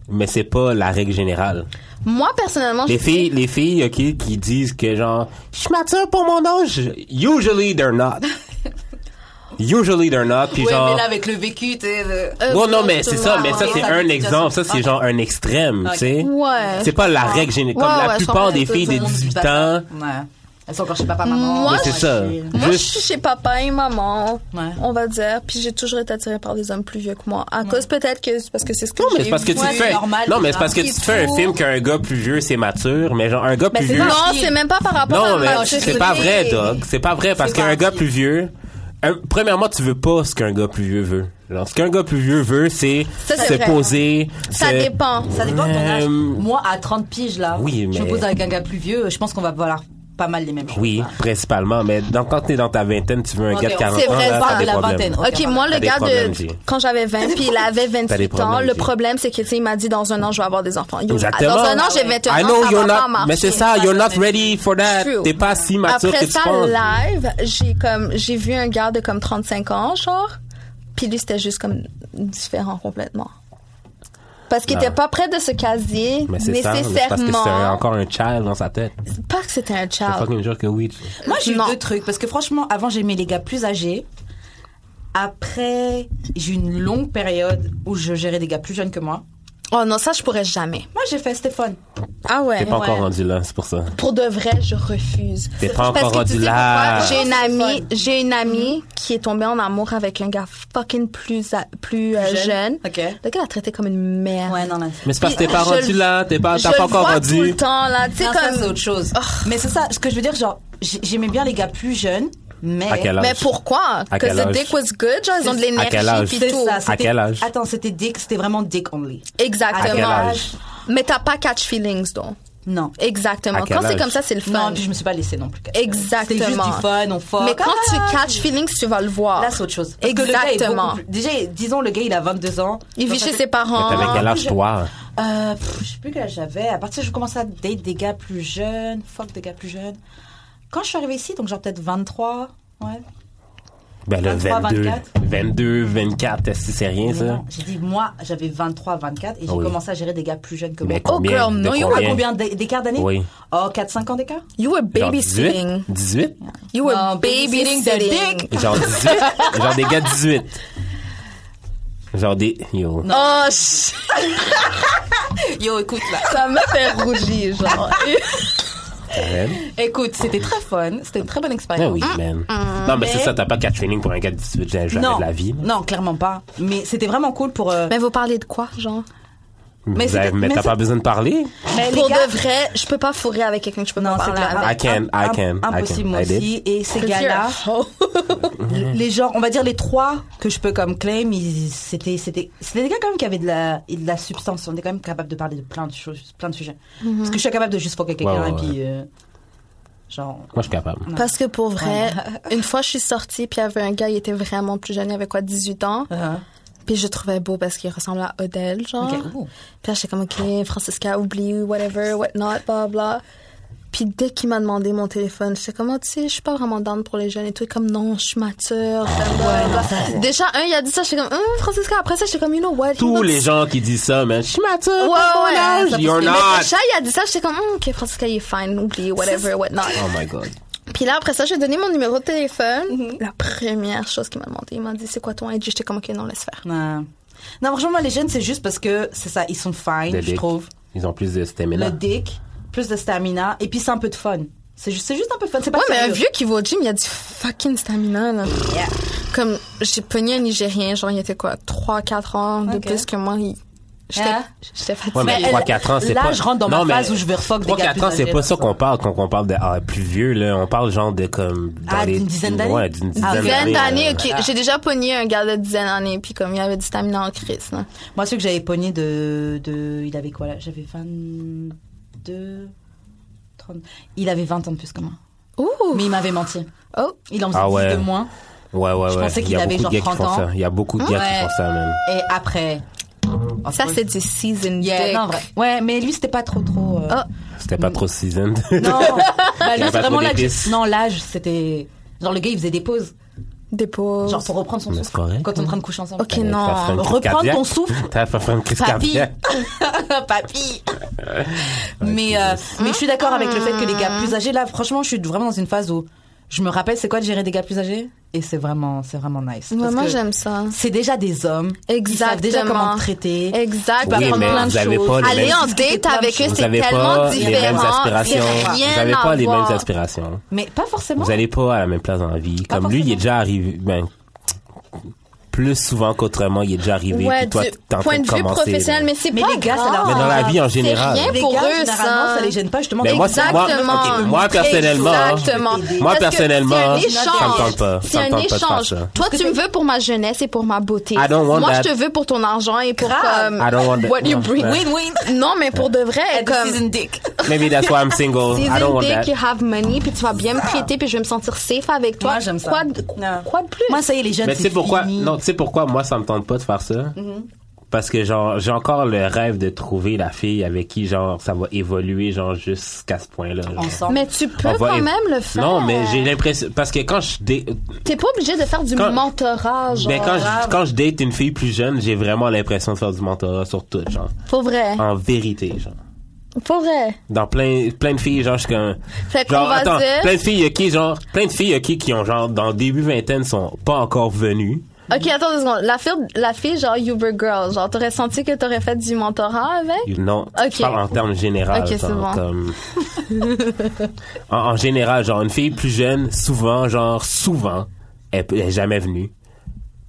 [SPEAKER 2] mais c'est pas la règle générale.
[SPEAKER 3] Moi, personnellement,
[SPEAKER 2] Les
[SPEAKER 3] je
[SPEAKER 2] filles, les filles, ok, qui disent que genre, je suis mature pour mon âge. Usually they're not. Usually they're not. Puis
[SPEAKER 1] Ouais,
[SPEAKER 2] genre.
[SPEAKER 1] mais là, avec le vécu, tu sais. euh,
[SPEAKER 3] Euh,
[SPEAKER 2] Non, non, mais c'est ça,
[SPEAKER 3] Ouais,
[SPEAKER 2] mais ça,
[SPEAKER 1] ouais,
[SPEAKER 2] c'est
[SPEAKER 1] ça,
[SPEAKER 2] un
[SPEAKER 1] c'est
[SPEAKER 2] exemple. Ça,
[SPEAKER 1] situation.
[SPEAKER 2] c'est genre un extrême,
[SPEAKER 1] Ok.
[SPEAKER 2] tu sais.
[SPEAKER 3] Ouais.
[SPEAKER 2] C'est pas la règle générale. Comme
[SPEAKER 3] Ouais,
[SPEAKER 2] la
[SPEAKER 3] ouais, je
[SPEAKER 2] plupart
[SPEAKER 3] comprends,
[SPEAKER 2] des
[SPEAKER 3] tout
[SPEAKER 2] filles
[SPEAKER 1] tout le
[SPEAKER 2] de
[SPEAKER 1] monde vit
[SPEAKER 2] 18
[SPEAKER 1] pas ça.
[SPEAKER 2] ans.
[SPEAKER 1] Ouais. Elles sont encore chez papa, maman.
[SPEAKER 3] Moi,
[SPEAKER 2] Ouais, c'est ça.
[SPEAKER 1] chez-
[SPEAKER 3] Moi,
[SPEAKER 2] Juste-
[SPEAKER 3] je suis chez papa et maman,
[SPEAKER 1] Ouais.
[SPEAKER 3] on va dire, puis j'ai toujours été attirée par des hommes plus vieux que moi. À cause peut-être que c'est parce que c'est ce que
[SPEAKER 2] Non, mais
[SPEAKER 3] j'ai
[SPEAKER 2] c'est parce que
[SPEAKER 3] vu.
[SPEAKER 2] tu te
[SPEAKER 1] Ouais,
[SPEAKER 2] fais.
[SPEAKER 1] normal,
[SPEAKER 2] non, mais c'est parce que
[SPEAKER 3] les
[SPEAKER 2] tu te fais un
[SPEAKER 3] fous.
[SPEAKER 2] film qu'un gars plus vieux, c'est mature, mais genre un
[SPEAKER 4] Ben,
[SPEAKER 2] gars plus
[SPEAKER 3] c'est
[SPEAKER 2] vieux.
[SPEAKER 3] Non, c'est même pas par rapport à
[SPEAKER 2] Non,
[SPEAKER 3] la
[SPEAKER 2] mais
[SPEAKER 3] maturité.
[SPEAKER 2] c'est pas vrai, Doc. C'est pas vrai parce
[SPEAKER 1] C'est
[SPEAKER 2] qu'un
[SPEAKER 1] gentil.
[SPEAKER 2] gars plus vieux, euh, premièrement, tu veux pas ce qu'un gars plus vieux veut. Genre, ce qu'un gars plus vieux veut, c'est
[SPEAKER 4] Ça, c'est
[SPEAKER 2] se
[SPEAKER 4] vrai.
[SPEAKER 2] poser.
[SPEAKER 4] Ça
[SPEAKER 2] se-
[SPEAKER 4] dépend.
[SPEAKER 1] Ça dépend de ton âge.
[SPEAKER 2] Euh,
[SPEAKER 1] Moi, à 30 piges, là,
[SPEAKER 2] Oui,
[SPEAKER 1] je me
[SPEAKER 2] mais-
[SPEAKER 1] pose avec un gars plus vieux, je pense qu'on va valoir pas mal les mêmes choses.
[SPEAKER 2] Oui,
[SPEAKER 1] là.
[SPEAKER 2] principalement. Mais donc, quand t'es dans ta vingtaine, tu veux un
[SPEAKER 1] Ok,
[SPEAKER 2] gars de
[SPEAKER 1] on-
[SPEAKER 2] 40
[SPEAKER 4] c'est
[SPEAKER 2] ans,
[SPEAKER 4] vrai,
[SPEAKER 2] là,
[SPEAKER 4] ça.
[SPEAKER 2] t'as des
[SPEAKER 1] La
[SPEAKER 2] problèmes.
[SPEAKER 1] vingtaine.
[SPEAKER 4] Ok,
[SPEAKER 1] Ok,
[SPEAKER 4] moi,
[SPEAKER 1] voilà.
[SPEAKER 4] le
[SPEAKER 2] T'as des
[SPEAKER 4] gars
[SPEAKER 2] problèmes,
[SPEAKER 4] de.
[SPEAKER 2] G.
[SPEAKER 4] Quand j'avais 20 puis il avait 28 ans,
[SPEAKER 2] problèmes,
[SPEAKER 4] le
[SPEAKER 2] G.
[SPEAKER 4] problème, c'est que, tu sais, il m'a dit dans un an, je vais avoir des enfants. Yo,
[SPEAKER 2] Exactement.
[SPEAKER 4] Ah, Dans un an, j'ai 21 ans.
[SPEAKER 2] I know
[SPEAKER 4] ça va
[SPEAKER 2] you're
[SPEAKER 4] pas
[SPEAKER 2] not,
[SPEAKER 4] marcher.
[SPEAKER 2] mais c'est ça,
[SPEAKER 1] Ça,
[SPEAKER 2] you're
[SPEAKER 1] ça
[SPEAKER 2] not
[SPEAKER 1] m'est-
[SPEAKER 2] ready for that.
[SPEAKER 4] True.
[SPEAKER 2] Euh, T'es pas si mature
[SPEAKER 3] Après
[SPEAKER 2] que tu
[SPEAKER 3] ça,
[SPEAKER 2] penses.
[SPEAKER 3] live, j'ai comme j'ai vu un gars de comme 35 ans, genre. Puis lui, c'était juste comme différent complètement.
[SPEAKER 4] Parce qu'il
[SPEAKER 2] Non.
[SPEAKER 4] était pas prêt de se casier
[SPEAKER 2] Ah. Mais c'est ça, mais c'est parce que c'est
[SPEAKER 4] nécessairement.
[SPEAKER 2] encore un child dans sa tête.
[SPEAKER 3] C'est Pas que c'était un
[SPEAKER 2] Je
[SPEAKER 3] child.
[SPEAKER 2] fucking jure que oui.
[SPEAKER 1] Moi, j'ai eu
[SPEAKER 3] Non.
[SPEAKER 1] deux trucs. Parce que franchement, avant, j'aimais les gars plus âgés. Après, j'ai eu une longue période où je gérais des gars plus jeunes que moi.
[SPEAKER 3] Oh non, ça, je pourrais jamais.
[SPEAKER 1] Moi, j'ai fait Stéphane.
[SPEAKER 3] Ah
[SPEAKER 2] T'es
[SPEAKER 3] ouais.
[SPEAKER 2] pas encore
[SPEAKER 1] Ouais.
[SPEAKER 2] rendu là, c'est pour ça.
[SPEAKER 3] Pour de vrai, je refuse.
[SPEAKER 2] T'es pas
[SPEAKER 3] Parce
[SPEAKER 2] encore
[SPEAKER 3] que tu
[SPEAKER 2] rendu
[SPEAKER 3] sais
[SPEAKER 2] là.
[SPEAKER 3] pourquoi? J'ai une
[SPEAKER 1] C'est
[SPEAKER 3] amie,
[SPEAKER 1] fun.
[SPEAKER 3] j'ai une amie qui est tombée en amour avec un gars fucking plus a- plus euh, jeune.
[SPEAKER 1] Ok.
[SPEAKER 3] Le gars l'a traité comme une merde.
[SPEAKER 1] Ouais, non, non.
[SPEAKER 2] Mais c'est parce que t'es
[SPEAKER 3] Puis
[SPEAKER 2] pas
[SPEAKER 3] je
[SPEAKER 2] rendu
[SPEAKER 3] le-
[SPEAKER 2] là, t'es pas,
[SPEAKER 3] Je
[SPEAKER 2] t'as
[SPEAKER 3] le
[SPEAKER 2] pas encore
[SPEAKER 3] vois tout
[SPEAKER 2] rendu.
[SPEAKER 3] le temps là, tu sais
[SPEAKER 1] Non, ça, c'est
[SPEAKER 3] comme.
[SPEAKER 1] autre chose.
[SPEAKER 3] Oh.
[SPEAKER 1] Mais c'est ça, ce que je veux dire, genre, j'ai- j'aimais bien les gars plus jeunes, mais.
[SPEAKER 2] À quel âge?
[SPEAKER 3] Mais pourquoi?
[SPEAKER 2] À
[SPEAKER 3] Parce que
[SPEAKER 2] quel
[SPEAKER 3] the
[SPEAKER 2] âge?
[SPEAKER 3] dick was good, genre ils ont de
[SPEAKER 2] À quel âge?
[SPEAKER 3] l'énergie
[SPEAKER 1] C'est
[SPEAKER 3] puis tout.
[SPEAKER 1] ça, c'était-
[SPEAKER 2] quel âge?
[SPEAKER 1] Attends, c'était dick, c'était vraiment dick only.
[SPEAKER 3] Exactement.
[SPEAKER 1] À quel
[SPEAKER 2] âge?
[SPEAKER 3] Mais t'as pas catch feelings donc.
[SPEAKER 1] Non.
[SPEAKER 3] Exactement.
[SPEAKER 2] À quel
[SPEAKER 3] Quand c'est
[SPEAKER 2] âge?
[SPEAKER 3] comme ça, c'est le fun.
[SPEAKER 1] Non, puis je me suis pas laissée non plus. catch.
[SPEAKER 3] Exactement.
[SPEAKER 1] C'était juste du fun, on fuck.
[SPEAKER 3] Mais quand tu
[SPEAKER 1] Ah,
[SPEAKER 3] catch feelings, tu vas le voir.
[SPEAKER 1] Là, c'est autre chose. Parce que le gars est
[SPEAKER 3] Ah. Exactement.
[SPEAKER 1] beaucoup plus- Déjà, disons, le gars, il a 22 ans.
[SPEAKER 3] Il vit
[SPEAKER 1] Donc, ça
[SPEAKER 3] chez
[SPEAKER 1] fait-
[SPEAKER 3] ses parents.
[SPEAKER 2] Mais t'avais quel âge,
[SPEAKER 1] je-
[SPEAKER 2] toi?
[SPEAKER 1] Euh, pff, je sais plus que j'avais. À partir, je commençais à date des gars plus jeunes, fuck des gars plus jeunes. Quand je suis arrivée ici, donc genre peut-être 23, ouais.
[SPEAKER 2] Ben là,
[SPEAKER 1] 23,
[SPEAKER 2] 22.
[SPEAKER 1] 24.
[SPEAKER 2] 22, 24, est-ce que c'est rien,
[SPEAKER 1] Mais
[SPEAKER 2] ça? Ah
[SPEAKER 1] non, j'ai dit moi, j'avais 23, 24 et j'ai
[SPEAKER 2] Oui.
[SPEAKER 1] commencé à gérer des gars plus jeunes que moi.
[SPEAKER 2] Mais
[SPEAKER 1] Oh,
[SPEAKER 2] combien?
[SPEAKER 3] girl,
[SPEAKER 2] de
[SPEAKER 3] no, you
[SPEAKER 1] à
[SPEAKER 2] combien?
[SPEAKER 1] combien d'é- d'écart d'années
[SPEAKER 2] Oui.
[SPEAKER 1] Oh, 4-5 ans d'écart
[SPEAKER 3] You were
[SPEAKER 2] Genre
[SPEAKER 3] babysitting.
[SPEAKER 2] 18? 18?
[SPEAKER 3] You were
[SPEAKER 1] Non, babysitting
[SPEAKER 3] babysitting
[SPEAKER 1] the
[SPEAKER 3] the
[SPEAKER 1] dick.
[SPEAKER 3] dick.
[SPEAKER 2] Genre 18? Genre des gars 18. Genre des. Yo.
[SPEAKER 3] Oh, ch-
[SPEAKER 1] Yo, écoute là.
[SPEAKER 3] ça me fait rougir, genre.
[SPEAKER 2] man.
[SPEAKER 1] écoute, c'était très fun, c'était une très bonne
[SPEAKER 2] Ah
[SPEAKER 1] expérience.
[SPEAKER 2] oui, man. Non, mais c'est
[SPEAKER 1] mais-
[SPEAKER 2] ça, t'as pas de catch feeling pour un gars de 18, jamais
[SPEAKER 1] non,
[SPEAKER 2] de la vie. là.
[SPEAKER 1] non, clairement pas. Mais c'était vraiment cool pour. euh,
[SPEAKER 3] Mais vous parlez de quoi, genre?
[SPEAKER 1] Mais
[SPEAKER 2] Mais,
[SPEAKER 1] c'était-
[SPEAKER 2] mais
[SPEAKER 1] mais
[SPEAKER 2] t'as
[SPEAKER 1] c'est-
[SPEAKER 2] pas besoin de parler?
[SPEAKER 1] mais Eh, les
[SPEAKER 3] Pour
[SPEAKER 1] gars-
[SPEAKER 3] de vrai, je peux pas fourrer avec quelqu'un que je peux
[SPEAKER 1] Non,
[SPEAKER 3] pas
[SPEAKER 1] c'est
[SPEAKER 3] parler
[SPEAKER 1] clair.
[SPEAKER 3] avec.
[SPEAKER 2] I can, I
[SPEAKER 1] Im-
[SPEAKER 2] can, I
[SPEAKER 1] Impossible
[SPEAKER 2] can. I did.
[SPEAKER 1] aussi. Et ces gars-là, les genres, on va dire les trois que je peux comme claim, ils- c'était c'était c'était des gars quand même qui avaient de la et de la substance. On est quand même capable de parler de plein de choses, plein de sujets.
[SPEAKER 3] Mm-hmm.
[SPEAKER 1] Parce que je suis capable de juste fucker quelqu'un
[SPEAKER 2] Ouais, ouais,
[SPEAKER 1] et puis euh, genre.
[SPEAKER 2] Moi, je suis capable.
[SPEAKER 3] Parce que pour vrai, une fois je suis sortie, puis il y avait un gars, il était vraiment plus jeune, il avait quoi, 18 ans.
[SPEAKER 1] Ah,
[SPEAKER 3] Puis je le trouvais beau parce qu'il ressemble à Odell, genre.
[SPEAKER 1] euh, Ok.
[SPEAKER 3] Puis là, j'étais comme, OK, Francisca, oublie, whatever, whatnot, bla bla. Puis dès qu'il m'a demandé mon téléphone, j'étais comme, Ah, tu sais, je suis pas vraiment down pour les jeunes et tout. Comme, non, je suis mature.
[SPEAKER 2] Ah,
[SPEAKER 3] comme, bla, bla. Déjà, un, il a dit ça, j'étais comme, hum, Francisca, après ça, j'étais comme, you know what? he
[SPEAKER 2] Tous
[SPEAKER 3] looks-
[SPEAKER 2] les gens qui disent ça, man, je suis mature,
[SPEAKER 3] Ouais,
[SPEAKER 2] pour mon
[SPEAKER 3] ouais.
[SPEAKER 2] âge.
[SPEAKER 3] ça
[SPEAKER 2] You're
[SPEAKER 3] passe- Mais quand
[SPEAKER 2] not.
[SPEAKER 3] Chat, il a dit ça, j'étais comme, Hum, OK, Francisca, il est fine, oublie, whatever, whatnot.
[SPEAKER 2] Oh my god.
[SPEAKER 3] Puis là, après ça, j'ai donné mon numéro de téléphone. La première chose qu'il m'a demandé, il m'a dit, c'est quoi ton ID? J'étais comme, OK, non, laisse faire.
[SPEAKER 1] Non, Non, franchement, moi, les jeunes, c'est juste parce que c'est ça, ils sont fine,
[SPEAKER 2] Le
[SPEAKER 1] je
[SPEAKER 2] dick.
[SPEAKER 1] trouve.
[SPEAKER 2] Ils ont plus de
[SPEAKER 1] Le
[SPEAKER 2] stamina.
[SPEAKER 1] dick, plus de stamina, et puis c'est un peu de fun. C'est juste, c'est juste un peu de fun. C'est pas
[SPEAKER 3] Ouais, mais un
[SPEAKER 1] sérieux.
[SPEAKER 3] vieux qui va au gym, il a du fucking stamina, là.
[SPEAKER 1] Yeah.
[SPEAKER 3] Comme, j'ai pogné un Nigérien, genre, il était quoi, 3-4 ans de
[SPEAKER 1] Ok.
[SPEAKER 3] plus que moi. il- J'étais
[SPEAKER 1] Yeah.
[SPEAKER 3] j'étais fatiguée.
[SPEAKER 2] Ouais, mais
[SPEAKER 1] Mais
[SPEAKER 2] 3-4 ans, c'est
[SPEAKER 1] là,
[SPEAKER 2] pas.
[SPEAKER 1] je rentre dans ma phase où je vais refuck des gars
[SPEAKER 2] 3-4
[SPEAKER 1] plus
[SPEAKER 2] ans, c'est
[SPEAKER 1] âgés,
[SPEAKER 2] pas
[SPEAKER 1] là.
[SPEAKER 2] ça qu'on parle quand on parle de ah, plus vieux, là. On parle genre de comme. dans
[SPEAKER 1] Ah,
[SPEAKER 2] les-
[SPEAKER 1] d'une dizaine d'années?
[SPEAKER 2] Ouais, d'une
[SPEAKER 1] Ah,
[SPEAKER 2] dizaine euh,
[SPEAKER 1] oui.
[SPEAKER 3] Dizaine d'années,
[SPEAKER 2] là.
[SPEAKER 3] ok. J'ai déjà pogné un gars de dizaine d'années, puis comme il avait du stamina en crise, là.
[SPEAKER 1] Moi, celui que j'avais pogné de, de. Il avait quoi là J'avais 22. 30. Il avait 20 ans de plus que moi.
[SPEAKER 3] Ouh!
[SPEAKER 1] Mais il m'avait menti.
[SPEAKER 3] Oh!
[SPEAKER 1] Il en faisait
[SPEAKER 2] Ah ouais.
[SPEAKER 1] 10 de moins.
[SPEAKER 2] Ouais, ouais, ouais.
[SPEAKER 1] Je pensais
[SPEAKER 2] Il y
[SPEAKER 1] qu'il
[SPEAKER 2] a
[SPEAKER 1] avait
[SPEAKER 2] beaucoup
[SPEAKER 1] genre
[SPEAKER 2] de gars
[SPEAKER 1] 30
[SPEAKER 2] qui font
[SPEAKER 1] ans.
[SPEAKER 2] ça. Il y a beaucoup de gars qui
[SPEAKER 1] Ouais.
[SPEAKER 2] font ça, man.
[SPEAKER 1] Et après.
[SPEAKER 3] Ça, c'est du season
[SPEAKER 1] Yeah,
[SPEAKER 3] dick.
[SPEAKER 1] non, vrai. Ouais, mais lui, c'était pas trop, trop. euh,
[SPEAKER 3] Ah.
[SPEAKER 2] C'était pas trop seasoned.
[SPEAKER 1] Non Bah, lui,
[SPEAKER 2] Il a
[SPEAKER 1] c'est
[SPEAKER 2] pas
[SPEAKER 1] vraiment
[SPEAKER 2] trop
[SPEAKER 1] l'âge.
[SPEAKER 2] d'épices.
[SPEAKER 1] Non, l'âge, c'était. Genre, le gars, il faisait des pauses.
[SPEAKER 3] Des pauses.
[SPEAKER 1] Genre, pour reprendre son
[SPEAKER 2] Mais c'est
[SPEAKER 1] souffle.
[SPEAKER 2] correct.
[SPEAKER 1] Quand on est en train de coucher ensemble.
[SPEAKER 3] Ok, non.
[SPEAKER 2] T'as fait une crise
[SPEAKER 1] Reprends
[SPEAKER 2] cardiaque.
[SPEAKER 1] ton souffle.
[SPEAKER 2] T'as pas fait une crise
[SPEAKER 1] Papy
[SPEAKER 2] cardiaque.
[SPEAKER 1] Papy Mais, euh, mais je suis d'accord avec le fait que les
[SPEAKER 2] Ah.
[SPEAKER 1] gars plus âgés, là, franchement, je suis vraiment dans une phase où je me rappelle c'est quoi de gérer des gars plus âgés et c'est vraiment, c'est vraiment nice.
[SPEAKER 3] Ouais,
[SPEAKER 1] Parce
[SPEAKER 3] moi,
[SPEAKER 1] que
[SPEAKER 3] j'aime ça.
[SPEAKER 1] C'est déjà des hommes. Ils savent déjà
[SPEAKER 3] Exactement.
[SPEAKER 1] comment te traiter.
[SPEAKER 3] Exactement.
[SPEAKER 2] Oui, mais
[SPEAKER 1] plein de
[SPEAKER 2] vous avez
[SPEAKER 1] choses.
[SPEAKER 2] pas les
[SPEAKER 3] Aller
[SPEAKER 2] mêmes-
[SPEAKER 3] en date avec eux,
[SPEAKER 2] Vous
[SPEAKER 3] c'est
[SPEAKER 2] avez
[SPEAKER 3] tellement
[SPEAKER 2] pas les mêmes
[SPEAKER 3] différent.
[SPEAKER 2] aspirations.
[SPEAKER 3] C'est rien
[SPEAKER 2] Vous avez
[SPEAKER 3] à
[SPEAKER 2] pas les mêmes
[SPEAKER 3] voir.
[SPEAKER 2] aspirations.
[SPEAKER 1] Mais pas forcément.
[SPEAKER 2] Vous allez pas à la même place dans la vie. Comme lui, il est
[SPEAKER 1] forcément.
[SPEAKER 2] déjà arrivé. Ben, plus souvent qu'autrement, il est déjà arrivé.
[SPEAKER 3] Ouais,
[SPEAKER 2] puis toi,
[SPEAKER 3] du
[SPEAKER 2] t'es en train
[SPEAKER 3] point de vue
[SPEAKER 2] commencer, là.
[SPEAKER 3] professionnel, mais c'est
[SPEAKER 1] Mais
[SPEAKER 3] pas
[SPEAKER 1] les gars, ça
[SPEAKER 3] grave.
[SPEAKER 1] leur-
[SPEAKER 2] Mais dans la vie en général.
[SPEAKER 3] rien
[SPEAKER 2] Les
[SPEAKER 3] pour
[SPEAKER 1] gars,
[SPEAKER 3] eux,
[SPEAKER 1] généralement,
[SPEAKER 3] ça.
[SPEAKER 1] ça les gêne pas justement.
[SPEAKER 2] Mais moi, c'est- moi,
[SPEAKER 3] Exactement.
[SPEAKER 2] ok, moi, personnellement, hein.
[SPEAKER 3] Exactement.
[SPEAKER 2] moi,
[SPEAKER 3] Parce que
[SPEAKER 2] personnellement,
[SPEAKER 3] c'est
[SPEAKER 2] ça
[SPEAKER 3] un
[SPEAKER 2] me
[SPEAKER 3] échange.
[SPEAKER 2] tente pas.
[SPEAKER 3] C'est
[SPEAKER 2] Ça me
[SPEAKER 3] un
[SPEAKER 2] tente pas de faire
[SPEAKER 3] échange.
[SPEAKER 2] ça.
[SPEAKER 3] Toi,
[SPEAKER 1] que
[SPEAKER 3] tu
[SPEAKER 1] t'es-
[SPEAKER 3] me veux pour ma jeunesse et pour ma beauté.
[SPEAKER 2] I don't want
[SPEAKER 3] Moi,
[SPEAKER 2] that.
[SPEAKER 3] je te veux pour ton argent et pour
[SPEAKER 1] Grave.
[SPEAKER 3] comme
[SPEAKER 2] I don't want that.
[SPEAKER 3] what you bring.
[SPEAKER 2] Ouais.
[SPEAKER 1] Win-win.
[SPEAKER 3] Non, mais pour de vrai, comme
[SPEAKER 1] dick.
[SPEAKER 2] Maybe that's why I'm single. I don't
[SPEAKER 3] season
[SPEAKER 2] want
[SPEAKER 3] dick,
[SPEAKER 2] that.
[SPEAKER 3] you have money, puis tu vas bien me traiter, puis je vais me sentir safe avec toi.
[SPEAKER 1] Moi, j'aime ça.
[SPEAKER 3] Quoi de,
[SPEAKER 1] Non.
[SPEAKER 3] quoi de plus?
[SPEAKER 1] Moi, ça y est, les jeunes,
[SPEAKER 2] Mais tu sais
[SPEAKER 1] c'est
[SPEAKER 2] pourquoi
[SPEAKER 1] fini.
[SPEAKER 2] Non, tu sais pourquoi moi ça me tente pas de faire ça
[SPEAKER 3] Mm-hmm.
[SPEAKER 2] Parce que genre j'ai encore le rêve de trouver la fille avec qui genre ça va évoluer genre jusqu'à ce point-là. genre.
[SPEAKER 1] Ensemble. Bah
[SPEAKER 3] mais tu peux
[SPEAKER 2] On va
[SPEAKER 3] quand
[SPEAKER 2] évo-
[SPEAKER 3] même le faire.
[SPEAKER 2] Non, mais j'ai l'impression parce que quand je dé-
[SPEAKER 3] T'es pas obligé de faire du
[SPEAKER 2] Quand-
[SPEAKER 3] mentorat, genre.
[SPEAKER 2] ben, quand
[SPEAKER 1] grave.
[SPEAKER 2] je quand je date une fille plus jeune, j'ai vraiment l'impression de faire du mentorat sur tout genre.
[SPEAKER 3] Pour vrai.
[SPEAKER 2] En vérité genre.
[SPEAKER 3] Pour vrai.
[SPEAKER 2] Dans plein plein de filles genre je suis comme
[SPEAKER 3] Fait qu'on
[SPEAKER 2] genre
[SPEAKER 3] va
[SPEAKER 2] attends,
[SPEAKER 3] dire-
[SPEAKER 2] plein de filles qui genre plein de filles qui qui ont genre dans le début vingtaine sont pas encore venues.
[SPEAKER 3] Ok, attends deux secondes. La fille, la fille genre Uber Girl, genre, t'aurais senti que t'aurais fait du mentorat avec?
[SPEAKER 2] Non,
[SPEAKER 3] Ok.
[SPEAKER 2] je parle en termes généraux.
[SPEAKER 3] Ok, c'est
[SPEAKER 2] genre,
[SPEAKER 3] bon.
[SPEAKER 2] comme- en, en général, genre, une fille plus jeune, souvent, genre, souvent, elle n'est jamais venue.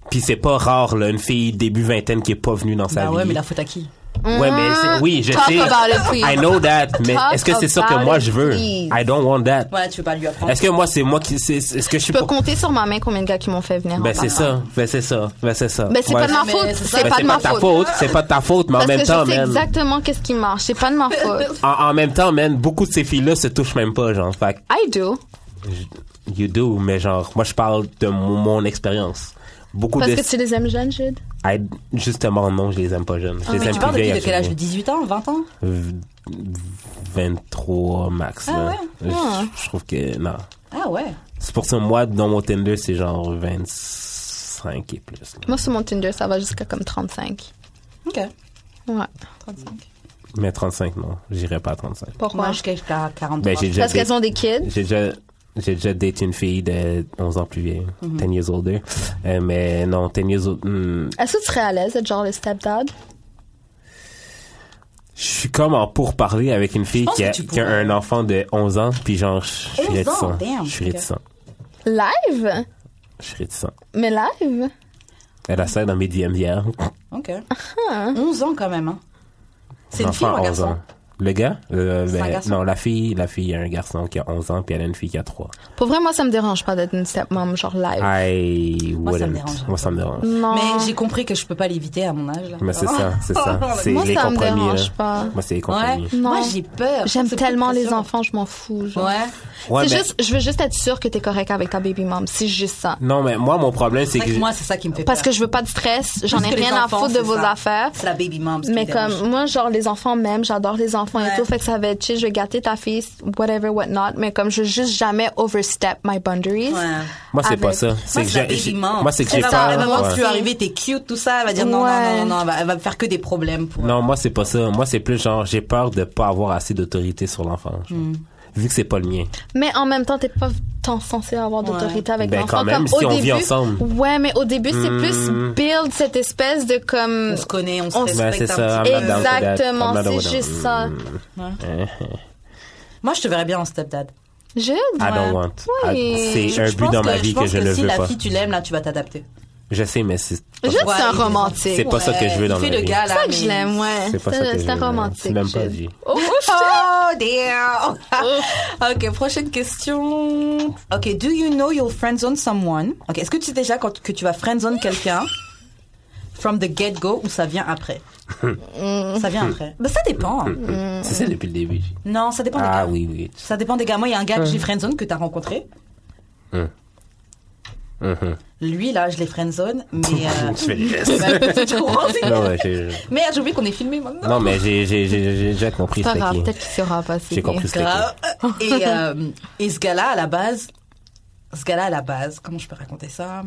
[SPEAKER 2] Puis c'est pas rare, là, une fille début vingtaine qui est pas venue dans sa
[SPEAKER 1] Bah
[SPEAKER 2] vie.
[SPEAKER 1] ouais, mais la faute à qui
[SPEAKER 2] Ouais, mais c'est- oui, je
[SPEAKER 3] Talk
[SPEAKER 2] sais.
[SPEAKER 3] about it, please.
[SPEAKER 2] I know that, mais
[SPEAKER 3] Talk
[SPEAKER 2] est-ce que c'est ça que
[SPEAKER 3] about
[SPEAKER 2] moi
[SPEAKER 3] it,
[SPEAKER 2] je veux?
[SPEAKER 3] please.
[SPEAKER 2] I don't want that.
[SPEAKER 1] Ouais, tu veux pas lui apprendre.
[SPEAKER 2] Est-ce que moi, c'est moi qui. c'est- Est-ce que je suis
[SPEAKER 3] Je peux
[SPEAKER 2] pour-
[SPEAKER 3] compter sur ma main combien de gars qui m'ont fait venir. en
[SPEAKER 2] Ben, c'est
[SPEAKER 3] parlant.
[SPEAKER 2] ça. Ben, c'est ça. Ben, c'est ça.
[SPEAKER 3] Ben, c'est
[SPEAKER 2] Ouais.
[SPEAKER 3] pas de ma
[SPEAKER 1] Mais
[SPEAKER 3] faute.
[SPEAKER 1] c'est ça.
[SPEAKER 3] C'est
[SPEAKER 2] Ben,
[SPEAKER 3] pas
[SPEAKER 2] c'est
[SPEAKER 3] de ma
[SPEAKER 2] ta
[SPEAKER 3] faute.
[SPEAKER 2] faute. C'est pas de ta faute, mais
[SPEAKER 3] Parce
[SPEAKER 2] en même
[SPEAKER 3] que
[SPEAKER 2] temps,
[SPEAKER 3] je sais
[SPEAKER 2] man.
[SPEAKER 3] exactement qu'est-ce qui marche. C'est pas de ma faute.
[SPEAKER 2] En, en même temps, man, beaucoup de ces filles-là se touchent même pas, genre. Fait que
[SPEAKER 3] I do.
[SPEAKER 2] You do, mais genre, moi je parle de mon, mon expérience. Beaucoup
[SPEAKER 3] Parce
[SPEAKER 2] de.
[SPEAKER 3] que tu les aimes jeunes, Jude?
[SPEAKER 2] I- justement, non, je les aime pas jeunes. Je les
[SPEAKER 1] Ah, Mais
[SPEAKER 2] aime
[SPEAKER 1] tu parles
[SPEAKER 2] plus
[SPEAKER 1] de qui
[SPEAKER 2] vieilles,
[SPEAKER 1] De quel âge De
[SPEAKER 2] actually.
[SPEAKER 1] 18 ans 20 ans
[SPEAKER 2] V- 23 max.
[SPEAKER 1] Ah
[SPEAKER 2] là.
[SPEAKER 1] ouais?
[SPEAKER 2] Je- Je, trouve que. Non.
[SPEAKER 1] Ah ouais.
[SPEAKER 2] C'est pour ça, moi, dans mon Tinder, c'est genre 25 et plus. là.
[SPEAKER 3] Moi, sur mon Tinder, ça va jusqu'à comme 35.
[SPEAKER 1] Ok.
[SPEAKER 3] Ouais.
[SPEAKER 1] 35.
[SPEAKER 2] Mais 35, non. J'irai pas à 35.
[SPEAKER 3] Pourquoi?
[SPEAKER 1] Moi, jusqu'à 43.
[SPEAKER 2] Ben, j'ai déjà.
[SPEAKER 3] Parce qu'elles
[SPEAKER 2] date-
[SPEAKER 3] ont des kids.
[SPEAKER 2] J'ai déjà. J'ai déjà daté une fille de 11 ans plus vieille,
[SPEAKER 1] Mhm.
[SPEAKER 2] 10 years older. Euh, mais non, 10 years hmm, older.
[SPEAKER 3] Est-ce que tu serais à l'aise d'être genre le stepdad?
[SPEAKER 2] Je suis comme en pourparler avec une fille
[SPEAKER 1] pense
[SPEAKER 2] qui a,
[SPEAKER 1] que tu
[SPEAKER 2] qui a
[SPEAKER 1] pourrais.
[SPEAKER 2] un enfant de 11 ans, puis genre, je je suis
[SPEAKER 1] 11 ans,
[SPEAKER 2] réticent.
[SPEAKER 1] damn,
[SPEAKER 2] Je suis
[SPEAKER 1] ok.
[SPEAKER 2] réticent.
[SPEAKER 3] Live?
[SPEAKER 2] Je suis réticent.
[SPEAKER 3] Mais live?
[SPEAKER 2] Elle a ça dans mes DM hier.
[SPEAKER 1] Ok.
[SPEAKER 3] Ah.
[SPEAKER 1] 11 ans quand même. hein. C'est une fille ou
[SPEAKER 2] Enfant
[SPEAKER 1] un
[SPEAKER 2] 11
[SPEAKER 1] garçon
[SPEAKER 2] ans. Le gars? Euh,
[SPEAKER 1] C'est un
[SPEAKER 2] ben,
[SPEAKER 1] garçon.
[SPEAKER 2] Non, la fille, la fille a un garçon qui a 11 ans, puis elle a une fille qui a 3.
[SPEAKER 3] Pour vrai, moi, ça me dérange pas d'être une stepmom, genre live.
[SPEAKER 2] I
[SPEAKER 1] Moi, ça me
[SPEAKER 2] wouldn't.
[SPEAKER 1] dérange.
[SPEAKER 2] Moi, ça me dérange.
[SPEAKER 3] Non.
[SPEAKER 1] Mais j'ai compris que je peux pas l'éviter à mon âge. Là.
[SPEAKER 2] Mais c'est ça, c'est ça. C'est
[SPEAKER 3] Moi,
[SPEAKER 2] les
[SPEAKER 3] ça me
[SPEAKER 2] compromis.
[SPEAKER 3] dérange
[SPEAKER 2] là.
[SPEAKER 3] pas.
[SPEAKER 2] Moi, c'est
[SPEAKER 1] Ouais.
[SPEAKER 2] les compromis.
[SPEAKER 3] Non.
[SPEAKER 1] Moi, j'ai peur.
[SPEAKER 3] J'aime
[SPEAKER 1] Euh, C'est
[SPEAKER 3] tellement
[SPEAKER 1] beaucoup de
[SPEAKER 3] les
[SPEAKER 1] pression.
[SPEAKER 3] enfants, je m'en fous. Genre.
[SPEAKER 1] Ouais.
[SPEAKER 2] Ouais,
[SPEAKER 3] c'est
[SPEAKER 2] mais-
[SPEAKER 3] juste, je veux juste être sûre que t'es correct avec ta baby mom. C'est juste ça.
[SPEAKER 2] Non, mais moi, mon problème, c'est
[SPEAKER 1] C'est vrai
[SPEAKER 2] que.
[SPEAKER 1] que moi, c'est ça qui me fait
[SPEAKER 3] Parce
[SPEAKER 1] peur.
[SPEAKER 3] que je veux pas de stress, j'en ai
[SPEAKER 1] Plus que les
[SPEAKER 3] rien à
[SPEAKER 1] enfants,
[SPEAKER 3] foutre de
[SPEAKER 1] c'est
[SPEAKER 3] vos
[SPEAKER 1] ça.
[SPEAKER 3] affaires.
[SPEAKER 1] C'est la baby mom. ce qui
[SPEAKER 3] Mais
[SPEAKER 1] me
[SPEAKER 3] comme
[SPEAKER 1] dérange.
[SPEAKER 3] moi, genre les enfants m'aiment, j'adore les enfants
[SPEAKER 1] Ouais.
[SPEAKER 3] et tout, fait que ça va être chill, je vais gâter ta fille, whatever, whatnot. Mais comme je veux juste jamais overstep my boundaries.
[SPEAKER 1] Ouais.
[SPEAKER 2] Moi, c'est pas
[SPEAKER 3] Avec-
[SPEAKER 2] ça.
[SPEAKER 1] Moi,
[SPEAKER 2] C'est que
[SPEAKER 1] c'est la
[SPEAKER 2] j'ai.
[SPEAKER 1] baby
[SPEAKER 2] j'ai-
[SPEAKER 1] mom.
[SPEAKER 2] Moi, c'est que
[SPEAKER 1] Elle
[SPEAKER 2] j'ai
[SPEAKER 1] va
[SPEAKER 2] peur.
[SPEAKER 1] voir- Elle va voir
[SPEAKER 2] ouais.
[SPEAKER 1] que tu es arrivé, t'es cute, tout ça. Elle va dire non, non, non,
[SPEAKER 3] Ouais.
[SPEAKER 1] non, non, Elle va, elle va me faire que des problèmes pour.
[SPEAKER 2] Non, moi, c'est pas ça. Moi, c'est plus genre, j'ai peur de pas avoir assez d'autorité sur l'enfant. genre.
[SPEAKER 1] Hmm.
[SPEAKER 2] Vu que c'est pas le mien.
[SPEAKER 3] Mais en même temps, t'es pas tant censé avoir d'autorité avec
[SPEAKER 2] Ben,
[SPEAKER 3] l'enfant.
[SPEAKER 2] quand même,
[SPEAKER 3] comme
[SPEAKER 2] si
[SPEAKER 3] au
[SPEAKER 2] on vit
[SPEAKER 3] début,
[SPEAKER 2] ensemble.
[SPEAKER 3] Ouais, mais au début, c'est
[SPEAKER 2] Hmm.
[SPEAKER 3] plus build cette espèce de comme.
[SPEAKER 1] On se connaît, on se
[SPEAKER 3] On se-
[SPEAKER 1] respecte
[SPEAKER 2] Ben, c'est ça,
[SPEAKER 1] un petit Hmm. peu.
[SPEAKER 2] I'm not down for that.
[SPEAKER 3] Exactement,
[SPEAKER 2] I'm not down
[SPEAKER 3] c'est
[SPEAKER 2] with
[SPEAKER 3] juste
[SPEAKER 2] that. Hein?
[SPEAKER 3] ça.
[SPEAKER 1] Moi, je te verrais bien en stepdad.
[SPEAKER 3] Jude?
[SPEAKER 2] I
[SPEAKER 1] Ouais.
[SPEAKER 2] don't want.
[SPEAKER 3] Oui.
[SPEAKER 2] I- C'est un
[SPEAKER 1] Je
[SPEAKER 2] but
[SPEAKER 1] pense
[SPEAKER 2] dans ma
[SPEAKER 1] je
[SPEAKER 2] vie que
[SPEAKER 1] pense
[SPEAKER 2] je ne
[SPEAKER 1] si
[SPEAKER 2] veux
[SPEAKER 1] la
[SPEAKER 2] pas.
[SPEAKER 1] fille, tu l'aimes, là, tu vas t'adapter.
[SPEAKER 2] Je sais, mais c'est pas
[SPEAKER 3] Jude,
[SPEAKER 2] ça.
[SPEAKER 3] c'est un
[SPEAKER 1] Ouais,
[SPEAKER 3] romantique.
[SPEAKER 2] C'est pas ça que je veux dans
[SPEAKER 1] Il
[SPEAKER 2] ma
[SPEAKER 1] fait le
[SPEAKER 2] vie.
[SPEAKER 1] gars,
[SPEAKER 3] C'est
[SPEAKER 1] là.
[SPEAKER 3] ça que je
[SPEAKER 1] mais-
[SPEAKER 3] l'aime, ouais.
[SPEAKER 2] C'est pas ça que je
[SPEAKER 3] C'est un
[SPEAKER 2] veux.
[SPEAKER 3] romantique.
[SPEAKER 2] Tu m'aimes pas,
[SPEAKER 3] Jude.
[SPEAKER 2] J.
[SPEAKER 1] Oh, oh, damn. ok, prochaine question. Ok, do you know you'll friendzone someone? Ok, est-ce que tu sais déjà quand, que tu vas friendzone quelqu'un from the get-go ou ça vient après?
[SPEAKER 3] Hmm.
[SPEAKER 1] ça vient après. Ben, ça dépend.
[SPEAKER 2] C'est ça depuis le début. J.
[SPEAKER 1] Non, ça dépend des
[SPEAKER 2] Ah
[SPEAKER 1] gars.
[SPEAKER 2] oui, oui.
[SPEAKER 1] Ça dépend des gars. Moi, il y a un gars
[SPEAKER 3] Hmm.
[SPEAKER 1] que j'ai friendzone que t'as rencontré.
[SPEAKER 2] Mhm.
[SPEAKER 1] Lui, là, je l'ai friendzone, mais... euh,
[SPEAKER 2] Tu fais des gestes.
[SPEAKER 1] bah, c'est trop grand, c'est-
[SPEAKER 2] Ah. Non, ouais, j'ai-
[SPEAKER 1] Merde, j'ai oublié qu'on est filmé maintenant.
[SPEAKER 2] non, mais j'ai j'ai- j'ai- j'ai déjà compris
[SPEAKER 3] Pas
[SPEAKER 2] c'était
[SPEAKER 3] grave,
[SPEAKER 2] qui.
[SPEAKER 3] peut-être qu'il saura passer.
[SPEAKER 2] J'ai compris c'était
[SPEAKER 1] Grave.
[SPEAKER 2] qui.
[SPEAKER 1] Et, euh, et ce gars-là, à la base, ce gars-là, à la base, comment je peux raconter ça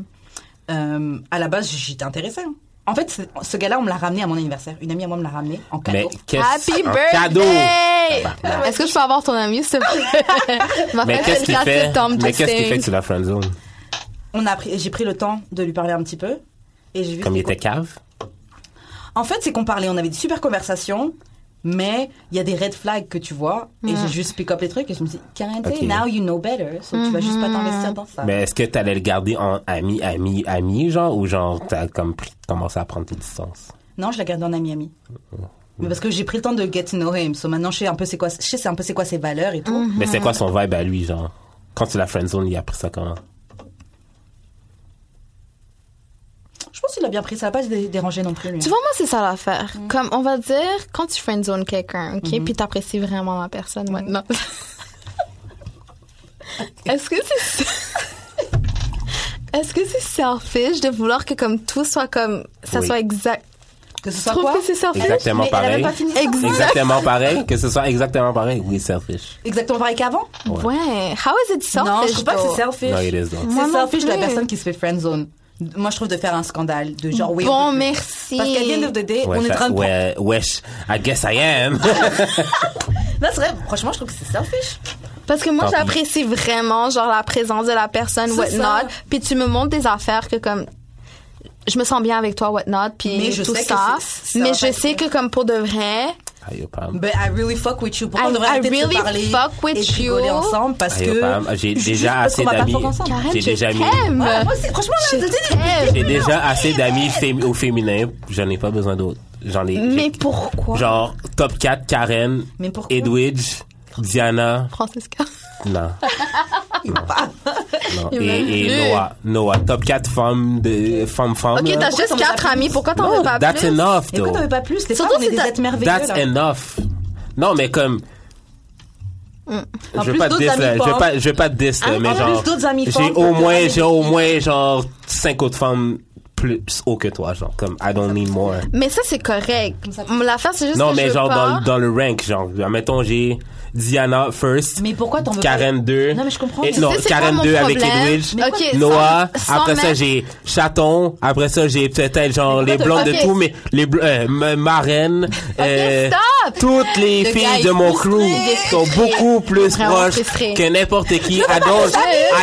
[SPEAKER 1] Euh, À la base, j'étais intéressée. hein. En fait, c'est- ce gars-là, on me l'a ramené à mon anniversaire. Une amie à moi me l'a ramené en
[SPEAKER 2] Mais
[SPEAKER 1] cadeau.
[SPEAKER 2] qu'est-ce
[SPEAKER 3] Happy
[SPEAKER 2] un
[SPEAKER 3] birthday!
[SPEAKER 2] cadeau Ah, bah,
[SPEAKER 3] Est-ce que je peux avoir ton ami, s'il te plaît? Ma
[SPEAKER 2] Mais
[SPEAKER 3] fête,
[SPEAKER 2] qu'est-ce qui
[SPEAKER 3] c'est le
[SPEAKER 2] fait
[SPEAKER 3] 4 septembre,
[SPEAKER 2] Mais
[SPEAKER 3] tu
[SPEAKER 2] qu'est-ce qui
[SPEAKER 3] sais.
[SPEAKER 2] fait que tu la friendzone
[SPEAKER 1] On a pris, j'ai pris le temps de lui parler un petit peu. Et j'ai vu
[SPEAKER 2] Comme il
[SPEAKER 1] qu'il-
[SPEAKER 2] était cave
[SPEAKER 1] En fait, c'est qu'on parlait, on avait des super conversations. mais il y a des red flags que tu vois et j'ai juste pick up les trucs et je me dis Karente
[SPEAKER 2] Ok.
[SPEAKER 1] now you know better so tu vas juste pas t'investir dans ça
[SPEAKER 2] Mais est-ce que t'allais le garder en ami, ami, ami, genre, ou genre, t'as comme pris- commencé à prendre tes distances?
[SPEAKER 1] non je la garde en ami ami
[SPEAKER 2] Euh,
[SPEAKER 1] mais parce que j'ai pris le temps de get to know him so maintenant je sais un peu c'est quoi je sais un peu c'est quoi ses valeurs et
[SPEAKER 3] Mm.
[SPEAKER 1] tout
[SPEAKER 2] Mais c'est quoi son vibe à lui, genre? Quand tu l'as friendzone, il a pris ça comment?
[SPEAKER 1] je pense qu'il a bien pris ça a pas dé- dérangé non plus lui.
[SPEAKER 3] Tu vois, moi, c'est ça l'affaire.
[SPEAKER 1] Mm.
[SPEAKER 3] Comme, on va dire, quand tu friendzone quelqu'un,
[SPEAKER 1] Mm-hmm.
[SPEAKER 3] OK, puis t'apprécies vraiment la personne, ouais, non. Est-ce que c'est... Est-ce que c'est selfish de vouloir que comme tout soit comme ça
[SPEAKER 2] Oui.
[SPEAKER 3] soit exact
[SPEAKER 1] que ce
[SPEAKER 3] Je
[SPEAKER 1] soit
[SPEAKER 3] trouve
[SPEAKER 1] quoi
[SPEAKER 3] que c'est selfish.
[SPEAKER 2] Exactement
[SPEAKER 1] Mais elle avait
[SPEAKER 2] pareil.
[SPEAKER 1] pas fini
[SPEAKER 3] Exact.
[SPEAKER 1] ça.
[SPEAKER 2] Exactement pareil? Que ce soit exactement pareil? Oui, selfish.
[SPEAKER 1] exactement pareil qu'avant
[SPEAKER 2] Ouais.
[SPEAKER 3] Ouais. How is it selfish?
[SPEAKER 1] non je trouve pas que
[SPEAKER 3] though?
[SPEAKER 1] c'est selfish
[SPEAKER 2] Non, it is not.
[SPEAKER 1] c'est
[SPEAKER 3] Moi non
[SPEAKER 1] selfish de la
[SPEAKER 3] plus.
[SPEAKER 1] personne qui se fait friend zone moi je trouve de faire un scandale de genre oui on
[SPEAKER 3] Bon,
[SPEAKER 1] peut plus.
[SPEAKER 3] merci.
[SPEAKER 1] parce qu'à the end of the day
[SPEAKER 2] Ouais,
[SPEAKER 1] on est en
[SPEAKER 2] ça-
[SPEAKER 1] train de Ben, prendre-
[SPEAKER 2] ouais, wesh, I guess I am.
[SPEAKER 1] non c'est vrai franchement je trouve que c'est selfish
[SPEAKER 3] Parce que moi,
[SPEAKER 2] Tant pis.
[SPEAKER 3] j'apprécie vraiment, genre, la présence de la personne,
[SPEAKER 1] C'est ça.
[SPEAKER 3] whatnot. Puis tu me montres des affaires que, comme, je me sens bien avec toi, whatnot, puis
[SPEAKER 1] Mais je
[SPEAKER 3] tout
[SPEAKER 1] sais que
[SPEAKER 3] ça.
[SPEAKER 1] c'est- ça
[SPEAKER 3] mais
[SPEAKER 1] va
[SPEAKER 3] je
[SPEAKER 1] pas
[SPEAKER 3] sais
[SPEAKER 1] être-
[SPEAKER 3] que, comme, pour de vrai,
[SPEAKER 2] Aïe, yo, Pam.
[SPEAKER 1] But I really fuck with you. Pourquoi
[SPEAKER 3] I-
[SPEAKER 1] on devrait
[SPEAKER 3] I
[SPEAKER 1] arrêter
[SPEAKER 3] really
[SPEAKER 1] de se parler
[SPEAKER 3] fuck with
[SPEAKER 1] et de rigoler
[SPEAKER 3] you.
[SPEAKER 1] ensemble parce
[SPEAKER 2] Aïe, yo, Pam.
[SPEAKER 1] que
[SPEAKER 2] J'ai
[SPEAKER 1] juste
[SPEAKER 2] déjà
[SPEAKER 1] parce
[SPEAKER 2] assez
[SPEAKER 1] qu'on va pas
[SPEAKER 2] d'amis.
[SPEAKER 1] fuck ensemble.
[SPEAKER 3] Karen,
[SPEAKER 2] J'ai
[SPEAKER 3] je
[SPEAKER 2] déjà mis.
[SPEAKER 3] t'aime.
[SPEAKER 1] Ouais, moi aussi, franchement, je
[SPEAKER 3] Je
[SPEAKER 1] te dis-
[SPEAKER 3] t'aime.
[SPEAKER 2] J'ai déjà assez d'amis fé- au féminin, j'en ai pas besoin d'autres. J'en ai. j'ai-
[SPEAKER 3] Mais pourquoi?
[SPEAKER 2] Genre, top 4, Karen,
[SPEAKER 1] Mais pourquoi?
[SPEAKER 2] Edwidge, Diana,
[SPEAKER 3] Francesca.
[SPEAKER 2] non. non.
[SPEAKER 3] Il m'a
[SPEAKER 2] Et, et
[SPEAKER 3] plu.
[SPEAKER 2] Noah. Noah, top 4 femmes, de, femmes, femmes.
[SPEAKER 3] Ok,
[SPEAKER 2] là.
[SPEAKER 3] t'as juste
[SPEAKER 1] t'en veux pas
[SPEAKER 3] quatre
[SPEAKER 1] plus?
[SPEAKER 3] amis. Pourquoi t'en
[SPEAKER 2] Non,
[SPEAKER 3] veux pas
[SPEAKER 2] that's
[SPEAKER 3] plus?
[SPEAKER 2] enough,
[SPEAKER 1] Écoute, on veut
[SPEAKER 2] though.
[SPEAKER 1] pas plus. Les
[SPEAKER 3] Surtout
[SPEAKER 1] femmes, on est
[SPEAKER 3] si
[SPEAKER 1] des
[SPEAKER 3] t'as-
[SPEAKER 1] êtres merveilleux.
[SPEAKER 2] That's
[SPEAKER 1] là.
[SPEAKER 2] enough. Non, mais comme.
[SPEAKER 1] Mm. En
[SPEAKER 2] Je vais
[SPEAKER 1] plus,
[SPEAKER 2] pas te
[SPEAKER 1] d'autres
[SPEAKER 2] diss,
[SPEAKER 1] amis
[SPEAKER 2] là. je vais
[SPEAKER 1] forts. Hein?
[SPEAKER 2] pas, je vais pas te diss, là,
[SPEAKER 1] En
[SPEAKER 2] mais
[SPEAKER 1] plus,
[SPEAKER 2] genre.
[SPEAKER 1] d'autres amis
[SPEAKER 2] J'ai
[SPEAKER 1] forts,
[SPEAKER 2] au
[SPEAKER 1] d'autres
[SPEAKER 2] moins,
[SPEAKER 1] amis
[SPEAKER 2] j'ai au moins, genre, 5 autres femmes plus haut que toi, genre. Comme, I don't need more.
[SPEAKER 3] Mais ça, c'est correct. L'affaire, c'est juste
[SPEAKER 2] Non,
[SPEAKER 3] que je
[SPEAKER 2] mais
[SPEAKER 3] veux
[SPEAKER 2] genre
[SPEAKER 3] pas-
[SPEAKER 2] dans, le- dans le rank, genre, mettons, j'ai Diana first.
[SPEAKER 1] Mais pourquoi t'en veux pas-
[SPEAKER 2] Karen 2.
[SPEAKER 1] Non, mais je comprends,
[SPEAKER 2] Et,
[SPEAKER 1] mais-
[SPEAKER 2] non,
[SPEAKER 3] Tu sais, c'est quoi
[SPEAKER 2] Karen
[SPEAKER 3] mon
[SPEAKER 2] 2 avec
[SPEAKER 3] problème?
[SPEAKER 2] Edwidge.
[SPEAKER 3] Mais Ok, sans-
[SPEAKER 2] Noah.
[SPEAKER 3] sans
[SPEAKER 2] après ça,
[SPEAKER 3] mettre-
[SPEAKER 2] j'ai Chaton. Après ça, j'ai peut-être, genre, les
[SPEAKER 1] t'as-
[SPEAKER 2] blondes de
[SPEAKER 3] ok.
[SPEAKER 2] tout, mais les bl- euh, ma- ma reine. euh,
[SPEAKER 3] stop!
[SPEAKER 2] Toutes les
[SPEAKER 3] Le gars
[SPEAKER 2] filles
[SPEAKER 3] est
[SPEAKER 2] de mon
[SPEAKER 3] frustré.
[SPEAKER 2] crew
[SPEAKER 3] Il est
[SPEAKER 2] sont
[SPEAKER 3] frustré.
[SPEAKER 2] beaucoup plus
[SPEAKER 3] Vraiment
[SPEAKER 2] proches
[SPEAKER 3] frustré.
[SPEAKER 2] que n'importe qui. I don't,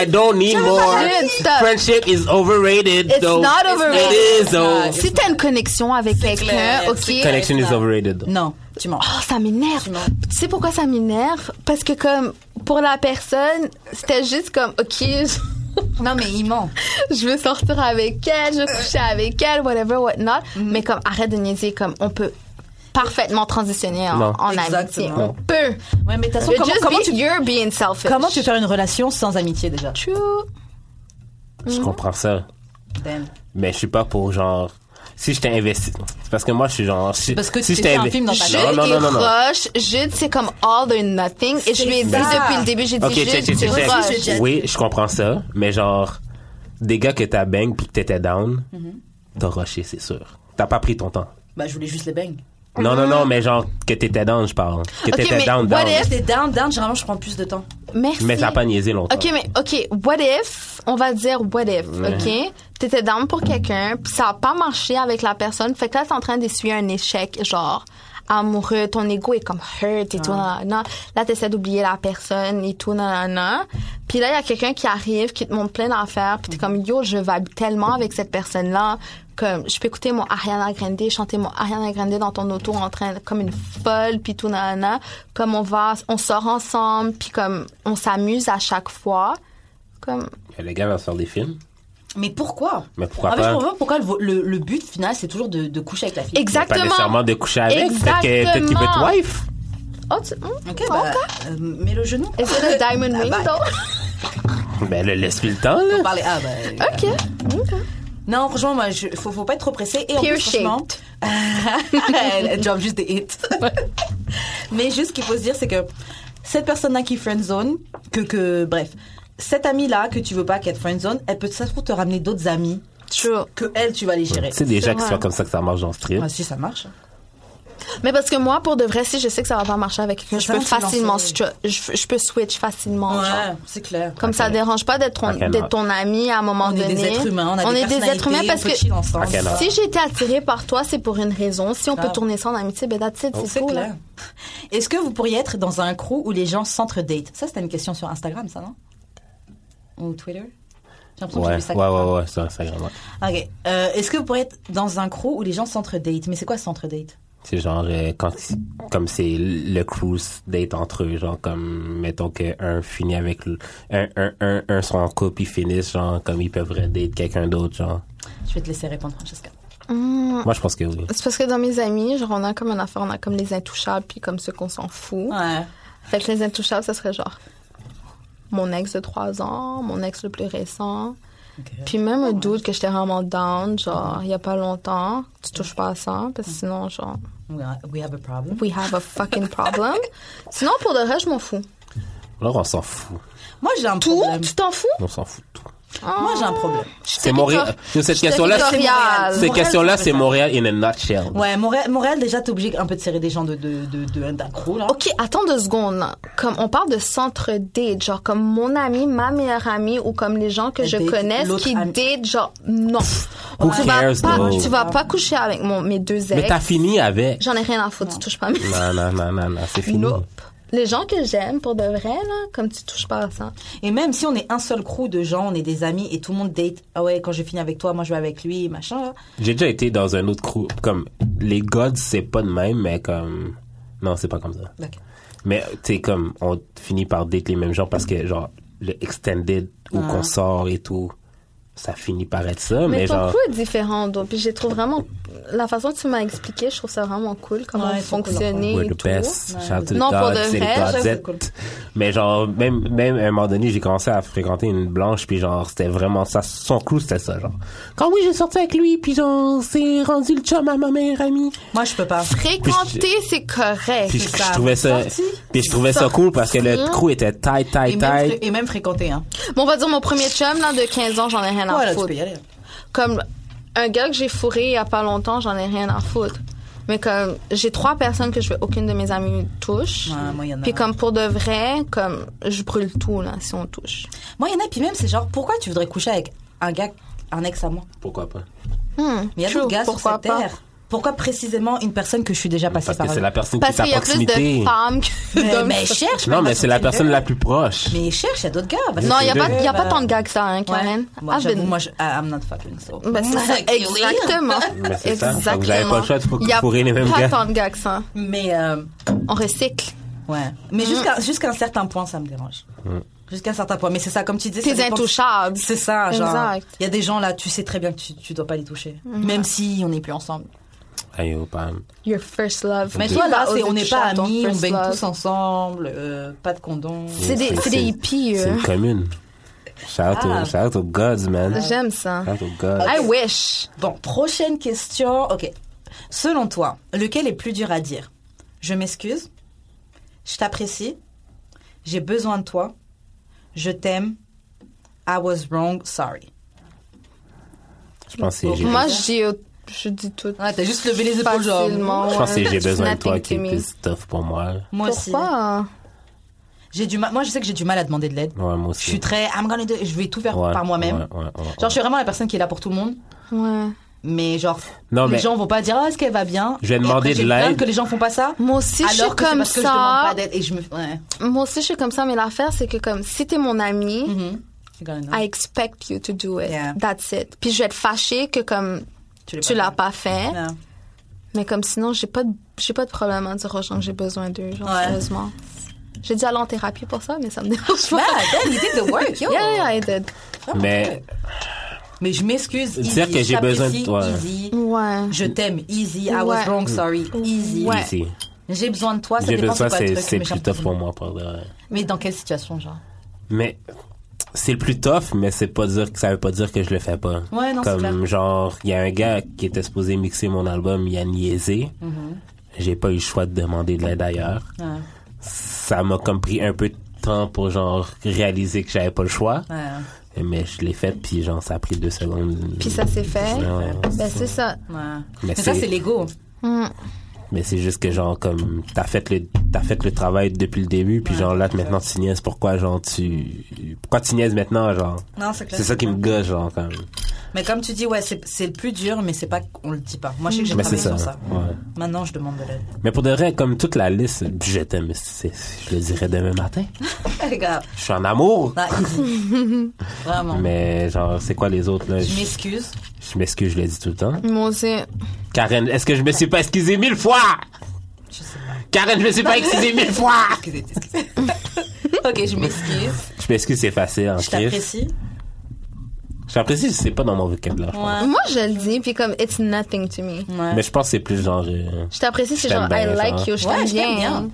[SPEAKER 2] I don't need more.
[SPEAKER 3] parler, stop.
[SPEAKER 2] Friendship is overrated.
[SPEAKER 3] It's
[SPEAKER 2] though.
[SPEAKER 3] not
[SPEAKER 1] Ah,
[SPEAKER 3] overrated.
[SPEAKER 2] It is, though.
[SPEAKER 1] not.
[SPEAKER 3] Si t'as une connexion avec quelqu'un,
[SPEAKER 1] clair,
[SPEAKER 3] ok.
[SPEAKER 1] c'est clair.
[SPEAKER 2] Connection is overrated. though.
[SPEAKER 1] Non, tu mens.
[SPEAKER 3] Oh, ça m'énerve.
[SPEAKER 1] Non.
[SPEAKER 3] Tu sais pourquoi ça m'énerve? Parce que, comme, pour la personne, c'était juste comme, OK, je-
[SPEAKER 1] Non, mais il ment.
[SPEAKER 3] je veux sortir avec elle, je veux coucher avec elle, whatever, whatnot.
[SPEAKER 1] Mm-hmm.
[SPEAKER 3] Mais comme, arrête de niaiser, comme, on peut parfaitement transitionner en,
[SPEAKER 2] Non.
[SPEAKER 3] en amitié.
[SPEAKER 1] Exactement.
[SPEAKER 3] On peut.
[SPEAKER 1] Ouais, mais de toute façon,
[SPEAKER 3] You're
[SPEAKER 1] comment,
[SPEAKER 3] just
[SPEAKER 1] comment
[SPEAKER 3] be-
[SPEAKER 1] tu,
[SPEAKER 3] you're being selfish.
[SPEAKER 1] comment tu fais une relation sans amitié déjà
[SPEAKER 3] True.
[SPEAKER 2] Je
[SPEAKER 3] Mm-hmm.
[SPEAKER 2] comprends ça.
[SPEAKER 1] Damn.
[SPEAKER 2] Mais Ben, je suis pas pour genre. Si je t'ai investi. C'est parce que moi, je suis genre. Si,
[SPEAKER 1] Parce que
[SPEAKER 2] si
[SPEAKER 1] tu t'es fait un film dans ta
[SPEAKER 3] Jude
[SPEAKER 1] tête.
[SPEAKER 2] Ah, Non, non, non,
[SPEAKER 3] est
[SPEAKER 2] non. non.
[SPEAKER 3] roche. Jude, c'est comme all or nothing. Et je lui ai dit
[SPEAKER 1] C'est ça.
[SPEAKER 3] depuis le début, j'ai dit,
[SPEAKER 2] Ok,
[SPEAKER 3] Jude,
[SPEAKER 2] check, check,
[SPEAKER 3] tu
[SPEAKER 2] check, check.
[SPEAKER 3] rushes.
[SPEAKER 1] Roche.
[SPEAKER 2] Oui, je comprends ça. Mais genre, des gars que t'as bang puis que t'étais down,
[SPEAKER 3] Mhm.
[SPEAKER 2] t'as rushé, c'est sûr. T'as pas pris ton temps.
[SPEAKER 1] Bah, je voulais juste les bangs.
[SPEAKER 2] Non, non, non, mais genre, que t'étais down, je parle. Que
[SPEAKER 3] Mhm. Ok,
[SPEAKER 2] t'étais
[SPEAKER 3] mais
[SPEAKER 2] down,
[SPEAKER 3] what
[SPEAKER 2] down.
[SPEAKER 1] Quand j'étais down, down, généralement, je prends plus de temps.
[SPEAKER 3] Merci.
[SPEAKER 2] Mais ça a pas niaisé longtemps.
[SPEAKER 3] OK, mais OK, what if, on va dire what if, OK? T'étais down pour quelqu'un, puis ça a pas marché avec la personne, fait que là, t'es en train d'essuyer un échec, genre amoureux, ton ego est comme hurt et tout, nan, nan, nan. Là, t'essaies d'oublier la personne et tout, nan, nan, nan. Puis là, il y a quelqu'un qui arrive, qui te montre plein d'affaires, puis t'es comme, yo, je vibe tellement avec cette personne-là, comme, je peux écouter mon Ariana Grande, chanter mon Ariana Grande dans ton auto en train, comme une folle, puis tout, nan, nan, nan. Comme on va, on sort ensemble, puis comme, on s'amuse à chaque fois. Comme,
[SPEAKER 2] Les gars vont se faire des films.
[SPEAKER 1] Mais pourquoi
[SPEAKER 2] Mais pourquoi
[SPEAKER 3] Ah,
[SPEAKER 1] En fait,
[SPEAKER 2] pas?
[SPEAKER 1] je comprends pas pourquoi le, le- le but final, c'est toujours de, de coucher avec la fille.
[SPEAKER 2] Mais Pas
[SPEAKER 3] exactement.
[SPEAKER 2] nécessairement de coucher avec. Peut-être que- peut-être qu'il peut être
[SPEAKER 3] Exactement.
[SPEAKER 2] wife.
[SPEAKER 3] Oh, tu- hmm,
[SPEAKER 1] Ok, bah, euh, mets le genou.
[SPEAKER 3] Is it a diamond ring,
[SPEAKER 1] bah,
[SPEAKER 3] though?
[SPEAKER 2] Ben, le- laisse-lui le temps, là.
[SPEAKER 1] Parler, ah, bah,
[SPEAKER 3] OK.
[SPEAKER 1] Non, franchement, moi, je, faut, faut pas être trop pressé. Et en plus,
[SPEAKER 3] Pear-shaped.
[SPEAKER 1] franchement, elle elle drop juste des hits. Mais juste, ce qu'il faut se dire, c'est que cette personne-là qui friendzone, que, que, bref, cette amie-là que tu veux pas qu'elle te friendzone, elle peut ça se trouve te ramener d'autres amis
[SPEAKER 3] True.
[SPEAKER 1] que elle, tu vas les gérer.
[SPEAKER 2] Tu sais, déjà que
[SPEAKER 3] vrai.
[SPEAKER 2] c'est pas comme ça que ça marche dans le strip.
[SPEAKER 1] Ah, si ça marche.
[SPEAKER 3] Mais parce que moi, pour de vrai, si je sais que ça va pas marcher avec quelqu'un, je
[SPEAKER 1] Ça,
[SPEAKER 3] peux
[SPEAKER 1] ça, tu
[SPEAKER 3] facilement,
[SPEAKER 1] lances-
[SPEAKER 3] stra- je, je peux switch facilement.
[SPEAKER 1] Ouais,
[SPEAKER 3] genre.
[SPEAKER 1] c'est clair.
[SPEAKER 3] Comme ça dérange pas d'être ton,
[SPEAKER 2] Ok, non.
[SPEAKER 3] d'être ton ami à un moment
[SPEAKER 1] on est
[SPEAKER 3] donné.
[SPEAKER 1] des êtres humains, on a
[SPEAKER 3] On
[SPEAKER 1] des
[SPEAKER 3] est des êtres humains
[SPEAKER 1] personnalités,
[SPEAKER 3] parce
[SPEAKER 1] on peut chiller
[SPEAKER 3] que
[SPEAKER 1] ensemble.
[SPEAKER 2] Ok, non.
[SPEAKER 3] si j'ai été attirée par toi, c'est pour une raison. Si on peut
[SPEAKER 1] Grave.
[SPEAKER 3] tourner ça en amitié, ben that's
[SPEAKER 2] Oh.
[SPEAKER 3] it,
[SPEAKER 1] Ah. Oh, C'est
[SPEAKER 3] c'est tout. là.
[SPEAKER 1] clair. Est-ce que vous pourriez être dans un crew où les gens s'entre-date Ça, c'était une question sur Instagram, ça, non Ou Twitter J'ai l'impression que j'ai
[SPEAKER 2] Ouais,
[SPEAKER 1] vu ça
[SPEAKER 2] ouais, ouais, ouais, c'est Instagram. ouais.
[SPEAKER 1] Ok. Euh, Est-ce que vous pourriez être dans un crew où les gens s'entre-date Mais c'est quoi s'entre-date
[SPEAKER 2] C'est genre, euh, quand, comme c'est le cruise date entre eux, genre, comme, mettons qu'un finit avec, l- un, un, un, un sont en couple, ils finissent, genre, comme ils peuvent date quelqu'un d'autre, genre.
[SPEAKER 1] Je vais te laisser répondre, Francesca.
[SPEAKER 3] Hum,
[SPEAKER 2] Moi, je pense que oui.
[SPEAKER 3] C'est parce que dans mes amis, genre, on a comme une affaire, on a comme les intouchables, puis comme ceux qu'on s'en fout.
[SPEAKER 1] Ouais.
[SPEAKER 3] Fait que les intouchables, ça serait genre mon ex de 3 ans, mon ex le plus récent. Puis même
[SPEAKER 1] Oh,
[SPEAKER 3] un doute que j'étais vraiment down, genre, il y a pas longtemps, tu touches pas à ça, parce que sinon, genre,
[SPEAKER 1] We are- We have a problem.
[SPEAKER 3] we have a fucking problem. sinon, pour le reste, je m'en fous.
[SPEAKER 2] Alors, on s'en fout.
[SPEAKER 1] Moi, j'ai un
[SPEAKER 3] Tout?
[SPEAKER 1] problème.
[SPEAKER 3] Tu t'en fous?
[SPEAKER 2] On s'en fout de tout.
[SPEAKER 1] Moi, j'ai un problème.
[SPEAKER 2] C'est Montréal. Cette question-là,
[SPEAKER 1] Victor-
[SPEAKER 2] c'est-
[SPEAKER 1] Montréal.
[SPEAKER 2] cette question-là, c'est
[SPEAKER 1] c'est
[SPEAKER 2] Montréal in a nutshell.
[SPEAKER 1] Ouais, Montréal, Montréal déjà, t'es obligé un peu de serrer des gens de, de, de, de, d'un crew, là.
[SPEAKER 3] Ok, attends deux secondes. Comme on parle de centre date, genre comme mon ami, ma meilleure amie ou comme les gens que
[SPEAKER 1] Elle
[SPEAKER 3] je
[SPEAKER 1] date
[SPEAKER 3] connais
[SPEAKER 1] l'autre
[SPEAKER 3] qui
[SPEAKER 1] amie.
[SPEAKER 3] date, genre non.
[SPEAKER 2] Who cares,
[SPEAKER 3] tu vas pas,
[SPEAKER 2] though?
[SPEAKER 3] tu vas pas coucher avec mon, mes deux
[SPEAKER 2] Mais
[SPEAKER 3] ex.
[SPEAKER 2] t'as fini avec.
[SPEAKER 3] J'en ai rien à foutre, tu touches pas à mes
[SPEAKER 2] Non, non, non, non, non, c'est fini.
[SPEAKER 3] Nope. Les gens que j'aime pour de vrai là, comme tu touches pas à ça.
[SPEAKER 1] Et même si on est un seul crew de gens, on est des amis et tout le monde date, ah ouais, quand je finis avec toi, moi je vais avec lui, machin. là.
[SPEAKER 2] J'ai déjà été dans un autre crew. Comme, les gods, c'est pas de même, mais comme. Non, c'est pas comme ça.
[SPEAKER 1] Ok.
[SPEAKER 2] Mais, tu sais, comme, on finit par date les mêmes gens parce que, genre, le extended, où qu'on sort et tout, ça finit par être ça, mais,
[SPEAKER 3] Ah. Mais, ton
[SPEAKER 2] genre.
[SPEAKER 3] coup est différent, donc. Puis je trouve vraiment la façon que tu m'as expliqué, je trouve ça vraiment cool comment
[SPEAKER 1] Ouais,
[SPEAKER 3] vous
[SPEAKER 1] ils sont cool,
[SPEAKER 3] fonctionnez
[SPEAKER 2] We're
[SPEAKER 3] et
[SPEAKER 2] the
[SPEAKER 3] tout.
[SPEAKER 2] best. Shout out to the
[SPEAKER 3] Non, pour
[SPEAKER 2] gods,
[SPEAKER 3] de
[SPEAKER 2] c'est les
[SPEAKER 3] vrai, j'avoue,
[SPEAKER 2] godettes.
[SPEAKER 1] cool.
[SPEAKER 2] Mais genre, même, même à un moment donné, j'ai commencé à fréquenter une blanche, puis genre, c'était vraiment ça. Son crew, c'était ça, genre. Quand oui, j'ai sorti avec lui, puis genre, c'est rendu le chum à ma meilleure amie.
[SPEAKER 1] Moi je peux pas.
[SPEAKER 3] Fréquenter, c'est correct.
[SPEAKER 2] Puis je,
[SPEAKER 1] C'est
[SPEAKER 2] je
[SPEAKER 1] ça.
[SPEAKER 2] trouvais ça,
[SPEAKER 1] Sorti.
[SPEAKER 2] puis je trouvais ça
[SPEAKER 3] Sorti.
[SPEAKER 2] cool parce que le crew était tight,
[SPEAKER 1] Et
[SPEAKER 2] tight,
[SPEAKER 1] même,
[SPEAKER 2] tight.
[SPEAKER 1] fré- et même fréquenter, hein.
[SPEAKER 3] Bon, on va dire mon premier chum, là, de 15 ans, j'en ai rien à
[SPEAKER 1] Voilà, tu
[SPEAKER 3] foutre.
[SPEAKER 1] peux y aller.
[SPEAKER 3] Comme un gars que j'ai fourré il y a pas longtemps, j'en ai rien à foutre. Mais comme j'ai trois personnes que je veux aucune de mes amies touche.
[SPEAKER 1] Ouais, moi, y en a.
[SPEAKER 3] Puis comme pour de vrai, comme je brûle tout là si on touche.
[SPEAKER 1] Moi, il y en a, puis même, c'est genre, pourquoi tu voudrais coucher avec un gars, un ex à moi
[SPEAKER 2] Pourquoi pas?
[SPEAKER 3] Hmm,
[SPEAKER 1] Mais il y a
[SPEAKER 3] true,
[SPEAKER 1] d'autres gars sur
[SPEAKER 3] pourquoi
[SPEAKER 1] cette
[SPEAKER 3] pas?
[SPEAKER 1] terre. Pourquoi précisément une personne que je suis déjà passée
[SPEAKER 2] Parce que
[SPEAKER 1] par
[SPEAKER 2] c'est
[SPEAKER 1] là
[SPEAKER 2] la personne qui
[SPEAKER 3] Parce
[SPEAKER 2] est à
[SPEAKER 3] qu'il y a plus
[SPEAKER 2] proximité.
[SPEAKER 3] de femmes que
[SPEAKER 1] mais,
[SPEAKER 3] d'hommes.
[SPEAKER 1] mais cherche
[SPEAKER 2] Non, mais c'est la
[SPEAKER 1] sur Tinder.
[SPEAKER 2] personne la plus proche.
[SPEAKER 1] Mais cherche, il y a d'autres gars. Vas-y,
[SPEAKER 3] Non, il n'y a,
[SPEAKER 1] c'est
[SPEAKER 3] pas-
[SPEAKER 1] deux,
[SPEAKER 3] y a pas
[SPEAKER 1] bah.
[SPEAKER 3] tant de gars que ça, hein, Karen.
[SPEAKER 1] Ouais. Moi,
[SPEAKER 3] I've
[SPEAKER 1] j'avoue,
[SPEAKER 3] been-
[SPEAKER 1] moi, je- ah, I'm not fucking so.
[SPEAKER 3] Ben, c'est ça, exactement.
[SPEAKER 2] Mais c'est ça.
[SPEAKER 3] Exactement.
[SPEAKER 2] Vous avez pas le choix de fou-
[SPEAKER 3] Y a
[SPEAKER 2] fourrer les mêmes
[SPEAKER 3] pas
[SPEAKER 2] gars.
[SPEAKER 3] tant de gars que ça.
[SPEAKER 1] Mais, euh,
[SPEAKER 3] On recycle.
[SPEAKER 1] ouais.
[SPEAKER 3] Mm.
[SPEAKER 1] Mais jusqu'à jusqu'à un certain point, ça me dérange. Jusqu'à un certain point. Mais c'est ça, comme tu disais. ça
[SPEAKER 3] T'es
[SPEAKER 1] dépend-
[SPEAKER 3] intouchable.
[SPEAKER 1] C'est ça, genre.
[SPEAKER 3] Exact. Mm.
[SPEAKER 1] Il y a des gens là, tu sais très bien que tu, tu dois pas les toucher. Même si on n'est plus ensemble.
[SPEAKER 2] Aïe, oh, Pam.
[SPEAKER 3] Your first love.
[SPEAKER 1] Mais
[SPEAKER 3] Qui
[SPEAKER 1] toi, là,
[SPEAKER 3] va
[SPEAKER 1] c'est-
[SPEAKER 3] oser
[SPEAKER 1] on n'est
[SPEAKER 3] toucher
[SPEAKER 1] pas
[SPEAKER 3] à ton
[SPEAKER 1] amis, on
[SPEAKER 3] first
[SPEAKER 1] baigne
[SPEAKER 3] love?
[SPEAKER 1] tous ensemble, euh, pas de condom.
[SPEAKER 3] C'est des, c'est des hippies, euh.
[SPEAKER 2] C'est
[SPEAKER 3] eux.
[SPEAKER 2] une commune. Shout out,
[SPEAKER 1] Ah.
[SPEAKER 2] to, shout out to gods, man.
[SPEAKER 3] J'aime ça.
[SPEAKER 2] Shout out to gods.
[SPEAKER 3] I wish.
[SPEAKER 1] Bon, prochaine question. Ok. Selon toi, lequel est plus dur à dire Je m'excuse. Je t'apprécie. J'ai besoin de toi. Je t'aime. I was wrong. Sorry.
[SPEAKER 2] Je pense que c'est j'ai-
[SPEAKER 3] Moi, j'ai, je dis tout.
[SPEAKER 1] Ouais, Ah, t'as juste levé les épaules, genre.
[SPEAKER 3] Facilement,
[SPEAKER 2] je pense que c'est
[SPEAKER 3] ouais.
[SPEAKER 2] j'ai besoin de toi
[SPEAKER 3] Nothing
[SPEAKER 2] qui est
[SPEAKER 3] to me.
[SPEAKER 2] plus tough pour moi.
[SPEAKER 1] Moi aussi.
[SPEAKER 3] Pourquoi?
[SPEAKER 1] J'ai du mal. Moi, je sais que j'ai du mal à demander de l'aide.
[SPEAKER 2] Ouais, moi aussi.
[SPEAKER 1] Je suis très. I'm gonna do- Je vais tout faire
[SPEAKER 2] Ouais,
[SPEAKER 1] par moi-même.
[SPEAKER 2] ouais, ouais, ouais, ouais.
[SPEAKER 1] Genre, je suis vraiment la personne qui est là pour tout le monde.
[SPEAKER 3] Ouais.
[SPEAKER 1] Mais genre,
[SPEAKER 2] Non,
[SPEAKER 1] les
[SPEAKER 2] mais-
[SPEAKER 1] gens vont pas dire Ah, est-ce qu'elle va bien.
[SPEAKER 2] Je vais
[SPEAKER 1] Et
[SPEAKER 2] demander
[SPEAKER 1] après,
[SPEAKER 2] de
[SPEAKER 1] j'ai peur
[SPEAKER 2] l'aide.
[SPEAKER 1] Que les gens font pas ça.
[SPEAKER 3] Moi aussi, je suis
[SPEAKER 1] alors que c'est
[SPEAKER 3] comme
[SPEAKER 1] parce que je demande
[SPEAKER 3] ça.
[SPEAKER 1] pas d'aide et je me. Ouais.
[SPEAKER 3] Moi aussi, je suis comme ça, mais l'affaire, c'est que comme, si t'es mon ami,
[SPEAKER 1] Mhm. You're gonna know.
[SPEAKER 3] I expect you to do it.
[SPEAKER 1] Yeah.
[SPEAKER 3] That's it. Puis je vais être fâchée que comme,
[SPEAKER 1] Tu l'as
[SPEAKER 3] tu
[SPEAKER 1] pas
[SPEAKER 3] l'as
[SPEAKER 1] fait.
[SPEAKER 3] pas fait.
[SPEAKER 1] Non.
[SPEAKER 3] Mais comme sinon, j'ai pas de, j'ai pas de problème à dire aux gens que j'ai besoin d'eux, genre,
[SPEAKER 1] Ouais.
[SPEAKER 3] sérieusement. J'ai dû aller en thérapie pour ça, mais ça me dérange
[SPEAKER 1] Bah,
[SPEAKER 3] pas.
[SPEAKER 1] damn, you did the work, yo.
[SPEAKER 3] Yeah, yeah, I did.
[SPEAKER 2] Mais
[SPEAKER 1] Mais je m'excuse.
[SPEAKER 2] Dire
[SPEAKER 1] easy,
[SPEAKER 2] que j'ai
[SPEAKER 1] je
[SPEAKER 2] besoin
[SPEAKER 1] t'apprécie,
[SPEAKER 2] de toi.
[SPEAKER 1] Easy.
[SPEAKER 3] Ouais.
[SPEAKER 1] Je t'aime. Easy. I was
[SPEAKER 3] Ouais.
[SPEAKER 1] wrong. Sorry. Easy.
[SPEAKER 3] Ouais.
[SPEAKER 2] ici,
[SPEAKER 1] J'ai besoin de toi. Ça
[SPEAKER 2] j'ai
[SPEAKER 1] dépend
[SPEAKER 2] besoin,
[SPEAKER 1] de quoi le
[SPEAKER 2] c'est
[SPEAKER 1] truc,
[SPEAKER 2] c'est
[SPEAKER 1] mais j'ai
[SPEAKER 2] plus tough
[SPEAKER 1] besoin-
[SPEAKER 2] pour moi. Pour de vrai.
[SPEAKER 1] Mais dans quelle situation, genre
[SPEAKER 2] Mais c'est le plus tough, mais c'est pas dire que ça veut pas dire que je le fais pas.
[SPEAKER 1] Ouais, non, c'est
[SPEAKER 2] Comme
[SPEAKER 1] clair.
[SPEAKER 2] genre, il y a un gars qui était supposé mixer mon album, il a niaisé.
[SPEAKER 1] Mhm.
[SPEAKER 2] J'ai pas eu le choix de demander de l'aide ailleurs.
[SPEAKER 1] Ouais.
[SPEAKER 2] Ça m'a comme pris un peu de temps pour genre réaliser que j'avais pas le choix.
[SPEAKER 1] Ouais.
[SPEAKER 2] Mais je l'ai fait, puis genre, ça a pris deux secondes.
[SPEAKER 3] Puis ça s'est fait.
[SPEAKER 2] Ouais.
[SPEAKER 3] Ben, c'est ça.
[SPEAKER 1] Ouais.
[SPEAKER 2] Mais
[SPEAKER 1] Mais ça,
[SPEAKER 2] c'est-
[SPEAKER 1] c'est l'ego.
[SPEAKER 3] Mm.
[SPEAKER 2] Mais c'est juste que genre comme t'as fait le t'as fait le travail depuis le début puis genre là maintenant tu niaises pourquoi genre tu pourquoi tu niaises maintenant genre
[SPEAKER 1] Non, c'est clair.
[SPEAKER 2] c'est ça qui me gosse genre quand même
[SPEAKER 1] Mais comme tu dis, ouais, c'est c'est le plus dur, mais c'est pas qu'on le dit pas. Moi, je sais que j'ai
[SPEAKER 2] mais c'est
[SPEAKER 1] travaillé sur
[SPEAKER 2] ça,
[SPEAKER 1] ça.
[SPEAKER 2] ouais.
[SPEAKER 1] Maintenant, je demande de l'aide.
[SPEAKER 2] mais pour de vrai comme toute la liste je t'aime c'est- je le dirai demain matin
[SPEAKER 1] Les gars,
[SPEAKER 2] je suis en
[SPEAKER 1] là,
[SPEAKER 2] amour
[SPEAKER 1] easy. Vraiment.
[SPEAKER 2] mais genre c'est quoi les autres là
[SPEAKER 1] Je
[SPEAKER 2] je,
[SPEAKER 1] m'excuse.
[SPEAKER 2] je m'excuse je le dis tout le temps
[SPEAKER 3] Moi aussi.
[SPEAKER 2] Karen, est-ce que je me suis pas excusé mille fois?
[SPEAKER 1] Je sais pas.
[SPEAKER 2] Karen, je me suis pas excusé mille fois!
[SPEAKER 1] Excusez, excusez. ok, je m'excuse.
[SPEAKER 2] Je m'excuse, c'est facile. en
[SPEAKER 1] Je
[SPEAKER 2] Chris.
[SPEAKER 1] t'apprécie.
[SPEAKER 2] Je t'apprécie, c'est pas dans mon vocabulaire. je pense.
[SPEAKER 1] Ouais.
[SPEAKER 3] Moi, je le dis, puis comme, it's nothing to me.
[SPEAKER 1] Ouais.
[SPEAKER 2] Mais je pense que c'est plus genre. euh,
[SPEAKER 3] Je t'apprécie, c'est
[SPEAKER 2] Je
[SPEAKER 3] genre,
[SPEAKER 2] t'aime bien,
[SPEAKER 3] I like
[SPEAKER 2] genre.
[SPEAKER 3] you, je
[SPEAKER 1] Ouais,
[SPEAKER 3] t'aime
[SPEAKER 1] je t'aime
[SPEAKER 3] bien.
[SPEAKER 1] bien.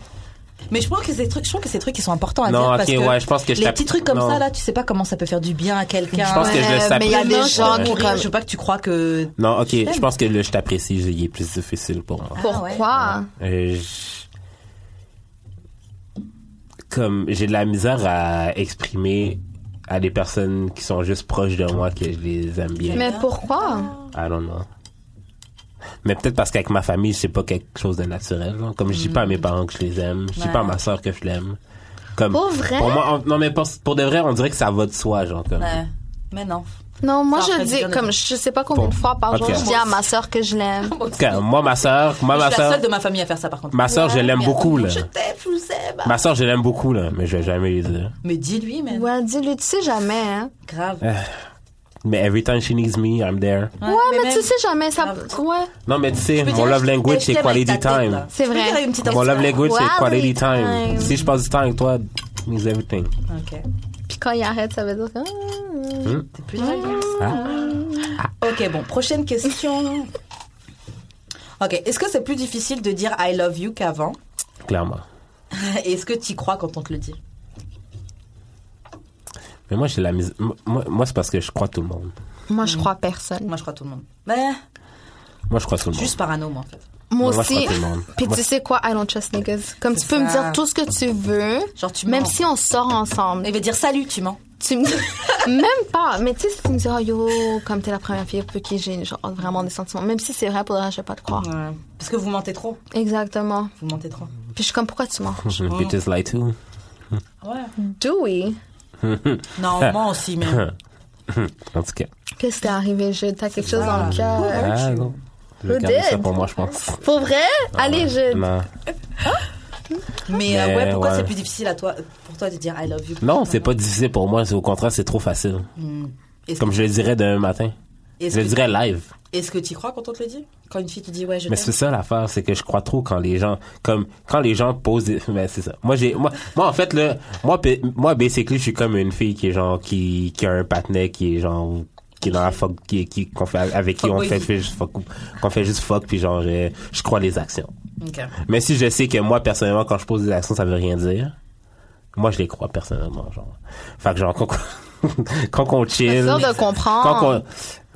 [SPEAKER 1] Mais je pense que c'est des trucs, je trouve que c'est des trucs qui sont importants à
[SPEAKER 2] Non,
[SPEAKER 1] dire
[SPEAKER 2] ok,
[SPEAKER 1] parce que
[SPEAKER 2] ouais, je pense que je
[SPEAKER 1] les
[SPEAKER 2] t'app-
[SPEAKER 1] petits trucs comme
[SPEAKER 2] non.
[SPEAKER 1] ça là, tu sais pas comment ça peut faire du bien à quelqu'un.
[SPEAKER 2] Je pense que je le
[SPEAKER 3] Ouais, mais il y a
[SPEAKER 2] s'apprécie.
[SPEAKER 3] des gens
[SPEAKER 1] je
[SPEAKER 3] qui,
[SPEAKER 1] veux pas-
[SPEAKER 3] comme,
[SPEAKER 1] je veux pas que tu crois que
[SPEAKER 2] Non, ok,
[SPEAKER 1] t'aime. Ah.
[SPEAKER 2] je pense que le je t'apprécie, il est plus difficile pour moi.
[SPEAKER 3] pourquoi?
[SPEAKER 2] Euh, je- Comme j'ai de la misère à exprimer à des personnes qui sont juste proches de moi que je les aime bien.
[SPEAKER 3] Mais pourquoi?
[SPEAKER 2] I don't know. Mais peut-être parce qu'avec ma famille, c'est pas quelque chose de naturel. là. Comme je dis pas à mes parents que je les aime, je dis
[SPEAKER 1] Ouais.
[SPEAKER 2] pas à ma soeur que je l'aime. Comme,
[SPEAKER 3] Pour vrai?
[SPEAKER 2] Pour moi, on- non, mais pour, pour de vrai, on dirait que ça va de soi, genre. Comme,
[SPEAKER 1] Ouais. Mais non.
[SPEAKER 3] Non, moi,
[SPEAKER 1] Ça en
[SPEAKER 3] je
[SPEAKER 1] fait
[SPEAKER 3] le
[SPEAKER 1] du
[SPEAKER 3] dis,
[SPEAKER 1] bien de
[SPEAKER 3] comme,
[SPEAKER 1] dire.
[SPEAKER 3] je sais pas combien de
[SPEAKER 2] Bon.
[SPEAKER 3] fois par
[SPEAKER 2] Ok.
[SPEAKER 3] jour, je dis à ma soeur que je l'aime.
[SPEAKER 1] Ah
[SPEAKER 2] En tout cas, moi, ma soeur, moi,
[SPEAKER 1] Je
[SPEAKER 2] ma
[SPEAKER 1] suis la
[SPEAKER 2] soeur,
[SPEAKER 1] seule de ma famille à faire ça par contre.
[SPEAKER 2] ma soeur, je l'aime
[SPEAKER 1] Mais
[SPEAKER 2] beaucoup, là.
[SPEAKER 1] Je t'aime, je vous aime.
[SPEAKER 2] Ma soeur, je l'aime beaucoup, là, mais je vais jamais lui dire.
[SPEAKER 1] Mais dis-lui, mais
[SPEAKER 3] Ouais, dis-le, tu sais jamais, hein.
[SPEAKER 1] grave.
[SPEAKER 2] Mais every time she needs me, I'm there.
[SPEAKER 1] Ouais,
[SPEAKER 3] Ouais, Ah, mais,
[SPEAKER 1] même-
[SPEAKER 3] tu sais jamais, ça.
[SPEAKER 1] Grave.
[SPEAKER 3] Ouais,
[SPEAKER 2] Non, mais tu sais,
[SPEAKER 1] Je veux
[SPEAKER 2] mon
[SPEAKER 1] dire,
[SPEAKER 2] love
[SPEAKER 1] je- je
[SPEAKER 2] language, c'est
[SPEAKER 1] t'aime avec
[SPEAKER 2] quality
[SPEAKER 1] ta tête,
[SPEAKER 2] time.
[SPEAKER 1] là.
[SPEAKER 3] C'est
[SPEAKER 1] Je peux
[SPEAKER 3] vrai.
[SPEAKER 1] dire avec une petite
[SPEAKER 2] Mon love
[SPEAKER 1] intention.
[SPEAKER 2] language, c'est quality
[SPEAKER 3] Quality
[SPEAKER 2] time.
[SPEAKER 3] time.
[SPEAKER 2] Si je passe du temps avec toi, it means everything.
[SPEAKER 1] Ok.
[SPEAKER 3] puis quand il arrête, ça veut dire que. ah,
[SPEAKER 1] T'es plus jalouse.
[SPEAKER 2] Ah.
[SPEAKER 1] Ok, bon, prochaine question. Ok, est-ce que c'est plus difficile de dire I love you qu'avant
[SPEAKER 2] Clairement.
[SPEAKER 1] Et est-ce que tu crois quand on te le dit
[SPEAKER 2] Mais moi, j'ai la mise. Moi, moi, c'est parce que je crois tout le monde.
[SPEAKER 3] Moi, je crois à personne.
[SPEAKER 1] Moi, je crois tout le monde. Mais
[SPEAKER 2] Moi, je crois tout le monde.
[SPEAKER 1] juste parano, moi, en fait.
[SPEAKER 3] Moi
[SPEAKER 2] Moi, je
[SPEAKER 3] aussi.
[SPEAKER 2] crois tout le monde.
[SPEAKER 3] Puis
[SPEAKER 2] Moi-
[SPEAKER 3] tu sais quoi, I don't trust niggas. Comme tu
[SPEAKER 1] C'est
[SPEAKER 3] peux me
[SPEAKER 1] ça.
[SPEAKER 3] dire tout ce que tu veux,
[SPEAKER 1] Genre, tu
[SPEAKER 3] même
[SPEAKER 1] mens.
[SPEAKER 3] si on sort ensemble.
[SPEAKER 1] Il veut dire salut, tu mens.
[SPEAKER 3] Tu me... même pas. Mais tu sais, si tu me dis, oh yo, comme t'es la première fille pour qui j'ai genre, vraiment des sentiments, même si c'est vrai, pour le reste, je vais pas te croire.
[SPEAKER 1] Parce que vous mentez trop.
[SPEAKER 3] Exactement.
[SPEAKER 1] Vous mentez trop.
[SPEAKER 3] Puis je suis comme, pourquoi tu mens?
[SPEAKER 2] Bitches lie too.
[SPEAKER 1] Ouais.
[SPEAKER 3] Do we?
[SPEAKER 1] Non,
[SPEAKER 2] Ah.
[SPEAKER 1] on ment aussi, mais.
[SPEAKER 2] En tout cas.
[SPEAKER 3] Qu'est-ce qui t'est arrivé? Je- T'as quelque chose dans le cœur.
[SPEAKER 2] Ah, non. Je vais
[SPEAKER 3] Who
[SPEAKER 2] garder ça
[SPEAKER 3] did?
[SPEAKER 2] pour moi, je pense.
[SPEAKER 3] Pour vrai? Allez, je.
[SPEAKER 2] Non.
[SPEAKER 1] Mais euh,
[SPEAKER 2] Mais,
[SPEAKER 1] ouais, pourquoi
[SPEAKER 2] ouais.
[SPEAKER 1] c'est plus difficile à toi, pour toi de dire I love you
[SPEAKER 2] Non, c'est pas difficile pour moi. c'est- Au contraire, c'est trop facile.
[SPEAKER 1] Est-ce
[SPEAKER 2] Comme
[SPEAKER 1] que-
[SPEAKER 2] je le dirais demain matin.
[SPEAKER 1] est-ce
[SPEAKER 2] Je le
[SPEAKER 1] que-
[SPEAKER 2] dirais live.
[SPEAKER 1] Est-ce que tu crois quand on te le dit Quand une fille te dit ouais, je
[SPEAKER 2] Mais
[SPEAKER 1] t'aime.
[SPEAKER 2] c'est ça l'affaire, c'est que je crois trop quand les gens, comme, quand les gens posent des, ben, c'est ça. Moi, j'ai, moi, moi, en fait, là, moi, ba- moi, basically, je suis comme une fille qui est genre, qui, qui a un patinet, qui est genre, qui est dans la fuck, qui, qui, qu'on fait, avec qui on
[SPEAKER 1] Fuckboy
[SPEAKER 2] fait,
[SPEAKER 1] vie.
[SPEAKER 2] fait juste fuck, qu'on fait juste fuck, puis genre, euh, je crois les actions.
[SPEAKER 1] Ok.
[SPEAKER 2] Mais si je sais que moi, personnellement, quand je pose des actions, ça veut rien dire, moi, je les crois personnellement, genre. Fait que genre, quand, quand on chill.
[SPEAKER 3] Sûr de
[SPEAKER 1] Ah.
[SPEAKER 2] Quand
[SPEAKER 3] comprendre.
[SPEAKER 2] qu'on-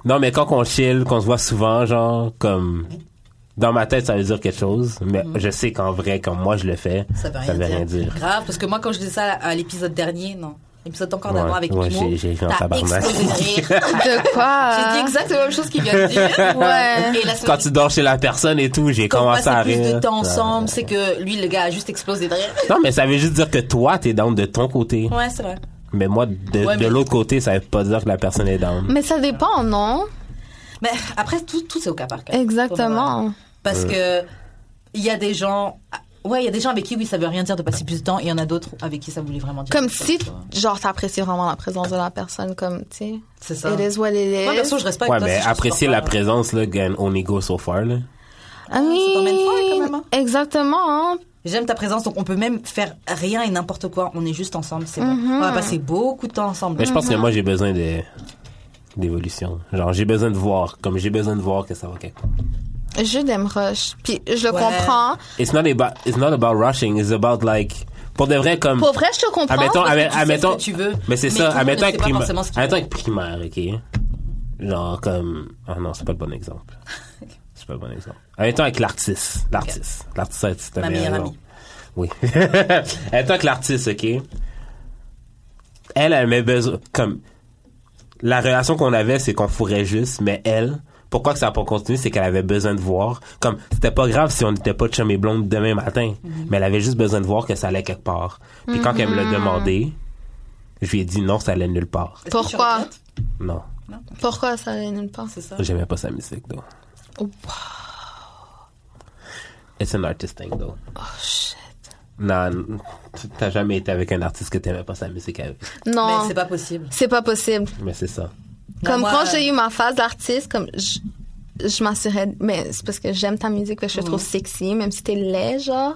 [SPEAKER 2] non, mais quand on chill, qu'on se voit souvent, genre, comme. Dans ma tête, ça veut dire quelque chose, mais je sais qu'en vrai, quand moi je le fais,
[SPEAKER 1] Mm-hmm. Ça veut rien, dire. Grave, parce que moi, quand je disais ça à l'épisode dernier, non. L'épisode encore d'avant
[SPEAKER 2] Ouais,
[SPEAKER 1] avec
[SPEAKER 2] ouais,
[SPEAKER 1] Nimo,
[SPEAKER 2] j'ai- j'ai fait un
[SPEAKER 1] t'as
[SPEAKER 2] tabarnak.
[SPEAKER 1] explosé de rire.
[SPEAKER 3] De quoi?
[SPEAKER 1] J'ai dit exactement la même chose qu'il vient de dire.
[SPEAKER 3] Ouais.
[SPEAKER 1] Et la semaine
[SPEAKER 2] Quand tu dors chez la personne et tout, j'ai
[SPEAKER 1] quand on
[SPEAKER 2] commencé à
[SPEAKER 1] passe plus
[SPEAKER 2] rire.
[SPEAKER 1] de temps
[SPEAKER 2] Ouais.
[SPEAKER 1] ensemble, c'est que lui, le gars, a juste explosé de rire.
[SPEAKER 2] Non, mais ça veut juste dire que toi, t'es down de ton côté.
[SPEAKER 1] Ouais, c'est vrai.
[SPEAKER 2] Mais moi, de,
[SPEAKER 1] Ouais,
[SPEAKER 2] de
[SPEAKER 1] mais-
[SPEAKER 2] l'autre côté, ça veut pas dire que la personne est down.
[SPEAKER 3] Mais ça dépend, non?
[SPEAKER 1] Mais après, tout, tout c'est au cas par cas.
[SPEAKER 3] Exactement.
[SPEAKER 1] Parce
[SPEAKER 2] Euh.
[SPEAKER 1] que il y a des gens. Ouais, il y a des gens avec qui, oui, ça veut rien dire de passer plus de temps, et il y en a d'autres avec qui ça voulait vraiment dire.
[SPEAKER 3] Comme
[SPEAKER 1] quelque
[SPEAKER 3] si,
[SPEAKER 1] chose, quoi.
[SPEAKER 3] genre, t'apprécies vraiment la présence de la personne, comme, tu sais.
[SPEAKER 1] C'est ça.
[SPEAKER 3] It is what it is.
[SPEAKER 1] Moi, perso, je respecte.
[SPEAKER 2] ouais,
[SPEAKER 1] toi,
[SPEAKER 2] mais
[SPEAKER 1] si je te
[SPEAKER 2] apprécier
[SPEAKER 1] supporte
[SPEAKER 2] la
[SPEAKER 1] pas.
[SPEAKER 2] présence, là, gagne on ego so far, là.
[SPEAKER 3] I mean,
[SPEAKER 1] ça t'emmène fort, quand même, hein.
[SPEAKER 3] Exactement. hein.
[SPEAKER 1] J'aime ta présence, donc on peut même faire rien et n'importe quoi. On est juste ensemble, c'est bon. On va passer beaucoup de temps ensemble.
[SPEAKER 2] Mais je pense que moi, j'ai besoin de d'évolution. Genre, j'ai besoin de voir. Comme j'ai besoin de voir que ça va quelque part.
[SPEAKER 3] Je l'aime rush. Puis je le
[SPEAKER 1] Ouais.
[SPEAKER 3] comprends.
[SPEAKER 2] It's not about, it's not about rushing. It's about like, pour de vrai, comme.
[SPEAKER 3] Pour vrai, je te comprends.
[SPEAKER 2] admettons,
[SPEAKER 1] parce que
[SPEAKER 2] admet-
[SPEAKER 1] tu sais
[SPEAKER 2] admettons-
[SPEAKER 1] ce que tu veux,
[SPEAKER 2] Mais
[SPEAKER 1] mais
[SPEAKER 2] c'est ça,
[SPEAKER 1] tout le monde ne
[SPEAKER 2] admettons
[SPEAKER 1] sait
[SPEAKER 2] avec
[SPEAKER 1] pas
[SPEAKER 2] primaire.
[SPEAKER 1] forcément ce qu'il
[SPEAKER 2] Admettons avec primaire, ok? Genre, comme. Ah non, c'est pas le bon exemple. C'est pas le bon exemple. Admettons avec l'artiste. L'artiste. L'artiste, c'est ta
[SPEAKER 1] Ma
[SPEAKER 2] meilleure
[SPEAKER 1] meilleure
[SPEAKER 2] raison.
[SPEAKER 1] amie.
[SPEAKER 2] Oui. admettons avec l'artiste, ok? Elle, elle avait besoin. Comme. La relation qu'on avait, c'est qu'on fourrait juste, mais elle. Pourquoi que ça n'a pas continué, c'est qu'elle avait besoin de voir. Comme, c'était pas grave si on n'était pas chum et blonde demain matin,
[SPEAKER 1] Mhm.
[SPEAKER 2] mais elle avait juste besoin de voir que ça allait quelque part. Puis quand elle me l'a demandé, je lui ai dit non, ça allait nulle part.
[SPEAKER 1] Est-ce que tu
[SPEAKER 3] Pourquoi?
[SPEAKER 1] regrettes
[SPEAKER 2] Non,
[SPEAKER 1] Non, ok,
[SPEAKER 3] Pourquoi ça allait nulle part?
[SPEAKER 1] c'est ça.
[SPEAKER 2] j'aimais pas sa musique, though.
[SPEAKER 3] Oh,
[SPEAKER 2] It's an artist thing, though.
[SPEAKER 3] Oh, shit.
[SPEAKER 2] Non, n- tu- t'as jamais été avec un artiste que t'aimais pas sa musique avec.
[SPEAKER 1] Mais
[SPEAKER 3] Non.
[SPEAKER 1] Ben, c'est pas possible.
[SPEAKER 3] C'est pas possible.
[SPEAKER 2] Mais c'est ça.
[SPEAKER 1] Non,
[SPEAKER 3] Comme
[SPEAKER 1] moi,
[SPEAKER 3] quand
[SPEAKER 1] euh,
[SPEAKER 3] j'ai eu ma phase d'artiste, comme je- je m'assurais, mais c'est parce que j'aime ta musique, que je te trouve sexy, même si t'es laid, genre.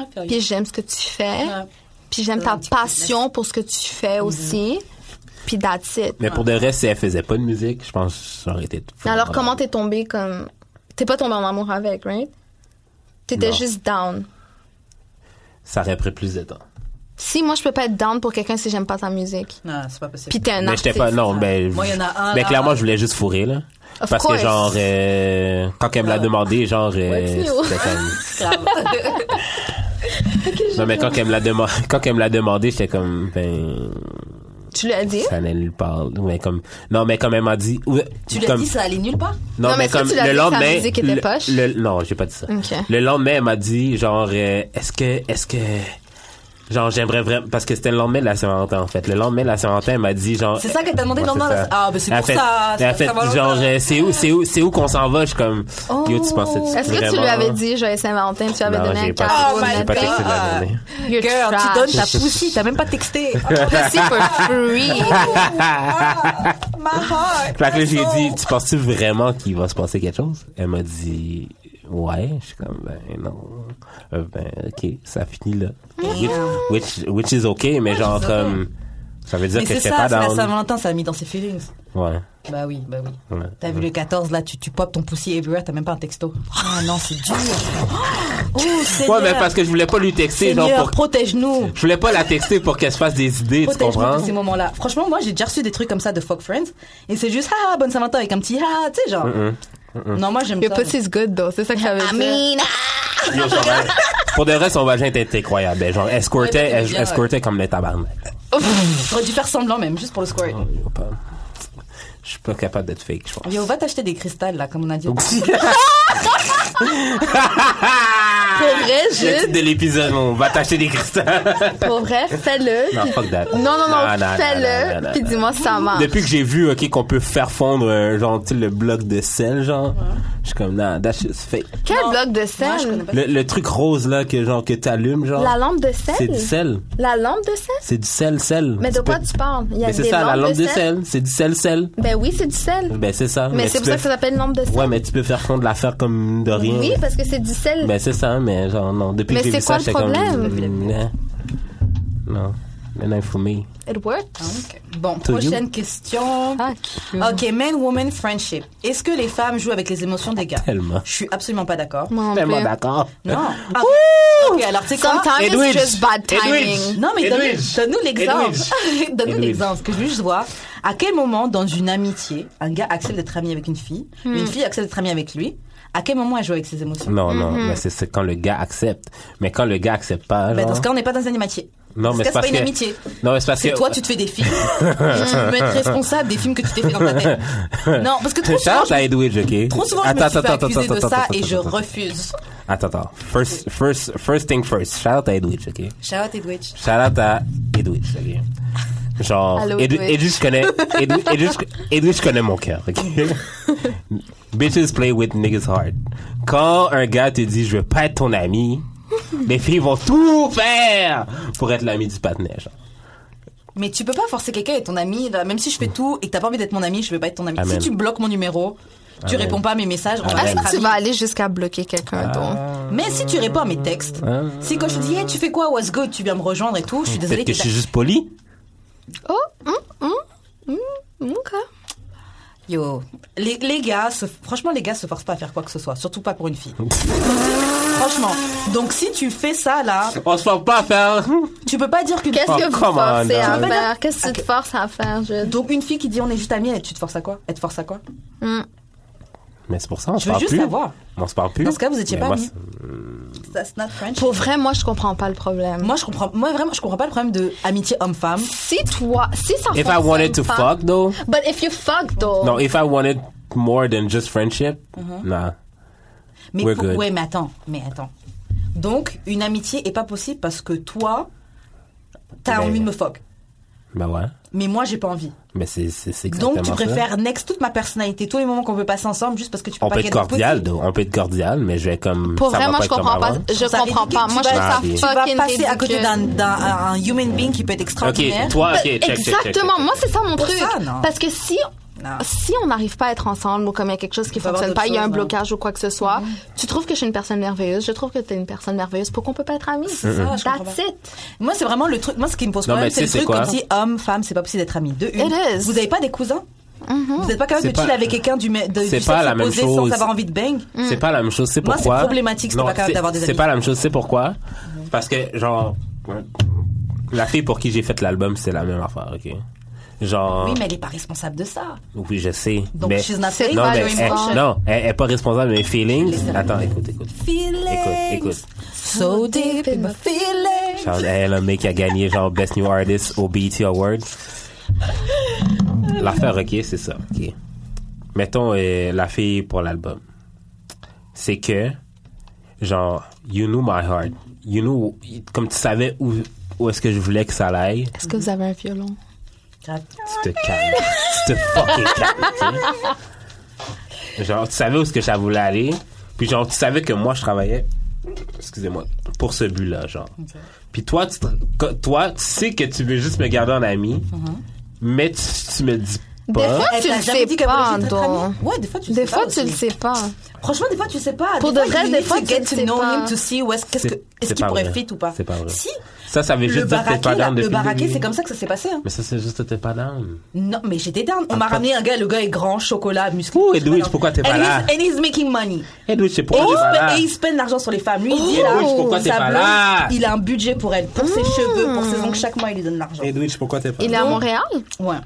[SPEAKER 1] Ah, purée.
[SPEAKER 3] Puis j'aime ce que tu fais.
[SPEAKER 1] Ouais.
[SPEAKER 3] Puis j'aime ta passion pour ce que tu fais
[SPEAKER 1] Mhm.
[SPEAKER 3] aussi. Puis that's it.
[SPEAKER 2] Mais pour de reste, si elle faisait pas de musique, je pense que ça aurait été.
[SPEAKER 3] Alors, comment t'es tombée comme. T'es pas tombée en amour avec, right? T'étais
[SPEAKER 2] Non.
[SPEAKER 3] juste down.
[SPEAKER 2] Ça aurait pris plus de temps.
[SPEAKER 3] Si, moi, je peux pas être down pour quelqu'un si j'aime pas ta musique.
[SPEAKER 1] Non, c'est pas possible.
[SPEAKER 3] Puis t'es un
[SPEAKER 2] mais
[SPEAKER 3] artiste.
[SPEAKER 2] j'étais pas. Non, ben.
[SPEAKER 1] Moi, il y en a un,
[SPEAKER 2] Ben,
[SPEAKER 1] là.
[SPEAKER 2] clairement, je voulais juste fourrer, là.
[SPEAKER 3] Of
[SPEAKER 2] Parce
[SPEAKER 3] course.
[SPEAKER 2] que, genre, euh, quand elle me l'a demandé, genre. euh,
[SPEAKER 3] What's new?
[SPEAKER 2] c'était comme-
[SPEAKER 1] Grave.
[SPEAKER 2] Non, mais quand elle me l'a demandé, quand elle me l'a demandé, j'étais comme, ben,
[SPEAKER 3] Tu l'as dit?
[SPEAKER 2] ça n'allait nulle part. Mais comme, non, mais comme elle m'a dit, ou-
[SPEAKER 1] tu l'as
[SPEAKER 2] comme-
[SPEAKER 1] dit, ça allait nulle part
[SPEAKER 2] non,
[SPEAKER 3] Non, mais
[SPEAKER 2] mais
[SPEAKER 3] est-ce que
[SPEAKER 2] comme
[SPEAKER 3] tu l'as
[SPEAKER 2] le
[SPEAKER 3] dit que sa
[SPEAKER 2] lendemain,
[SPEAKER 3] musique était
[SPEAKER 2] le-
[SPEAKER 3] poche?
[SPEAKER 2] le- non, j'ai pas dit ça.
[SPEAKER 3] Ok.
[SPEAKER 2] Le lendemain, elle m'a dit, genre, euh, est-ce que, est-ce que, genre, j'aimerais vraiment, parce que c'était le lendemain de la Saint-Valentin, en fait. Le lendemain de la Saint-Valentin, elle m'a dit, genre.
[SPEAKER 1] C'est ça qu'elle t'a demandé le
[SPEAKER 2] Ouais,
[SPEAKER 1] lendemain,
[SPEAKER 2] c'est
[SPEAKER 1] là,
[SPEAKER 2] ça.
[SPEAKER 1] c'est- ah, ben, c'est
[SPEAKER 2] Elle
[SPEAKER 1] pour
[SPEAKER 2] fait-
[SPEAKER 1] ça, c'est
[SPEAKER 2] Elle
[SPEAKER 1] la
[SPEAKER 2] fait,
[SPEAKER 1] Saint-Valentin.
[SPEAKER 2] genre, euh, c'est où, c'est où, c'est où qu'on s'en va? Je suis comme, yo, tu pensais
[SPEAKER 3] Oh. Est-ce que tu lui
[SPEAKER 2] vraiment-
[SPEAKER 3] avais dit Joyeux Saint-Valentin, tu lui avais
[SPEAKER 2] Non,
[SPEAKER 3] donné
[SPEAKER 2] j'ai
[SPEAKER 3] un
[SPEAKER 2] pas
[SPEAKER 3] cadeau?
[SPEAKER 1] Oh my
[SPEAKER 2] j'ai pas
[SPEAKER 1] God.
[SPEAKER 2] texté de la journée.
[SPEAKER 3] You're
[SPEAKER 1] Girl,
[SPEAKER 3] trash.
[SPEAKER 1] tu donnes ta poussie, t'as même pas texté. Oh,
[SPEAKER 3] Pussy for free.
[SPEAKER 1] Ah, my heart.
[SPEAKER 2] Fait que là, j'ai
[SPEAKER 1] my soul.
[SPEAKER 2] dit, tu penses-tu vraiment qu'il va se passer quelque chose? Elle m'a dit, ouais. Je suis comme, ben non. Euh, Ben, ok, ça finit là. Which,
[SPEAKER 1] Mm.
[SPEAKER 2] which, which is ok, mais genre
[SPEAKER 1] c'est
[SPEAKER 2] comme, ça veut dire
[SPEAKER 1] Mais
[SPEAKER 2] que
[SPEAKER 1] c'est
[SPEAKER 2] j'étais
[SPEAKER 1] ça,
[SPEAKER 2] pas
[SPEAKER 1] c'est la
[SPEAKER 2] down.
[SPEAKER 1] Saint-Valentin, ça a mis dans ses feelings.
[SPEAKER 2] Ouais.
[SPEAKER 1] Bah oui, bah oui.
[SPEAKER 2] Ouais.
[SPEAKER 1] T'as vu le 14, là, tu, tu popes ton poussi everywhere, t'as même pas un texto. Ah non, c'est dur. Oh,
[SPEAKER 2] Ouais, mais parce que je voulais pas lui texter, genre pour.
[SPEAKER 1] protège-nous.
[SPEAKER 2] Je voulais pas la texter pour qu'elle se fasse des idées, tu
[SPEAKER 1] Protège-nous
[SPEAKER 2] comprends?
[SPEAKER 1] de ces moments-là. Franchement, moi, j'ai déjà reçu des trucs comme ça de fuck friends. Et c'est juste, ah, bonne Saint-Valentin avec un petit, ah, tu sais, genre. Non, moi, j'aime
[SPEAKER 3] Your
[SPEAKER 1] ça.
[SPEAKER 3] pussy's good, though. C'est ça que j'avais dit.
[SPEAKER 2] Yo, genre, elle- pour de vrai, son vagin était incroyable. Ben, Genre, escortait,
[SPEAKER 1] Ouais, mais
[SPEAKER 2] elle
[SPEAKER 1] c'est bien, ouais.
[SPEAKER 2] escortait comme le tabarnak.
[SPEAKER 1] J'aurais dû faire semblant, même, juste pour le squirt.
[SPEAKER 2] Oh, yo, pas- Je suis pas capable d'être fake, je pense.
[SPEAKER 1] Yo, va t'acheter des cristals, là, comme on a dit.
[SPEAKER 3] Pour vrai,
[SPEAKER 2] Le titre
[SPEAKER 3] Jude,
[SPEAKER 2] de l'épisode, on va t'acheter des cristals.
[SPEAKER 3] pour vrai, fais-le.
[SPEAKER 2] Non,
[SPEAKER 3] puis-
[SPEAKER 2] fuck that.
[SPEAKER 3] Non, non, non,
[SPEAKER 2] non, non,
[SPEAKER 3] fais-le. Puis
[SPEAKER 2] non.
[SPEAKER 3] dis-moi si ça marche.
[SPEAKER 2] Depuis que j'ai vu, ok, qu'on peut faire fondre, euh, genre, tu sais, le bloc de sel, genre, je suis comme, non, that shit's fake.
[SPEAKER 3] Quel
[SPEAKER 1] Non.
[SPEAKER 3] bloc de
[SPEAKER 1] Moi, je connais
[SPEAKER 3] sel?
[SPEAKER 1] pas.
[SPEAKER 2] Le, le truc rose, là, que, genre, que t'allumes, genre.
[SPEAKER 3] La lampe de
[SPEAKER 2] C'est du
[SPEAKER 3] sel?
[SPEAKER 2] sel.
[SPEAKER 3] La lampe de sel?
[SPEAKER 2] C'est du sel, sel.
[SPEAKER 3] Mais de
[SPEAKER 2] Tu
[SPEAKER 3] quoi
[SPEAKER 2] peux-
[SPEAKER 3] tu parles? Il y a
[SPEAKER 2] Mais c'est
[SPEAKER 3] des
[SPEAKER 2] ça, la
[SPEAKER 3] lampes
[SPEAKER 2] lampe de
[SPEAKER 3] sel?
[SPEAKER 2] sel. C'est du sel, sel.
[SPEAKER 3] Ben oui, c'est du sel.
[SPEAKER 2] Ben, c'est ça.
[SPEAKER 3] Mais
[SPEAKER 2] tu
[SPEAKER 3] c'est pour ça
[SPEAKER 2] peux-
[SPEAKER 3] que ça s'appelle lampe de sel.
[SPEAKER 2] Ouais, mais tu peux faire fondre l'affaire comme de rien.
[SPEAKER 3] Oui, parce que c'est du sel.
[SPEAKER 2] Ben, c'est ça, mais genre, non. Depuis
[SPEAKER 3] Mais
[SPEAKER 2] que j'ai
[SPEAKER 3] c'est
[SPEAKER 2] vu ça,
[SPEAKER 3] quoi le
[SPEAKER 2] j'étais comme.
[SPEAKER 3] problème?
[SPEAKER 2] Non. Non. Maintenant, il faut me.
[SPEAKER 3] It works.
[SPEAKER 1] Ok. Bon,
[SPEAKER 2] To you.
[SPEAKER 1] prochaine question.
[SPEAKER 2] Ah,
[SPEAKER 3] Fuck.
[SPEAKER 1] Ok, man-woman friendship. Est-ce que les femmes jouent avec les émotions des gars
[SPEAKER 2] Tellement.
[SPEAKER 1] Je suis absolument pas d'accord.
[SPEAKER 3] Mon
[SPEAKER 2] Tellement
[SPEAKER 3] Dieu.
[SPEAKER 2] d'accord.
[SPEAKER 1] Non. Ah, ok, alors c'est quoi
[SPEAKER 3] Sometimes it's
[SPEAKER 2] Edwidge.
[SPEAKER 3] just bad
[SPEAKER 2] Edwidge.
[SPEAKER 3] timing.
[SPEAKER 1] Non, mais donne-
[SPEAKER 2] Edwidge.
[SPEAKER 1] donne-nous l'exemple.
[SPEAKER 2] Edwidge.
[SPEAKER 1] donne-nous
[SPEAKER 2] Edwidge.
[SPEAKER 1] l'exemple. Parce que je veux juste voir à quel moment, dans une amitié, un gars accepte d'être ami avec une fille, une fille accepte d'être amie avec lui. À quel moment elle joue avec ses émotions
[SPEAKER 2] Non, non, mais c'est- c'est quand le gars accepte. Mais quand le gars accepte pas, genre...
[SPEAKER 1] Mhm. Ben, Dans ce cas, on n'est pas dans une amitié.
[SPEAKER 2] non,
[SPEAKER 1] Dans ce
[SPEAKER 2] mais c'est
[SPEAKER 1] cas,
[SPEAKER 2] parce
[SPEAKER 1] pas une
[SPEAKER 2] que...
[SPEAKER 1] amitié.
[SPEAKER 2] Non, mais c'est parce
[SPEAKER 1] C'est
[SPEAKER 2] que...
[SPEAKER 1] toi, tu te fais des films. tu veux être responsable des films que tu t'es fait dans ta tête. Non, parce que trop souvent,
[SPEAKER 2] Charles
[SPEAKER 1] je,
[SPEAKER 2] à Edwidge, OK?
[SPEAKER 1] trop souvent, je me suis fait accuser de ça et je
[SPEAKER 2] attends,
[SPEAKER 1] refuse.
[SPEAKER 2] attends, attends. First, first, first thing first. Shout out à Edwidge, OK?
[SPEAKER 1] Shout out Edwidge.
[SPEAKER 2] Shout out à Edwidge, OK? Genre,
[SPEAKER 3] Allô,
[SPEAKER 2] Edwi-
[SPEAKER 3] Edwidge.
[SPEAKER 2] Edwidge connaît, Edwi- Edwidge, Edwidge connaît mon cœur, OK? Bitches play with niggas hard. Quand un gars te dit, je veux pas être ton ami, les filles vont tout faire pour être l'ami du patinet, genre.
[SPEAKER 1] Mais tu peux pas forcer quelqu'un à être ton ami. là. Même si je fais tout et que t'as pas envie d'être mon ami, je veux pas être ton ami.
[SPEAKER 2] Amen. Ah,
[SPEAKER 1] Si tu bloques mon numéro, tu réponds pas à mes messages, on va
[SPEAKER 2] Amen.
[SPEAKER 1] être
[SPEAKER 3] Est-ce que tu
[SPEAKER 1] amis.
[SPEAKER 3] vas aller jusqu'à bloquer quelqu'un d'autre?
[SPEAKER 1] Mais si tu réponds à mes textes,
[SPEAKER 2] Ah.
[SPEAKER 1] si quand je te dis, hey, tu fais quoi, what's good, tu viens me rejoindre et tout, je suis désolée.
[SPEAKER 2] Peut-être que
[SPEAKER 1] t'es
[SPEAKER 2] je suis juste poli.
[SPEAKER 3] Oh, hum, hum, hum, ok.
[SPEAKER 1] Yo, les, les gars, se- franchement, les gars se forcent pas à faire quoi que ce soit, surtout pas pour une fille. franchement. Donc si tu fais ça là,
[SPEAKER 2] On se forme pas à faire.
[SPEAKER 1] tu peux pas dire que. Ah.
[SPEAKER 3] Qu'est-ce
[SPEAKER 2] Oh,
[SPEAKER 3] que vous
[SPEAKER 2] come on,
[SPEAKER 3] forcez à
[SPEAKER 2] Dom.
[SPEAKER 3] faire? Qu'est-ce que tu te forces à faire, Jude?
[SPEAKER 1] Donc une fille qui dit on est juste amis, elle- tu te forces à quoi Elle te force à quoi
[SPEAKER 2] Mais c'est pour ça, on
[SPEAKER 1] Je
[SPEAKER 2] se
[SPEAKER 1] veux
[SPEAKER 2] parle
[SPEAKER 1] juste
[SPEAKER 2] plus.
[SPEAKER 1] savoir.
[SPEAKER 2] On se parle plus.
[SPEAKER 1] Dans ce cas, vous étiez
[SPEAKER 2] Mais
[SPEAKER 1] pas
[SPEAKER 2] moi,
[SPEAKER 1] amis.
[SPEAKER 2] c'est-
[SPEAKER 1] That's not French.
[SPEAKER 3] Pour vrai, moi, je comprends pas le problème.
[SPEAKER 1] Moi je comprends, moi vraiment je comprends pas le problème de amitié homme-femme.
[SPEAKER 3] si toi, si ça
[SPEAKER 2] If I
[SPEAKER 3] fonctionne
[SPEAKER 2] wanted to
[SPEAKER 3] pas-
[SPEAKER 2] fuck, though.
[SPEAKER 3] But if you fuck,
[SPEAKER 1] Oh.
[SPEAKER 3] though.
[SPEAKER 2] Non, if I wanted more than just friendship,
[SPEAKER 1] Uh-huh.
[SPEAKER 2] nah.
[SPEAKER 1] Mais
[SPEAKER 2] We're
[SPEAKER 1] pour-
[SPEAKER 2] good.
[SPEAKER 1] ouais mais attends, mais attends. Donc une amitié est pas possible parce que toi, t'as
[SPEAKER 2] Ben-
[SPEAKER 1] envie de me fuck,
[SPEAKER 2] Ben ouais.
[SPEAKER 1] mais moi j'ai pas envie.
[SPEAKER 2] Mais c'est c'est- c'est exactement
[SPEAKER 1] Donc tu
[SPEAKER 2] ça.
[SPEAKER 1] préfères next toute ma personnalité, tous les moments qu'on peut passer ensemble juste parce que tu peux
[SPEAKER 2] On
[SPEAKER 1] pas
[SPEAKER 2] peut être
[SPEAKER 1] get the pussy.
[SPEAKER 2] cordial, though. On peut être cordial, mais je vais comme.
[SPEAKER 3] Pour
[SPEAKER 2] ça
[SPEAKER 3] vrai,
[SPEAKER 2] va
[SPEAKER 3] moi,
[SPEAKER 2] pas
[SPEAKER 3] je
[SPEAKER 2] être comme
[SPEAKER 3] comprends pas.
[SPEAKER 2] avant.
[SPEAKER 3] Je
[SPEAKER 1] Ça
[SPEAKER 3] comprends
[SPEAKER 1] ridicule,
[SPEAKER 3] pas.
[SPEAKER 1] tu
[SPEAKER 3] Moi, je
[SPEAKER 1] vas-
[SPEAKER 3] trouve ça
[SPEAKER 2] tu
[SPEAKER 1] Tu vas
[SPEAKER 3] fucking
[SPEAKER 1] passer à côté
[SPEAKER 3] ridicule.
[SPEAKER 1] d'un d'un- un human being qui peut être extraordinaire.
[SPEAKER 2] Ok, toi, ok,
[SPEAKER 3] But
[SPEAKER 2] check, check, check, check,
[SPEAKER 3] Exactement.
[SPEAKER 2] check.
[SPEAKER 3] Moi, c'est ça mon
[SPEAKER 1] Pour
[SPEAKER 3] truc.
[SPEAKER 1] ça, non.
[SPEAKER 3] Parce que si
[SPEAKER 1] Non.
[SPEAKER 3] Si on n'arrive pas à être ensemble ou comme il y a quelque chose qui
[SPEAKER 1] Il peut y avoir
[SPEAKER 3] fonctionne pas, il y a un
[SPEAKER 1] d'autres choses,
[SPEAKER 3] blocage ou quoi que ce soit, tu trouves que je suis une personne merveilleuse, je trouve que tu es une personne merveilleuse, pourquoi on peut pas être amis?
[SPEAKER 1] C'est ça, je comprends
[SPEAKER 3] That's
[SPEAKER 1] pas.
[SPEAKER 3] it.
[SPEAKER 1] Moi, c'est vraiment le truc. Moi, ce qui me pose
[SPEAKER 2] Non,
[SPEAKER 1] problème,
[SPEAKER 2] mais
[SPEAKER 1] c'est
[SPEAKER 2] tu
[SPEAKER 1] le
[SPEAKER 2] sais,
[SPEAKER 1] truc
[SPEAKER 2] c'est
[SPEAKER 1] comme
[SPEAKER 2] quoi?
[SPEAKER 1] si homme, femme, c'est pas possible d'être amis. De une,
[SPEAKER 3] It is. Mm-hmm.
[SPEAKER 1] vous n'avez pas des cousins Vous n'êtes pas capable
[SPEAKER 2] C'est
[SPEAKER 1] de chill
[SPEAKER 2] pas-
[SPEAKER 1] avec quelqu'un du, ma- de- du
[SPEAKER 2] C'est
[SPEAKER 1] sexe
[SPEAKER 2] pas la même
[SPEAKER 1] opposé
[SPEAKER 2] chose. Ah.
[SPEAKER 1] sans avoir envie de bang
[SPEAKER 2] C'est pas la même chose, c'est
[SPEAKER 1] Moi,
[SPEAKER 2] pourquoi.
[SPEAKER 1] c'est problématique, c'est
[SPEAKER 2] Non,
[SPEAKER 1] pas capable
[SPEAKER 2] c'est-
[SPEAKER 1] d'avoir des
[SPEAKER 2] C'est
[SPEAKER 1] amis.
[SPEAKER 2] pas la même chose, c'est pourquoi. Parce que, genre, la fille pour qui j'ai fait l'album, c'est la même affaire, ok? Genre,
[SPEAKER 1] Oui,
[SPEAKER 2] oui,
[SPEAKER 1] mais elle n'est pas responsable de ça.
[SPEAKER 2] je sais.
[SPEAKER 1] Donc,
[SPEAKER 2] mais,
[SPEAKER 1] she's not
[SPEAKER 3] C'est
[SPEAKER 1] paying
[SPEAKER 2] non,
[SPEAKER 3] pas
[SPEAKER 1] for
[SPEAKER 2] mais
[SPEAKER 1] your
[SPEAKER 3] le
[SPEAKER 2] elle,
[SPEAKER 3] même
[SPEAKER 1] emotion.
[SPEAKER 2] non, elle est pas responsable de mes feelings. Attends, écoute, écoute.
[SPEAKER 1] Feelings.
[SPEAKER 2] Écoute, écoute.
[SPEAKER 1] So deep in my feelings.
[SPEAKER 2] Genre, elle, un mec qui a gagné, genre, Best New Artist au BET Awards. L'affaire, ok, c'est ça, ok. Mettons, euh, la fille pour l'album. C'est que, genre, you knew my heart. You knew, comme tu savais où, où est-ce que je voulais que ça aille.
[SPEAKER 3] Est-ce que vous avez un violon?
[SPEAKER 2] Tu te calmes. tu te fucking calmes, tu sais. Genre, tu savais où est-ce que ça voulait aller. Puis, genre, tu savais que moi, je travaillais, excusez-moi, pour ce but-là, genre. Puis toi, tu, te- co- toi, tu sais que tu veux juste me garder en ami, mais tu, tu me dis
[SPEAKER 3] Des
[SPEAKER 2] pas.
[SPEAKER 3] fois,
[SPEAKER 1] Elle
[SPEAKER 3] tu
[SPEAKER 1] t'a
[SPEAKER 3] le
[SPEAKER 1] Eh, jamais
[SPEAKER 3] sais
[SPEAKER 1] dit qu'elle voulait
[SPEAKER 3] pas,
[SPEAKER 1] juste être
[SPEAKER 3] donc.
[SPEAKER 1] amie Ouais, des fois, tu le
[SPEAKER 3] Des
[SPEAKER 1] sais
[SPEAKER 3] fois,
[SPEAKER 1] pas
[SPEAKER 3] tu le
[SPEAKER 1] aussi.
[SPEAKER 3] sais pas.
[SPEAKER 1] Franchement, des fois, tu sais pas.
[SPEAKER 3] Pour
[SPEAKER 1] Des
[SPEAKER 3] de
[SPEAKER 1] fois,
[SPEAKER 3] vrai,
[SPEAKER 1] you
[SPEAKER 3] des
[SPEAKER 1] need
[SPEAKER 3] fois,
[SPEAKER 1] to
[SPEAKER 3] tu
[SPEAKER 1] get
[SPEAKER 3] le
[SPEAKER 1] to
[SPEAKER 3] sais
[SPEAKER 1] know
[SPEAKER 3] pas.
[SPEAKER 1] him to see où est-ce qu'est-ce que-
[SPEAKER 2] C'est-
[SPEAKER 1] est-ce
[SPEAKER 2] c'est
[SPEAKER 1] qu'il
[SPEAKER 2] pas
[SPEAKER 1] pourrait
[SPEAKER 2] vrai.
[SPEAKER 1] fit ou pas.
[SPEAKER 2] C'est pas vrai.
[SPEAKER 1] Si.
[SPEAKER 2] Ça, ça veut
[SPEAKER 1] Le
[SPEAKER 2] juste dire que t'es pas
[SPEAKER 1] baraqué, là,
[SPEAKER 2] down
[SPEAKER 1] le
[SPEAKER 2] depuis
[SPEAKER 1] baraqué,
[SPEAKER 2] début.
[SPEAKER 1] c'est comme ça que ça s'est passé. hein.
[SPEAKER 2] Mais ça, c'est juste que t'es pas down.
[SPEAKER 1] Non, mais j'étais down. On
[SPEAKER 2] Ah,
[SPEAKER 1] m'a
[SPEAKER 2] pas-
[SPEAKER 1] ramené un gars, le gars est grand, chocolat, musclé.
[SPEAKER 2] Ouh, Edwidge, pourquoi t'es pas
[SPEAKER 1] And
[SPEAKER 2] là?
[SPEAKER 1] he's- And he's making money.
[SPEAKER 2] Edwidge, c'est
[SPEAKER 1] Et
[SPEAKER 2] pourquoi
[SPEAKER 1] il,
[SPEAKER 2] t'es pas là?
[SPEAKER 1] spend, et Oh, il spend l'argent sur les femmes. Lui, il dit là,
[SPEAKER 2] Edwidge, pourquoi t'es
[SPEAKER 1] sa
[SPEAKER 2] pas
[SPEAKER 1] blonde,
[SPEAKER 2] là
[SPEAKER 1] il a un budget pour elle, pour
[SPEAKER 3] Ah.
[SPEAKER 1] ses cheveux, pour ses ongles. Chaque mois, il lui donne l'argent.
[SPEAKER 2] Edwidge, pourquoi t'es pas
[SPEAKER 3] Il est à Montréal?
[SPEAKER 1] Ouais.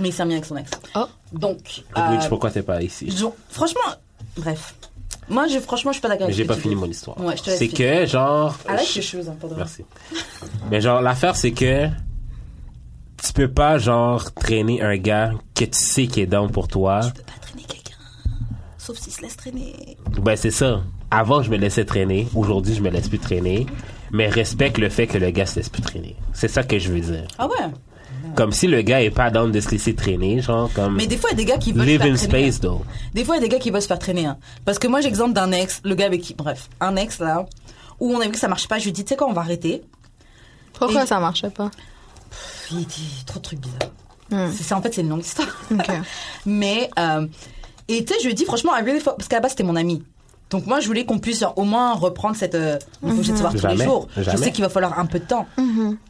[SPEAKER 1] Mais il s'est mis avec son ex.
[SPEAKER 3] Oh.
[SPEAKER 1] Donc,
[SPEAKER 2] Edwidge,
[SPEAKER 1] euh,
[SPEAKER 2] pourquoi t'es pas ici?
[SPEAKER 1] je- franchement, bref. Moi, je, franchement, je suis pas d'accord
[SPEAKER 2] Mais
[SPEAKER 1] avec
[SPEAKER 2] j'ai
[SPEAKER 1] ce
[SPEAKER 2] pas
[SPEAKER 1] que tu
[SPEAKER 2] fini
[SPEAKER 1] dis.
[SPEAKER 2] mon histoire.
[SPEAKER 1] Ouais, je te laisse
[SPEAKER 2] c'est
[SPEAKER 1] finir.
[SPEAKER 2] que, genre.
[SPEAKER 1] Arrête
[SPEAKER 2] je-
[SPEAKER 1] tes choses, hein, pour de vrai.
[SPEAKER 2] Merci. Mais genre, l'affaire, c'est que tu peux pas, genre, traîner un gars que tu sais qui est down pour toi.
[SPEAKER 1] Tu peux pas traîner quelqu'un. Sauf s'il se laisse traîner.
[SPEAKER 2] Ben, c'est ça. Avant, je me laissais traîner. Aujourd'hui, je me laisse plus traîner. Mais respecte le fait que le gars se laisse plus traîner. C'est ça que je veux dire.
[SPEAKER 1] Ah ouais.
[SPEAKER 2] Comme si le gars est pas down de se laisser traîner, genre, comme.
[SPEAKER 1] Mais des fois, il y a des gars qui veulent. se
[SPEAKER 2] Live
[SPEAKER 1] faire
[SPEAKER 2] in
[SPEAKER 1] traîner. hein.
[SPEAKER 2] space, though.
[SPEAKER 1] Des fois, il y a des gars qui veulent se faire traîner. hein. Parce que moi, j'ai exemple d'un ex, le gars avec qui. Bref, un ex là, où on a vu que ça marchait pas. Je lui dis, tu sais quoi, on va arrêter.
[SPEAKER 3] Pourquoi
[SPEAKER 1] Et-
[SPEAKER 3] ça marchait pas?
[SPEAKER 1] Puis il dit trop de trucs bizarres. C'est ça, en fait, c'est une longue histoire.
[SPEAKER 3] Ok.
[SPEAKER 1] Mais, euh, et tu sais, je lui dis franchement, I really fuck- parce qu'à la base, c'était mon ami. Donc moi, je voulais qu'on puisse genre, au moins reprendre cette. Euh, on est obligé de se voir tous les
[SPEAKER 2] Jamais,
[SPEAKER 1] jours. Je
[SPEAKER 2] jamais.
[SPEAKER 1] sais qu'il va falloir un peu de temps.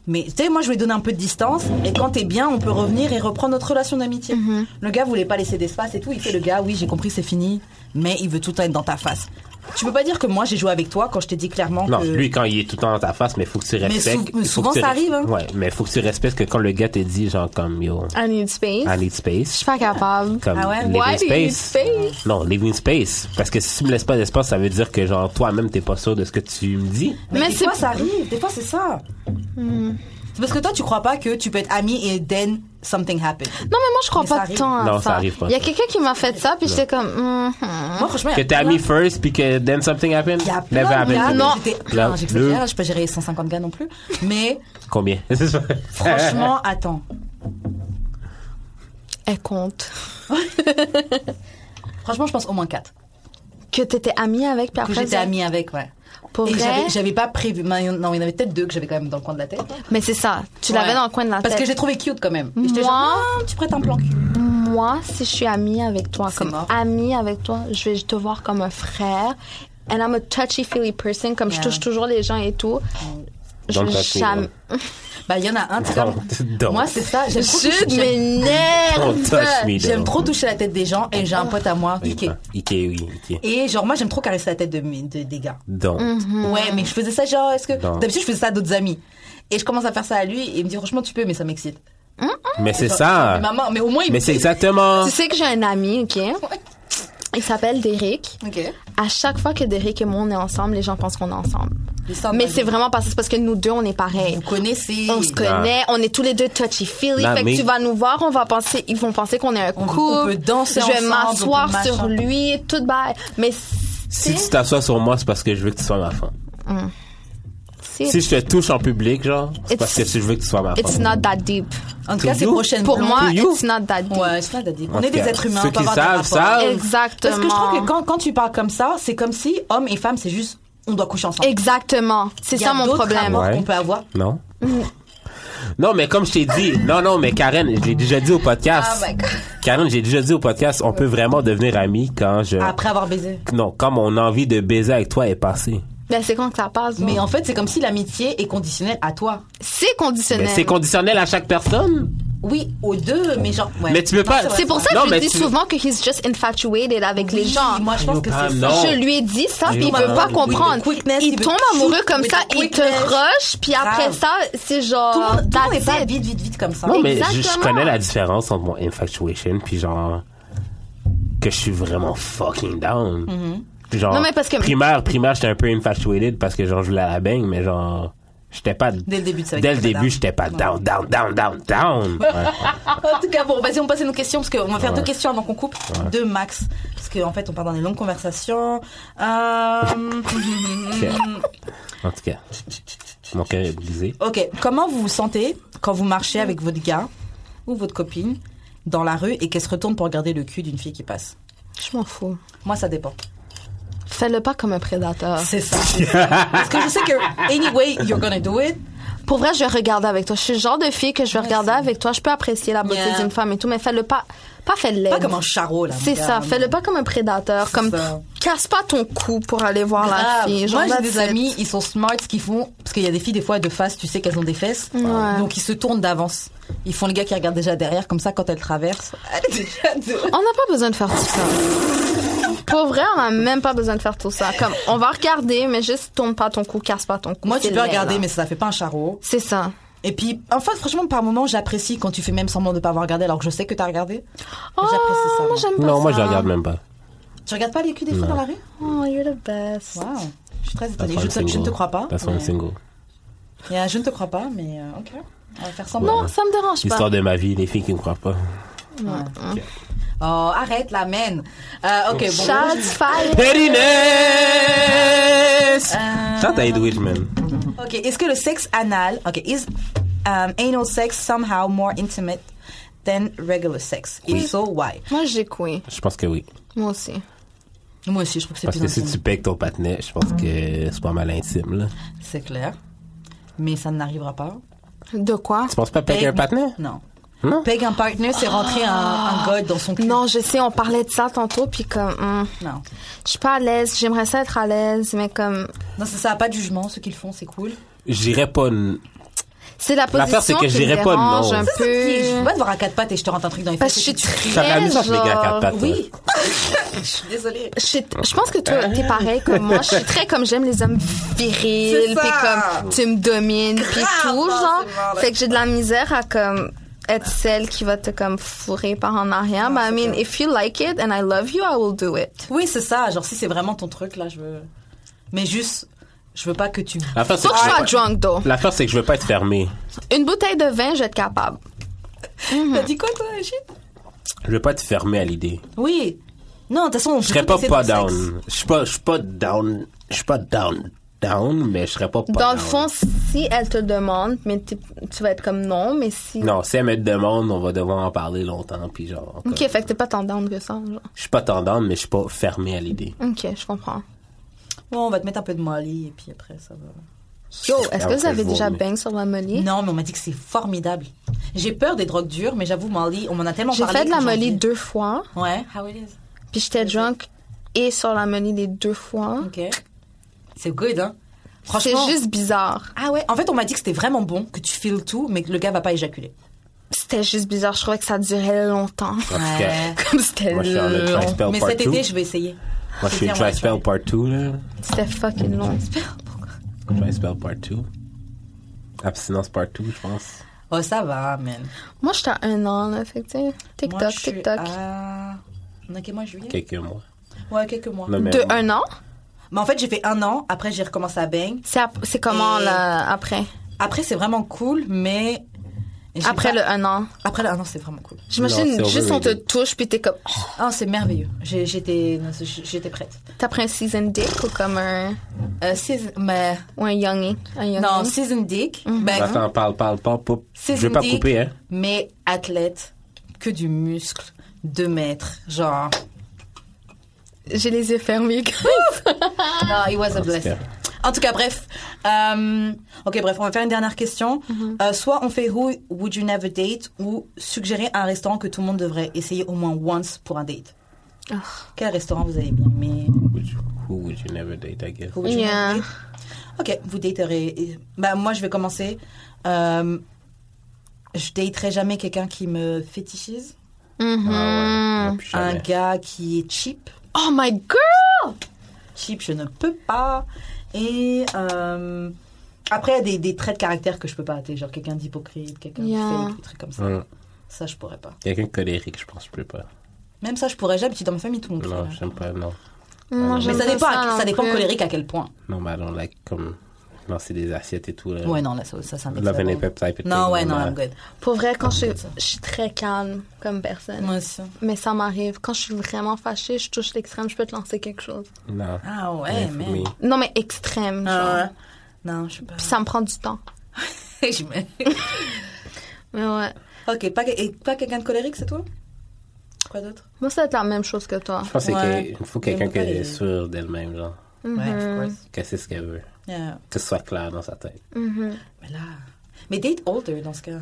[SPEAKER 1] Mais tu sais, moi, je lui ai donné un peu de distance. Et quand t'es bien, on peut revenir et reprendre notre relation d'amitié. Le gars voulait pas laisser d'espace et tout. Il fait le gars, oui, j'ai compris, c'est fini. Mais il veut tout le temps être dans ta face. Tu peux pas dire que moi, j'ai joué avec toi quand je t'ai dit clairement
[SPEAKER 2] Non,
[SPEAKER 1] que.
[SPEAKER 2] lui, quand il est tout le temps dans ta face, mais faut que tu
[SPEAKER 1] sou-
[SPEAKER 2] respectes.
[SPEAKER 1] mais
[SPEAKER 2] faut
[SPEAKER 1] souvent,
[SPEAKER 2] que tu
[SPEAKER 1] ça
[SPEAKER 2] re-
[SPEAKER 1] arrive, hein.
[SPEAKER 2] Ouais, mais faut que tu respectes que quand le gars te dit, genre, comme, yo,
[SPEAKER 3] I need space.
[SPEAKER 2] I
[SPEAKER 3] Je
[SPEAKER 2] need space,
[SPEAKER 3] suis pas capable.
[SPEAKER 2] comme
[SPEAKER 1] Ah ouais?
[SPEAKER 2] living
[SPEAKER 3] Why do you need
[SPEAKER 2] space.
[SPEAKER 3] space?
[SPEAKER 2] Non, living space. Parce que si tu me laisses pas d'espace, ça veut dire que genre toi-même t'es pas sûr de ce que tu me dis.
[SPEAKER 1] Mais,
[SPEAKER 3] Mais
[SPEAKER 1] des
[SPEAKER 3] c'est-
[SPEAKER 1] fois, ça arrive. Des fois, c'est ça. C'est parce que toi, tu crois pas que tu peux être ami et then something happen.
[SPEAKER 3] Non, mais moi, je crois
[SPEAKER 1] Mais ça
[SPEAKER 3] pas
[SPEAKER 1] arrive.
[SPEAKER 3] tant à
[SPEAKER 2] Non,
[SPEAKER 3] ça.
[SPEAKER 2] ça arrive pas,
[SPEAKER 3] Il y a
[SPEAKER 2] ça.
[SPEAKER 3] quelqu'un qui m'a fait ça, puis j'étais comme. hum, hum.
[SPEAKER 1] Moi, franchement,
[SPEAKER 2] Que t'es ami first puis que then something happens.
[SPEAKER 1] Il y a plein
[SPEAKER 2] Never
[SPEAKER 1] de gars.
[SPEAKER 2] happens.
[SPEAKER 1] Non,
[SPEAKER 3] Non.
[SPEAKER 2] Là,
[SPEAKER 1] j'exagère,
[SPEAKER 2] le-
[SPEAKER 1] je peux gérer 150 gars non plus. Mais
[SPEAKER 2] Combien C'est ça.
[SPEAKER 1] franchement, attends.
[SPEAKER 3] Elle compte.
[SPEAKER 1] Franchement, je pense au moins 4.
[SPEAKER 3] Que t'étais amie avec, puis
[SPEAKER 1] Que
[SPEAKER 3] après.
[SPEAKER 1] j'étais
[SPEAKER 3] ça-
[SPEAKER 1] amie avec, ouais.
[SPEAKER 3] Pour
[SPEAKER 1] Et
[SPEAKER 3] vrai?
[SPEAKER 1] j'avais- j'avais pas prévu. mais Non, il y en avait peut-être deux que j'avais quand même dans le coin de la tête.
[SPEAKER 3] Mais c'est ça. Tu l'avais
[SPEAKER 1] Ouais.
[SPEAKER 3] dans le coin de la
[SPEAKER 1] Parce que
[SPEAKER 3] tête.
[SPEAKER 1] j'ai trouvé cute quand même. Et j'étais
[SPEAKER 3] Moi-
[SPEAKER 1] genre, ah, tu prêtes un plan cul.
[SPEAKER 3] Moi, si je suis amie avec toi,
[SPEAKER 1] C'est
[SPEAKER 3] comme
[SPEAKER 1] mort.
[SPEAKER 3] amie avec toi, je vais te voir comme un frère. And I'm a touchy-feely person, comme
[SPEAKER 1] Yeah.
[SPEAKER 3] je touche toujours les gens et tout. Je
[SPEAKER 2] Don't
[SPEAKER 3] vais
[SPEAKER 2] touch me,
[SPEAKER 3] jamais.
[SPEAKER 1] Bah, il y en a un, tu sais,
[SPEAKER 2] Don't,
[SPEAKER 1] comme-
[SPEAKER 2] don't.
[SPEAKER 1] Moi, c'est ça. J'aime trop toucher-
[SPEAKER 3] Je
[SPEAKER 1] j'aime-
[SPEAKER 2] Don't
[SPEAKER 3] m'énerve!
[SPEAKER 2] touch me.
[SPEAKER 1] J'aime
[SPEAKER 2] though.
[SPEAKER 1] trop toucher la tête des gens et j'ai un pote à moi, Ike.
[SPEAKER 2] Ike, oui, Ike.
[SPEAKER 1] Et Mm. genre, moi, j'aime trop caresser la tête de, mes- de- des gars.
[SPEAKER 2] Don't.
[SPEAKER 3] Hmm.
[SPEAKER 1] Ouais, mais je faisais ça genre, est-ce que.
[SPEAKER 2] Non.
[SPEAKER 1] D'habitude, je faisais ça à d'autres amis. Et je commence à faire ça à lui et il me dit, franchement, tu peux, mais ça m'excite.
[SPEAKER 2] Mais c'est
[SPEAKER 1] Mais
[SPEAKER 3] Euh,
[SPEAKER 2] ça.
[SPEAKER 1] maman, mais au moins, il
[SPEAKER 2] Mais
[SPEAKER 1] me
[SPEAKER 2] c'est
[SPEAKER 1] dit-
[SPEAKER 2] exactement.
[SPEAKER 3] Tu sais que j'ai un ami, OK? Il s'appelle Derek.
[SPEAKER 1] Ok.
[SPEAKER 3] À chaque fois que Derek et moi, on est ensemble, les gens pensent qu'on est ensemble.
[SPEAKER 1] Les sœurs de
[SPEAKER 3] Mais
[SPEAKER 1] ma
[SPEAKER 3] c'est
[SPEAKER 1] vie.
[SPEAKER 3] vraiment parce, c'est parce que nous deux, on est pareils.
[SPEAKER 1] Vous connaissez.
[SPEAKER 3] On se connaît, on est tous les deux touchy-feely.
[SPEAKER 2] Non,
[SPEAKER 3] Fait
[SPEAKER 2] mais-
[SPEAKER 3] que tu vas nous voir, on va penser, ils vont penser qu'on est un
[SPEAKER 1] On-
[SPEAKER 3] couple.
[SPEAKER 1] on peut danser
[SPEAKER 3] Je vais
[SPEAKER 1] ensemble, on peut
[SPEAKER 3] m'asseoir
[SPEAKER 1] machin.
[SPEAKER 3] sur lui, tout bail. Mais
[SPEAKER 2] Si
[SPEAKER 3] c'est,
[SPEAKER 2] tu t'assois sur moi, c'est parce que je veux que tu sois ma femme.
[SPEAKER 3] c'est,
[SPEAKER 2] Si je te touche en public, genre, c'est
[SPEAKER 3] It's-
[SPEAKER 2] parce que tu veux que tu sois ma
[SPEAKER 3] it's
[SPEAKER 2] femme.
[SPEAKER 3] not that deep.
[SPEAKER 1] En tout cas,
[SPEAKER 2] To
[SPEAKER 1] c'est
[SPEAKER 2] you.
[SPEAKER 1] prochainement.
[SPEAKER 3] Pour moi,
[SPEAKER 2] you.
[SPEAKER 3] it's not that deep.
[SPEAKER 1] Ouais, c'est pas d'addict.
[SPEAKER 2] En
[SPEAKER 1] On est
[SPEAKER 2] tout
[SPEAKER 1] des
[SPEAKER 2] cas,
[SPEAKER 1] êtres humains.
[SPEAKER 2] ceux
[SPEAKER 1] on peut
[SPEAKER 2] qui
[SPEAKER 1] avoir des
[SPEAKER 2] savent,
[SPEAKER 1] rapports.
[SPEAKER 2] savent.
[SPEAKER 3] Exactement.
[SPEAKER 1] Parce que je trouve que quand, quand tu parles comme ça, c'est comme si hommes et femmes, c'est juste on doit coucher ensemble.
[SPEAKER 3] Exactement. C'est
[SPEAKER 1] Il y a
[SPEAKER 3] ça mon
[SPEAKER 1] d'autres
[SPEAKER 3] problème.
[SPEAKER 1] rapports
[SPEAKER 2] Ouais.
[SPEAKER 1] qu'on peut avoir.
[SPEAKER 2] Non? Non, mais comme je t'ai dit, non, non, mais Karen, je l'ai déjà dit au podcast.
[SPEAKER 1] Oh my God.
[SPEAKER 2] Karen, j'ai déjà dit au podcast, on peut vraiment devenir amis quand je.
[SPEAKER 1] Après avoir baisé.
[SPEAKER 2] Non, quand mon envie de baiser avec toi est passée.
[SPEAKER 3] Ben, c'est quand que ça passe.
[SPEAKER 1] Mais
[SPEAKER 3] bon.
[SPEAKER 1] en fait, c'est comme si l'amitié est conditionnelle à toi.
[SPEAKER 3] C'est
[SPEAKER 2] Mais
[SPEAKER 3] conditionnel.
[SPEAKER 2] c'est conditionnel à chaque personne.
[SPEAKER 1] Oui, aux deux, mais genre. ouais.
[SPEAKER 2] Mais tu peux
[SPEAKER 1] Non,
[SPEAKER 2] pas-
[SPEAKER 1] vrai,
[SPEAKER 3] C'est pour ça que
[SPEAKER 2] Non,
[SPEAKER 3] je
[SPEAKER 2] mais
[SPEAKER 3] dis
[SPEAKER 2] tu-
[SPEAKER 3] souvent que he's just infatuated avec les
[SPEAKER 1] Oui,
[SPEAKER 3] gens.
[SPEAKER 1] Moi, je pense que
[SPEAKER 2] Ah,
[SPEAKER 1] c'est
[SPEAKER 2] non.
[SPEAKER 3] Je lui ai dit ça,
[SPEAKER 2] Il
[SPEAKER 3] puis il
[SPEAKER 2] veut
[SPEAKER 3] veut
[SPEAKER 2] pas
[SPEAKER 3] pas
[SPEAKER 2] de
[SPEAKER 3] comprendre.
[SPEAKER 1] quickness, il
[SPEAKER 3] Il
[SPEAKER 1] veut
[SPEAKER 3] tombe
[SPEAKER 1] tout,
[SPEAKER 3] amoureux comme
[SPEAKER 1] il veut
[SPEAKER 3] ça,
[SPEAKER 1] de
[SPEAKER 3] il te
[SPEAKER 1] quickness.
[SPEAKER 3] rush, puis après
[SPEAKER 1] Grave.
[SPEAKER 3] ça, c'est genre.
[SPEAKER 1] Tout le monde tout le monde est
[SPEAKER 3] that's
[SPEAKER 1] pas
[SPEAKER 3] it.
[SPEAKER 1] vite, vite, vite comme ça.
[SPEAKER 2] Non, mais je, je
[SPEAKER 3] Exactement.
[SPEAKER 2] connais la différence entre mon infatuation puis genre que je suis vraiment fucking down. Genre,
[SPEAKER 3] Non, mais parce que-
[SPEAKER 2] primaire, primaire, j'étais un peu infatuated parce que genre je voulais à la baigne, mais genre j'étais pas
[SPEAKER 1] Dès le début, tu savais
[SPEAKER 2] Dès
[SPEAKER 1] que
[SPEAKER 2] le
[SPEAKER 1] t'étais
[SPEAKER 2] début,
[SPEAKER 1] down.
[SPEAKER 2] j'étais pas down, down, down, down, down. Ouais.
[SPEAKER 1] En tout cas, bon, vas-y, on passe à nos questions parce qu'on va faire deux questions avant qu'on coupe. Deux max. Parce qu'en fait, on part dans des longues conversations. Euh...
[SPEAKER 2] Ok. En tout cas, mon cœur est brisé.
[SPEAKER 1] ok, comment vous vous sentez quand vous marchez avec votre gars ou votre copine dans la rue et qu'elle se retourne pour regarder le cul d'une fille qui passe
[SPEAKER 3] Je m'en fous.
[SPEAKER 1] Moi, ça dépend.
[SPEAKER 3] Fais-le pas comme un prédateur.
[SPEAKER 1] C'est ça. c'est ça. Parce que je sais que, anyway, you're gonna do it.
[SPEAKER 3] Pour vrai, je vais regarder avec toi. Je suis le genre de fille que je vais regarder avec toi. Je peux apprécier la beauté
[SPEAKER 1] Yeah.
[SPEAKER 3] d'une femme et tout, mais fais-le pas. Pas fais-le.
[SPEAKER 1] Pas comme un charreau, là. mon
[SPEAKER 3] C'est
[SPEAKER 1] gars.
[SPEAKER 3] ça, fais-le pas comme un prédateur. Comme,
[SPEAKER 1] ça.
[SPEAKER 3] casse pas ton cou pour aller voir la
[SPEAKER 1] Grave.
[SPEAKER 3] fille. Genre,
[SPEAKER 1] Moi, j'ai
[SPEAKER 3] that's
[SPEAKER 1] des
[SPEAKER 3] it.
[SPEAKER 1] amis, ils sont smart, ce qu'ils font, parce qu'il y a des filles, des fois, de face, tu sais qu'elles ont des fesses.
[SPEAKER 3] Ouais.
[SPEAKER 1] Donc, ils se tournent d'avance. Ils font le gars qui regarde déjà derrière, comme ça, quand elle traverse. Elle est déjà de-
[SPEAKER 3] On n'a pas besoin de faire tout ça. Pour vrai, on n'a même pas besoin de faire tout ça. Comme, on va regarder, mais juste tourne pas ton cou, casse pas ton cou.
[SPEAKER 1] Moi, tu
[SPEAKER 3] c'est
[SPEAKER 1] peux
[SPEAKER 3] laid,
[SPEAKER 1] regarder,
[SPEAKER 3] là.
[SPEAKER 1] mais ça fait pas un charreau.
[SPEAKER 3] C'est ça.
[SPEAKER 1] Et puis, enfin, franchement, par moment, j'apprécie quand tu fais même semblant de pas avoir regardé, alors que je sais que t'as regardé. J'apprécie ça.
[SPEAKER 3] Oh,
[SPEAKER 1] moi.
[SPEAKER 3] moi, j'aime pas
[SPEAKER 2] Non, moi,
[SPEAKER 3] ça.
[SPEAKER 2] je regarde même pas.
[SPEAKER 1] Tu regardes pas les culs des filles dans la rue
[SPEAKER 3] Oh, you're the best.
[SPEAKER 1] Waouh. Je suis très
[SPEAKER 2] That's
[SPEAKER 1] étonnée.
[SPEAKER 2] why
[SPEAKER 1] Je,
[SPEAKER 2] I'm
[SPEAKER 1] te- je ne te
[SPEAKER 2] single.
[SPEAKER 1] crois pas. Mm.
[SPEAKER 2] That's why I'm
[SPEAKER 1] mais-
[SPEAKER 2] single.
[SPEAKER 1] Yeah, je ne te crois pas, mais euh, ok. On va faire semblant.
[SPEAKER 3] Non, ça me dérange pas.
[SPEAKER 2] L'histoire de ma vie, les filles qui me croient pas.
[SPEAKER 1] Oh, arrête la mène. Euh, ok, bon.
[SPEAKER 3] Shots fired.
[SPEAKER 2] Pettiness!
[SPEAKER 1] Euh,
[SPEAKER 2] Chante à Edwidge, man.
[SPEAKER 1] Ok, est-ce que le sexe anal, ok, is um, anal sex somehow more intimate than regular sex? If so, why?
[SPEAKER 3] Moi, j'ai coué.
[SPEAKER 2] Je pense que oui.
[SPEAKER 3] Moi aussi.
[SPEAKER 1] Moi aussi, je trouve que c'est
[SPEAKER 2] Parce
[SPEAKER 1] plus
[SPEAKER 2] que si
[SPEAKER 1] intime.
[SPEAKER 2] tu pèques ton patinet, je pense que c'est pas mal intime, là.
[SPEAKER 1] C'est clair. Mais ça n'arrivera pas.
[SPEAKER 3] De quoi?
[SPEAKER 2] Tu penses pas péter un patinet?
[SPEAKER 1] Non.
[SPEAKER 2] Non?
[SPEAKER 1] Peg un partner, c'est rentrer un, un god dans son cul.
[SPEAKER 3] Ah. Non, je sais, on parlait de ça tantôt, puis comme, hum,
[SPEAKER 1] Non,
[SPEAKER 3] je suis pas à l'aise, j'aimerais ça être à l'aise, mais comme,
[SPEAKER 1] non c'est ça, pas de jugement, ce qu'ils font, c'est cool.
[SPEAKER 2] J'irais pas... n-
[SPEAKER 3] c'est la
[SPEAKER 2] L'affaire,
[SPEAKER 3] position
[SPEAKER 2] c'est que
[SPEAKER 3] qui
[SPEAKER 2] je
[SPEAKER 3] me
[SPEAKER 2] dirais pas
[SPEAKER 3] dérange
[SPEAKER 2] non.
[SPEAKER 3] un
[SPEAKER 2] Ça,
[SPEAKER 1] Ça, c'est- Je veux
[SPEAKER 3] peu.
[SPEAKER 1] pas te voir à quatre pattes et je te rentre un truc dans les
[SPEAKER 3] Parce que
[SPEAKER 1] fesses.
[SPEAKER 3] je suis très,
[SPEAKER 2] Ça fait la misère, les gars, à quatre
[SPEAKER 3] genre,
[SPEAKER 2] pattes.
[SPEAKER 1] Oui. je suis désolée.
[SPEAKER 3] Je, sais- je pense que toi, t'es pareil comme moi. Je suis très comme j'aime les hommes
[SPEAKER 1] C'est
[SPEAKER 3] virils,
[SPEAKER 1] ça.
[SPEAKER 3] puis comme tu me domines, puis
[SPEAKER 1] Grave,
[SPEAKER 3] tout,
[SPEAKER 1] non,
[SPEAKER 3] genre.
[SPEAKER 1] c'est mort, là.
[SPEAKER 3] Fait que j'ai de la misère à comme être celle qui va te comme fourrer par en arrière. But I mean, if you like it and I love you, I will do it.
[SPEAKER 1] Oui, c'est ça. Genre, si c'est vraiment ton truc, là, je veux. Mais juste, je veux pas que tu.
[SPEAKER 2] L'affaire, c'est
[SPEAKER 3] Faut
[SPEAKER 2] que
[SPEAKER 3] que je
[SPEAKER 2] je
[SPEAKER 3] sois
[SPEAKER 2] veux
[SPEAKER 3] drunk, though.
[SPEAKER 2] pas- L'affaire, c'est que je veux pas être fermé.
[SPEAKER 3] Une bouteille de vin, je vais être capable. Mhm.
[SPEAKER 1] T'as dit quoi, toi, Achille
[SPEAKER 2] Je veux pas être fermé à l'idée.
[SPEAKER 1] Oui. Non, de toute façon, on
[SPEAKER 2] Je serais pas pas down. Je suis pas, je suis pas down. Je suis pas down, down, mais je serais pas pas
[SPEAKER 3] Dans
[SPEAKER 2] down.
[SPEAKER 3] le fond, si elle te demande, mais t'es- tu vas être comme non, mais si.
[SPEAKER 2] Non, si elle me demande, on va devoir en parler longtemps, puis genre... comme-
[SPEAKER 3] Ok, fait que t'es pas tendante que ça, genre.
[SPEAKER 2] Je suis pas tendance, mais je suis pas fermé à l'idée.
[SPEAKER 3] Ok, je comprends.
[SPEAKER 1] Bon, on va te mettre un peu de molly et puis après, ça va.
[SPEAKER 3] Yo, est-ce que
[SPEAKER 2] Ah,
[SPEAKER 3] vous avez
[SPEAKER 2] je
[SPEAKER 3] déjà
[SPEAKER 2] vomis.
[SPEAKER 3] bang sur la molly?
[SPEAKER 1] Non, mais on m'a dit que c'est formidable. J'ai peur des drogues dures, mais j'avoue, molly, on m'en a tellement
[SPEAKER 3] J'ai
[SPEAKER 1] parlé.
[SPEAKER 3] fait de
[SPEAKER 1] que
[SPEAKER 3] la
[SPEAKER 1] j'en
[SPEAKER 3] molly
[SPEAKER 1] ai-
[SPEAKER 3] deux fois.
[SPEAKER 1] Ouais, how it is.
[SPEAKER 3] Puis j'étais drunk et sur la monnaie les deux fois.
[SPEAKER 1] Ok. C'est good, hein
[SPEAKER 3] C'est
[SPEAKER 1] Franchement.
[SPEAKER 3] juste bizarre.
[SPEAKER 1] Ah ouais, en fait, on m'a dit que c'était vraiment bon, que tu files tout, mais que le gars va pas éjaculer.
[SPEAKER 3] C'était juste bizarre. Je trouvais que ça durait longtemps.
[SPEAKER 2] En tout cas,
[SPEAKER 1] Ouais.
[SPEAKER 3] Comme c'était
[SPEAKER 2] moi, je suis en le
[SPEAKER 3] long.
[SPEAKER 2] try spell
[SPEAKER 1] Mais
[SPEAKER 2] part
[SPEAKER 1] cet
[SPEAKER 2] 2.
[SPEAKER 1] été,
[SPEAKER 2] Moi,
[SPEAKER 1] je vais essayer.
[SPEAKER 2] je suis
[SPEAKER 1] Bien,
[SPEAKER 2] try
[SPEAKER 1] ouais,
[SPEAKER 2] spell part 2, là.
[SPEAKER 3] C'était fucking long.
[SPEAKER 2] Try spell part 2. Abstinence part 2, je pense.
[SPEAKER 1] Oh, ça va, man.
[SPEAKER 3] Moi, j'étais à un an, là. Fait que, tu sais,
[SPEAKER 1] moi,
[SPEAKER 3] TikTok,
[SPEAKER 1] je suis
[SPEAKER 3] TikTok.
[SPEAKER 1] à- On a quel mois, juillet
[SPEAKER 2] Quelques mois.
[SPEAKER 1] Ouais, quelques mois.
[SPEAKER 2] Non, mais-
[SPEAKER 3] De un an?
[SPEAKER 1] Mais en fait, j'ai fait un an. Après, j'ai recommencé à bang.
[SPEAKER 3] C'est ap- c'est comment,
[SPEAKER 1] Et-
[SPEAKER 3] là, après?
[SPEAKER 1] Après, c'est vraiment cool, mais. j'ai
[SPEAKER 3] Après
[SPEAKER 1] pas-
[SPEAKER 3] le un an.
[SPEAKER 1] Après le. Ah non, c'est vraiment cool.
[SPEAKER 3] J'imagine
[SPEAKER 2] Non, c'est
[SPEAKER 3] juste on te
[SPEAKER 2] overrated.
[SPEAKER 3] touche, puis t'es comme... oh,
[SPEAKER 1] Ah, c'est merveilleux. J'ai- J'étais non, c'est- j'étais prête.
[SPEAKER 3] T'as pris un season dick ou comme un...
[SPEAKER 1] Euh, season, mais,
[SPEAKER 3] Ou un youngie? Un youngie.
[SPEAKER 1] non, season dick. ben,
[SPEAKER 2] Attends, parle, parle, parle, pas. Je
[SPEAKER 1] season
[SPEAKER 2] vais pas
[SPEAKER 1] dick,
[SPEAKER 2] couper, hein.
[SPEAKER 1] Mais athlète, que du muscle, 2 mètres. Genre.
[SPEAKER 3] J'ai les yeux fermés.
[SPEAKER 1] Non, it was a
[SPEAKER 2] super.
[SPEAKER 1] blessing. En tout cas, bref. Euh, ok, bref, on va faire une dernière question. Euh, soit on fait Who Would You Never Date ou suggérer un restaurant que tout le monde devrait essayer au moins once pour un date. Quel restaurant vous avez bien aimé
[SPEAKER 2] Would you- who would you never date, I guess?
[SPEAKER 3] Hmm.
[SPEAKER 1] Who would you
[SPEAKER 3] Yeah.
[SPEAKER 1] never date? Ok, vous daterez. Bah, moi, je vais commencer. Euh, je daterai jamais quelqu'un qui me fétichise.
[SPEAKER 3] Mm-hmm.
[SPEAKER 2] Ah ouais, non, plus
[SPEAKER 1] Un
[SPEAKER 2] jamais.
[SPEAKER 1] gars qui est cheap.
[SPEAKER 3] Oh my girl!
[SPEAKER 1] Cheap, je ne peux pas. Et euh, après, il y a des, des traits de caractère que je peux pas hâter. Genre quelqu'un d'hypocrite, quelqu'un
[SPEAKER 3] Yeah.
[SPEAKER 1] de fake, des trucs comme ça.
[SPEAKER 2] Hum.
[SPEAKER 1] Ça, je pourrais pas.
[SPEAKER 2] Quelqu'un de colérique, je pense, je peux pas.
[SPEAKER 1] Même ça, je pourrais jamais. Puis dans ma famille, tout le monde.
[SPEAKER 2] Non,
[SPEAKER 1] pourrait.
[SPEAKER 2] j'aime pas, non.
[SPEAKER 3] Moi,
[SPEAKER 2] Mais
[SPEAKER 1] Mais
[SPEAKER 3] Mm, j'aime
[SPEAKER 1] ça
[SPEAKER 3] pas
[SPEAKER 1] dépend, à-
[SPEAKER 3] ça
[SPEAKER 1] ça,
[SPEAKER 3] non
[SPEAKER 1] dépend
[SPEAKER 3] plus.
[SPEAKER 1] colérique à quel point.
[SPEAKER 2] Non, mais I don't like, comme, lancer des assiettes et tout. là.
[SPEAKER 1] Ouais, non, là, ça, ça, ça m'excite.
[SPEAKER 2] Love and Hip-Hop type of
[SPEAKER 1] Non,
[SPEAKER 2] thing,
[SPEAKER 1] ouais, non,
[SPEAKER 2] là.
[SPEAKER 1] I'm good.
[SPEAKER 3] Pour vrai, quand je, je suis très calme comme personne.
[SPEAKER 1] Moi aussi.
[SPEAKER 3] Mais ça m'arrive. Quand je suis vraiment fâchée, je touche l'extrême, je peux te lancer quelque chose.
[SPEAKER 2] Non.
[SPEAKER 1] Ah ouais,
[SPEAKER 2] Ain't for
[SPEAKER 1] mais.
[SPEAKER 2] me.
[SPEAKER 3] Non, mais extrême. genre.
[SPEAKER 1] Ah ouais. Non, je sais pas.
[SPEAKER 3] Puis ça me prend du temps.
[SPEAKER 1] J'imagine.
[SPEAKER 3] Mais
[SPEAKER 1] Ah,
[SPEAKER 3] ouais.
[SPEAKER 1] ok, pas, que- et pas quelqu'un de colérique, c'est toi Quoi d'autre
[SPEAKER 3] Moi, ça va être la même chose que toi.
[SPEAKER 2] Je pense
[SPEAKER 1] Ouais.
[SPEAKER 2] qu'il faut quelqu'un
[SPEAKER 1] J'aime
[SPEAKER 2] qui
[SPEAKER 1] pas les-
[SPEAKER 2] est sûr d'elle-même, genre.
[SPEAKER 1] Ouais,
[SPEAKER 2] Hmm.
[SPEAKER 1] of course.
[SPEAKER 2] Que c'est ce qu'elle veut.
[SPEAKER 1] Yeah.
[SPEAKER 2] Que ce soit clair dans sa tête.
[SPEAKER 1] Mais là. Mais date older dans ce cas.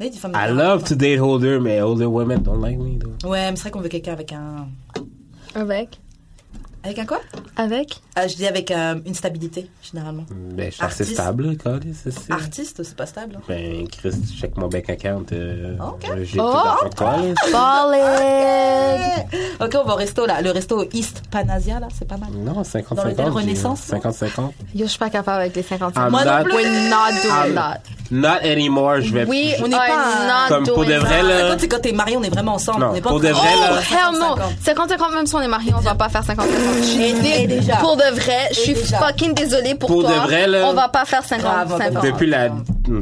[SPEAKER 1] Date des femmes de
[SPEAKER 2] I
[SPEAKER 1] 40.
[SPEAKER 2] love to date older, mais older women don't like me, though.
[SPEAKER 1] Ouais, mais c'est vrai qu'on veut quelqu'un avec un.
[SPEAKER 3] Avec?
[SPEAKER 1] Avec un quoi
[SPEAKER 3] Avec?
[SPEAKER 1] Ah, Je dis avec euh, une stabilité, généralement.
[SPEAKER 2] Ben, je suis assez
[SPEAKER 1] Artiste.
[SPEAKER 2] stable, quand c'est ça.
[SPEAKER 1] Artiste, c'est pas stable. hein.
[SPEAKER 2] Ben, Chris, check mon bank account. euh,
[SPEAKER 1] Ok. Oh!
[SPEAKER 2] J'ai tout d'argent de toi, là.
[SPEAKER 3] Ballet!
[SPEAKER 1] Ok, on va au resto là. Le resto East Panasia là, c'est pas mal.
[SPEAKER 2] Non, 50-50.
[SPEAKER 1] Dans l'hôtel
[SPEAKER 2] j'ai-
[SPEAKER 1] Renaissance, non?
[SPEAKER 2] 50-50.
[SPEAKER 3] Yo, je suis pas capable avec les 55.
[SPEAKER 2] I'm Moi non not- plus.
[SPEAKER 3] We're not doing
[SPEAKER 2] I'm-
[SPEAKER 3] that.
[SPEAKER 2] Not anymore, Ah. je vais...
[SPEAKER 3] We
[SPEAKER 1] on
[SPEAKER 3] are
[SPEAKER 1] n'est pas-
[SPEAKER 3] not
[SPEAKER 2] Comme pour
[SPEAKER 3] doing
[SPEAKER 2] de vrai,
[SPEAKER 3] that.
[SPEAKER 2] là.
[SPEAKER 1] Ah, Quand c'est quand t'es marié, on est vraiment ensemble.
[SPEAKER 2] euh, Non,
[SPEAKER 1] on est pas
[SPEAKER 2] pour
[SPEAKER 1] en train
[SPEAKER 2] de vrai,
[SPEAKER 3] Oh,
[SPEAKER 2] là.
[SPEAKER 3] hell no!
[SPEAKER 1] 50-50.
[SPEAKER 3] 50-50, même si on est mariés, on va pas faire 50-50. Je suis
[SPEAKER 1] Et-
[SPEAKER 3] dé-
[SPEAKER 1] et déjà.
[SPEAKER 3] Pour de vrai, je suis
[SPEAKER 1] déjà.
[SPEAKER 3] fucking désolée pour,
[SPEAKER 2] Pour
[SPEAKER 3] toi.
[SPEAKER 2] de vrai, là.
[SPEAKER 3] On va pas faire
[SPEAKER 1] Grave, on va pas
[SPEAKER 3] 50-50.
[SPEAKER 2] Depuis la... en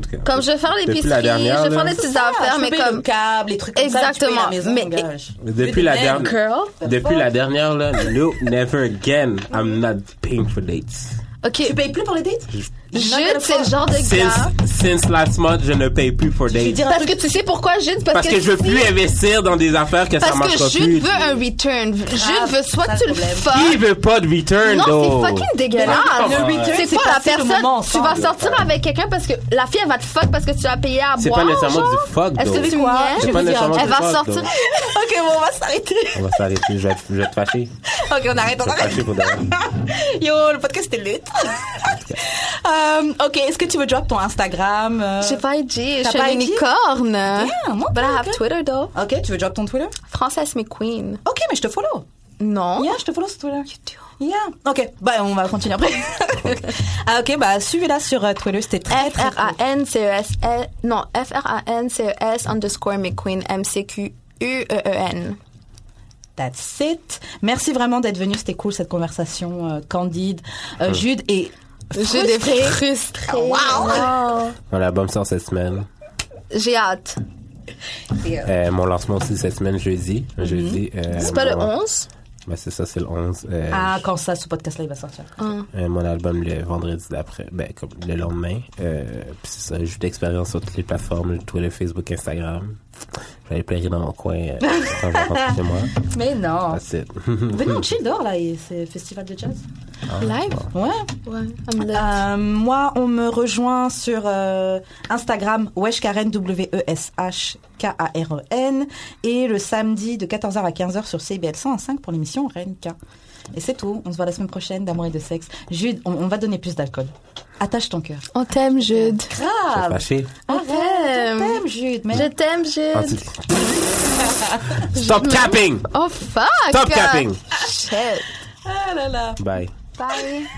[SPEAKER 2] tout cas,
[SPEAKER 3] Comme je vais faire
[SPEAKER 2] depuis
[SPEAKER 3] l'épicerie, je
[SPEAKER 2] la dernière,
[SPEAKER 3] vais faire
[SPEAKER 2] là.
[SPEAKER 3] les petites
[SPEAKER 1] Ah,
[SPEAKER 3] affaires,
[SPEAKER 1] tu peux
[SPEAKER 3] mais
[SPEAKER 1] payer
[SPEAKER 3] comme...
[SPEAKER 1] le câble, les trucs comme
[SPEAKER 3] Exactement,
[SPEAKER 1] ça, là, tu payes la maison,
[SPEAKER 3] mais-
[SPEAKER 1] engage.
[SPEAKER 2] Depuis
[SPEAKER 1] Tu veux des
[SPEAKER 2] la
[SPEAKER 1] mecs,
[SPEAKER 2] dernière-
[SPEAKER 3] Girl?
[SPEAKER 2] Depuis
[SPEAKER 1] fuck?
[SPEAKER 2] la dernière, là, no, never again, I'm not paying for dates.
[SPEAKER 1] Tu
[SPEAKER 3] Ok,
[SPEAKER 1] payes plus pour les dates
[SPEAKER 3] Jude, c'est le genre de
[SPEAKER 2] Since,
[SPEAKER 3] gars...
[SPEAKER 2] since last month, je ne paye plus for
[SPEAKER 1] Je vais
[SPEAKER 2] dates.
[SPEAKER 1] dire un
[SPEAKER 3] Parce
[SPEAKER 1] truc.
[SPEAKER 3] que tu sais pourquoi Jude? Parce,
[SPEAKER 2] Parce que je veux
[SPEAKER 3] si-
[SPEAKER 2] plus investir dans des affaires que ça
[SPEAKER 3] Parce
[SPEAKER 2] marche
[SPEAKER 3] que
[SPEAKER 2] pas
[SPEAKER 3] Jude
[SPEAKER 2] plus.
[SPEAKER 3] veut un return. Jude veut soit
[SPEAKER 1] ça,
[SPEAKER 3] tu
[SPEAKER 1] le
[SPEAKER 3] le
[SPEAKER 1] problème.
[SPEAKER 3] fuck...
[SPEAKER 2] Qui veut pas de return,
[SPEAKER 3] Non,
[SPEAKER 2] though?
[SPEAKER 3] c'est fucking
[SPEAKER 1] Mais
[SPEAKER 3] dégueulasse.
[SPEAKER 1] Ah, le return,
[SPEAKER 3] C'est
[SPEAKER 1] c'est
[SPEAKER 3] quoi la
[SPEAKER 1] passer le moment
[SPEAKER 3] personne? Tu
[SPEAKER 1] ensemble.
[SPEAKER 3] vas sortir avec quelqu'un parce que la fille, elle va te fuck parce que tu l'as payé à boire.
[SPEAKER 2] C'est pas nécessairement
[SPEAKER 3] genre?
[SPEAKER 2] du fuck,
[SPEAKER 3] Est-ce que
[SPEAKER 2] though.
[SPEAKER 3] tu
[SPEAKER 1] C'est quoi
[SPEAKER 3] niaises?
[SPEAKER 1] Je
[SPEAKER 2] C'est
[SPEAKER 1] veux
[SPEAKER 2] pas
[SPEAKER 1] dire,
[SPEAKER 2] nécessairement
[SPEAKER 3] Elle
[SPEAKER 2] du
[SPEAKER 3] va
[SPEAKER 2] fuck,
[SPEAKER 3] sortir.
[SPEAKER 2] though.
[SPEAKER 1] Ok, bon, on va s'arrêter.
[SPEAKER 2] On va s'arrêter, je vais, je vais te fâcher.
[SPEAKER 1] Ok, on arrête,
[SPEAKER 2] Je
[SPEAKER 1] on
[SPEAKER 2] vais te
[SPEAKER 1] arrête.
[SPEAKER 2] fâcher pour de vrai.
[SPEAKER 1] Yo, le podcast c'était lit. Euh, ok, est-ce que tu veux drop ton Instagram euh,
[SPEAKER 3] J'ai pas IG, je
[SPEAKER 1] T'as
[SPEAKER 3] suis
[SPEAKER 1] pas
[SPEAKER 3] une
[SPEAKER 1] IG?
[SPEAKER 3] unicorne.
[SPEAKER 1] Ah, moi,
[SPEAKER 3] But I have
[SPEAKER 1] ok.
[SPEAKER 3] Twitter though.
[SPEAKER 1] Ok, tu veux drop ton Twitter
[SPEAKER 3] Frances McQueen.
[SPEAKER 1] Ok, mais je te follow.
[SPEAKER 2] Oh.
[SPEAKER 3] Non.
[SPEAKER 1] Yeah, je te follow sur Twitter. Yeah. Ok, bah on va continuer après. ah, ok, bah suivez-la sur euh, Twitter, c'était très très cool.
[SPEAKER 3] F-R-A-N-C-E-S. E Non, F-R-A-N-C-E-S E underscore McQueen. E M-C-Q-U-E-E-N.
[SPEAKER 1] That's it. Merci vraiment d'être venu. C'était cool cette conversation euh, candide. Euh, Jude et
[SPEAKER 3] J'ai des frustrés. Wow.
[SPEAKER 2] Mon album sort cette semaine.
[SPEAKER 3] J'ai hâte.
[SPEAKER 2] Euh, mon lancement aussi cette semaine, jeudi. Jeudi. euh,
[SPEAKER 3] Mhm. C'est pas le
[SPEAKER 2] mon-
[SPEAKER 3] 11?
[SPEAKER 2] Ben, c'est ça, c'est le 11. Euh,
[SPEAKER 1] Ah, quand ça, ce podcast-là, il va sortir.
[SPEAKER 2] Euh, mon album le vendredi d'après, ben, comme le lendemain. Euh, puis c'est ça, j'ai eu d'expérience sur toutes les plateformes, Twitter, Facebook, Instagram. J'allais pleurer dans mon coin euh, quand je rentre chez moi.
[SPEAKER 1] Mais non.
[SPEAKER 2] That's it.
[SPEAKER 1] Venez, on chill dehors, là, et c'est festival de jazz.
[SPEAKER 2] Ah.
[SPEAKER 3] Live?
[SPEAKER 1] Ouais.
[SPEAKER 3] Ouais. I'm lit.
[SPEAKER 1] Euh, moi, on me rejoint sur euh, Instagram, weshkaren, E W-E-S-H-K-A-R-E-N, E et le samedi de 14h à 15h sur CBL 105 pour l'émission RNK. Et c'est tout. On se voit la semaine prochaine d'amour et de sexe. Jude, on, on va donner plus d'alcool. Attache ton cœur.
[SPEAKER 3] On t'aime, Jude.
[SPEAKER 1] Grave.
[SPEAKER 2] Fâché.
[SPEAKER 1] Arrête,
[SPEAKER 3] t'aime.
[SPEAKER 1] on t'aime, Jude. Mais
[SPEAKER 3] Je t'aime, Jude.
[SPEAKER 2] Stop capping!
[SPEAKER 3] Oh, fuck.
[SPEAKER 2] Stop capping!
[SPEAKER 3] Shit.
[SPEAKER 1] Ah là là.
[SPEAKER 2] Bye.
[SPEAKER 3] Bye.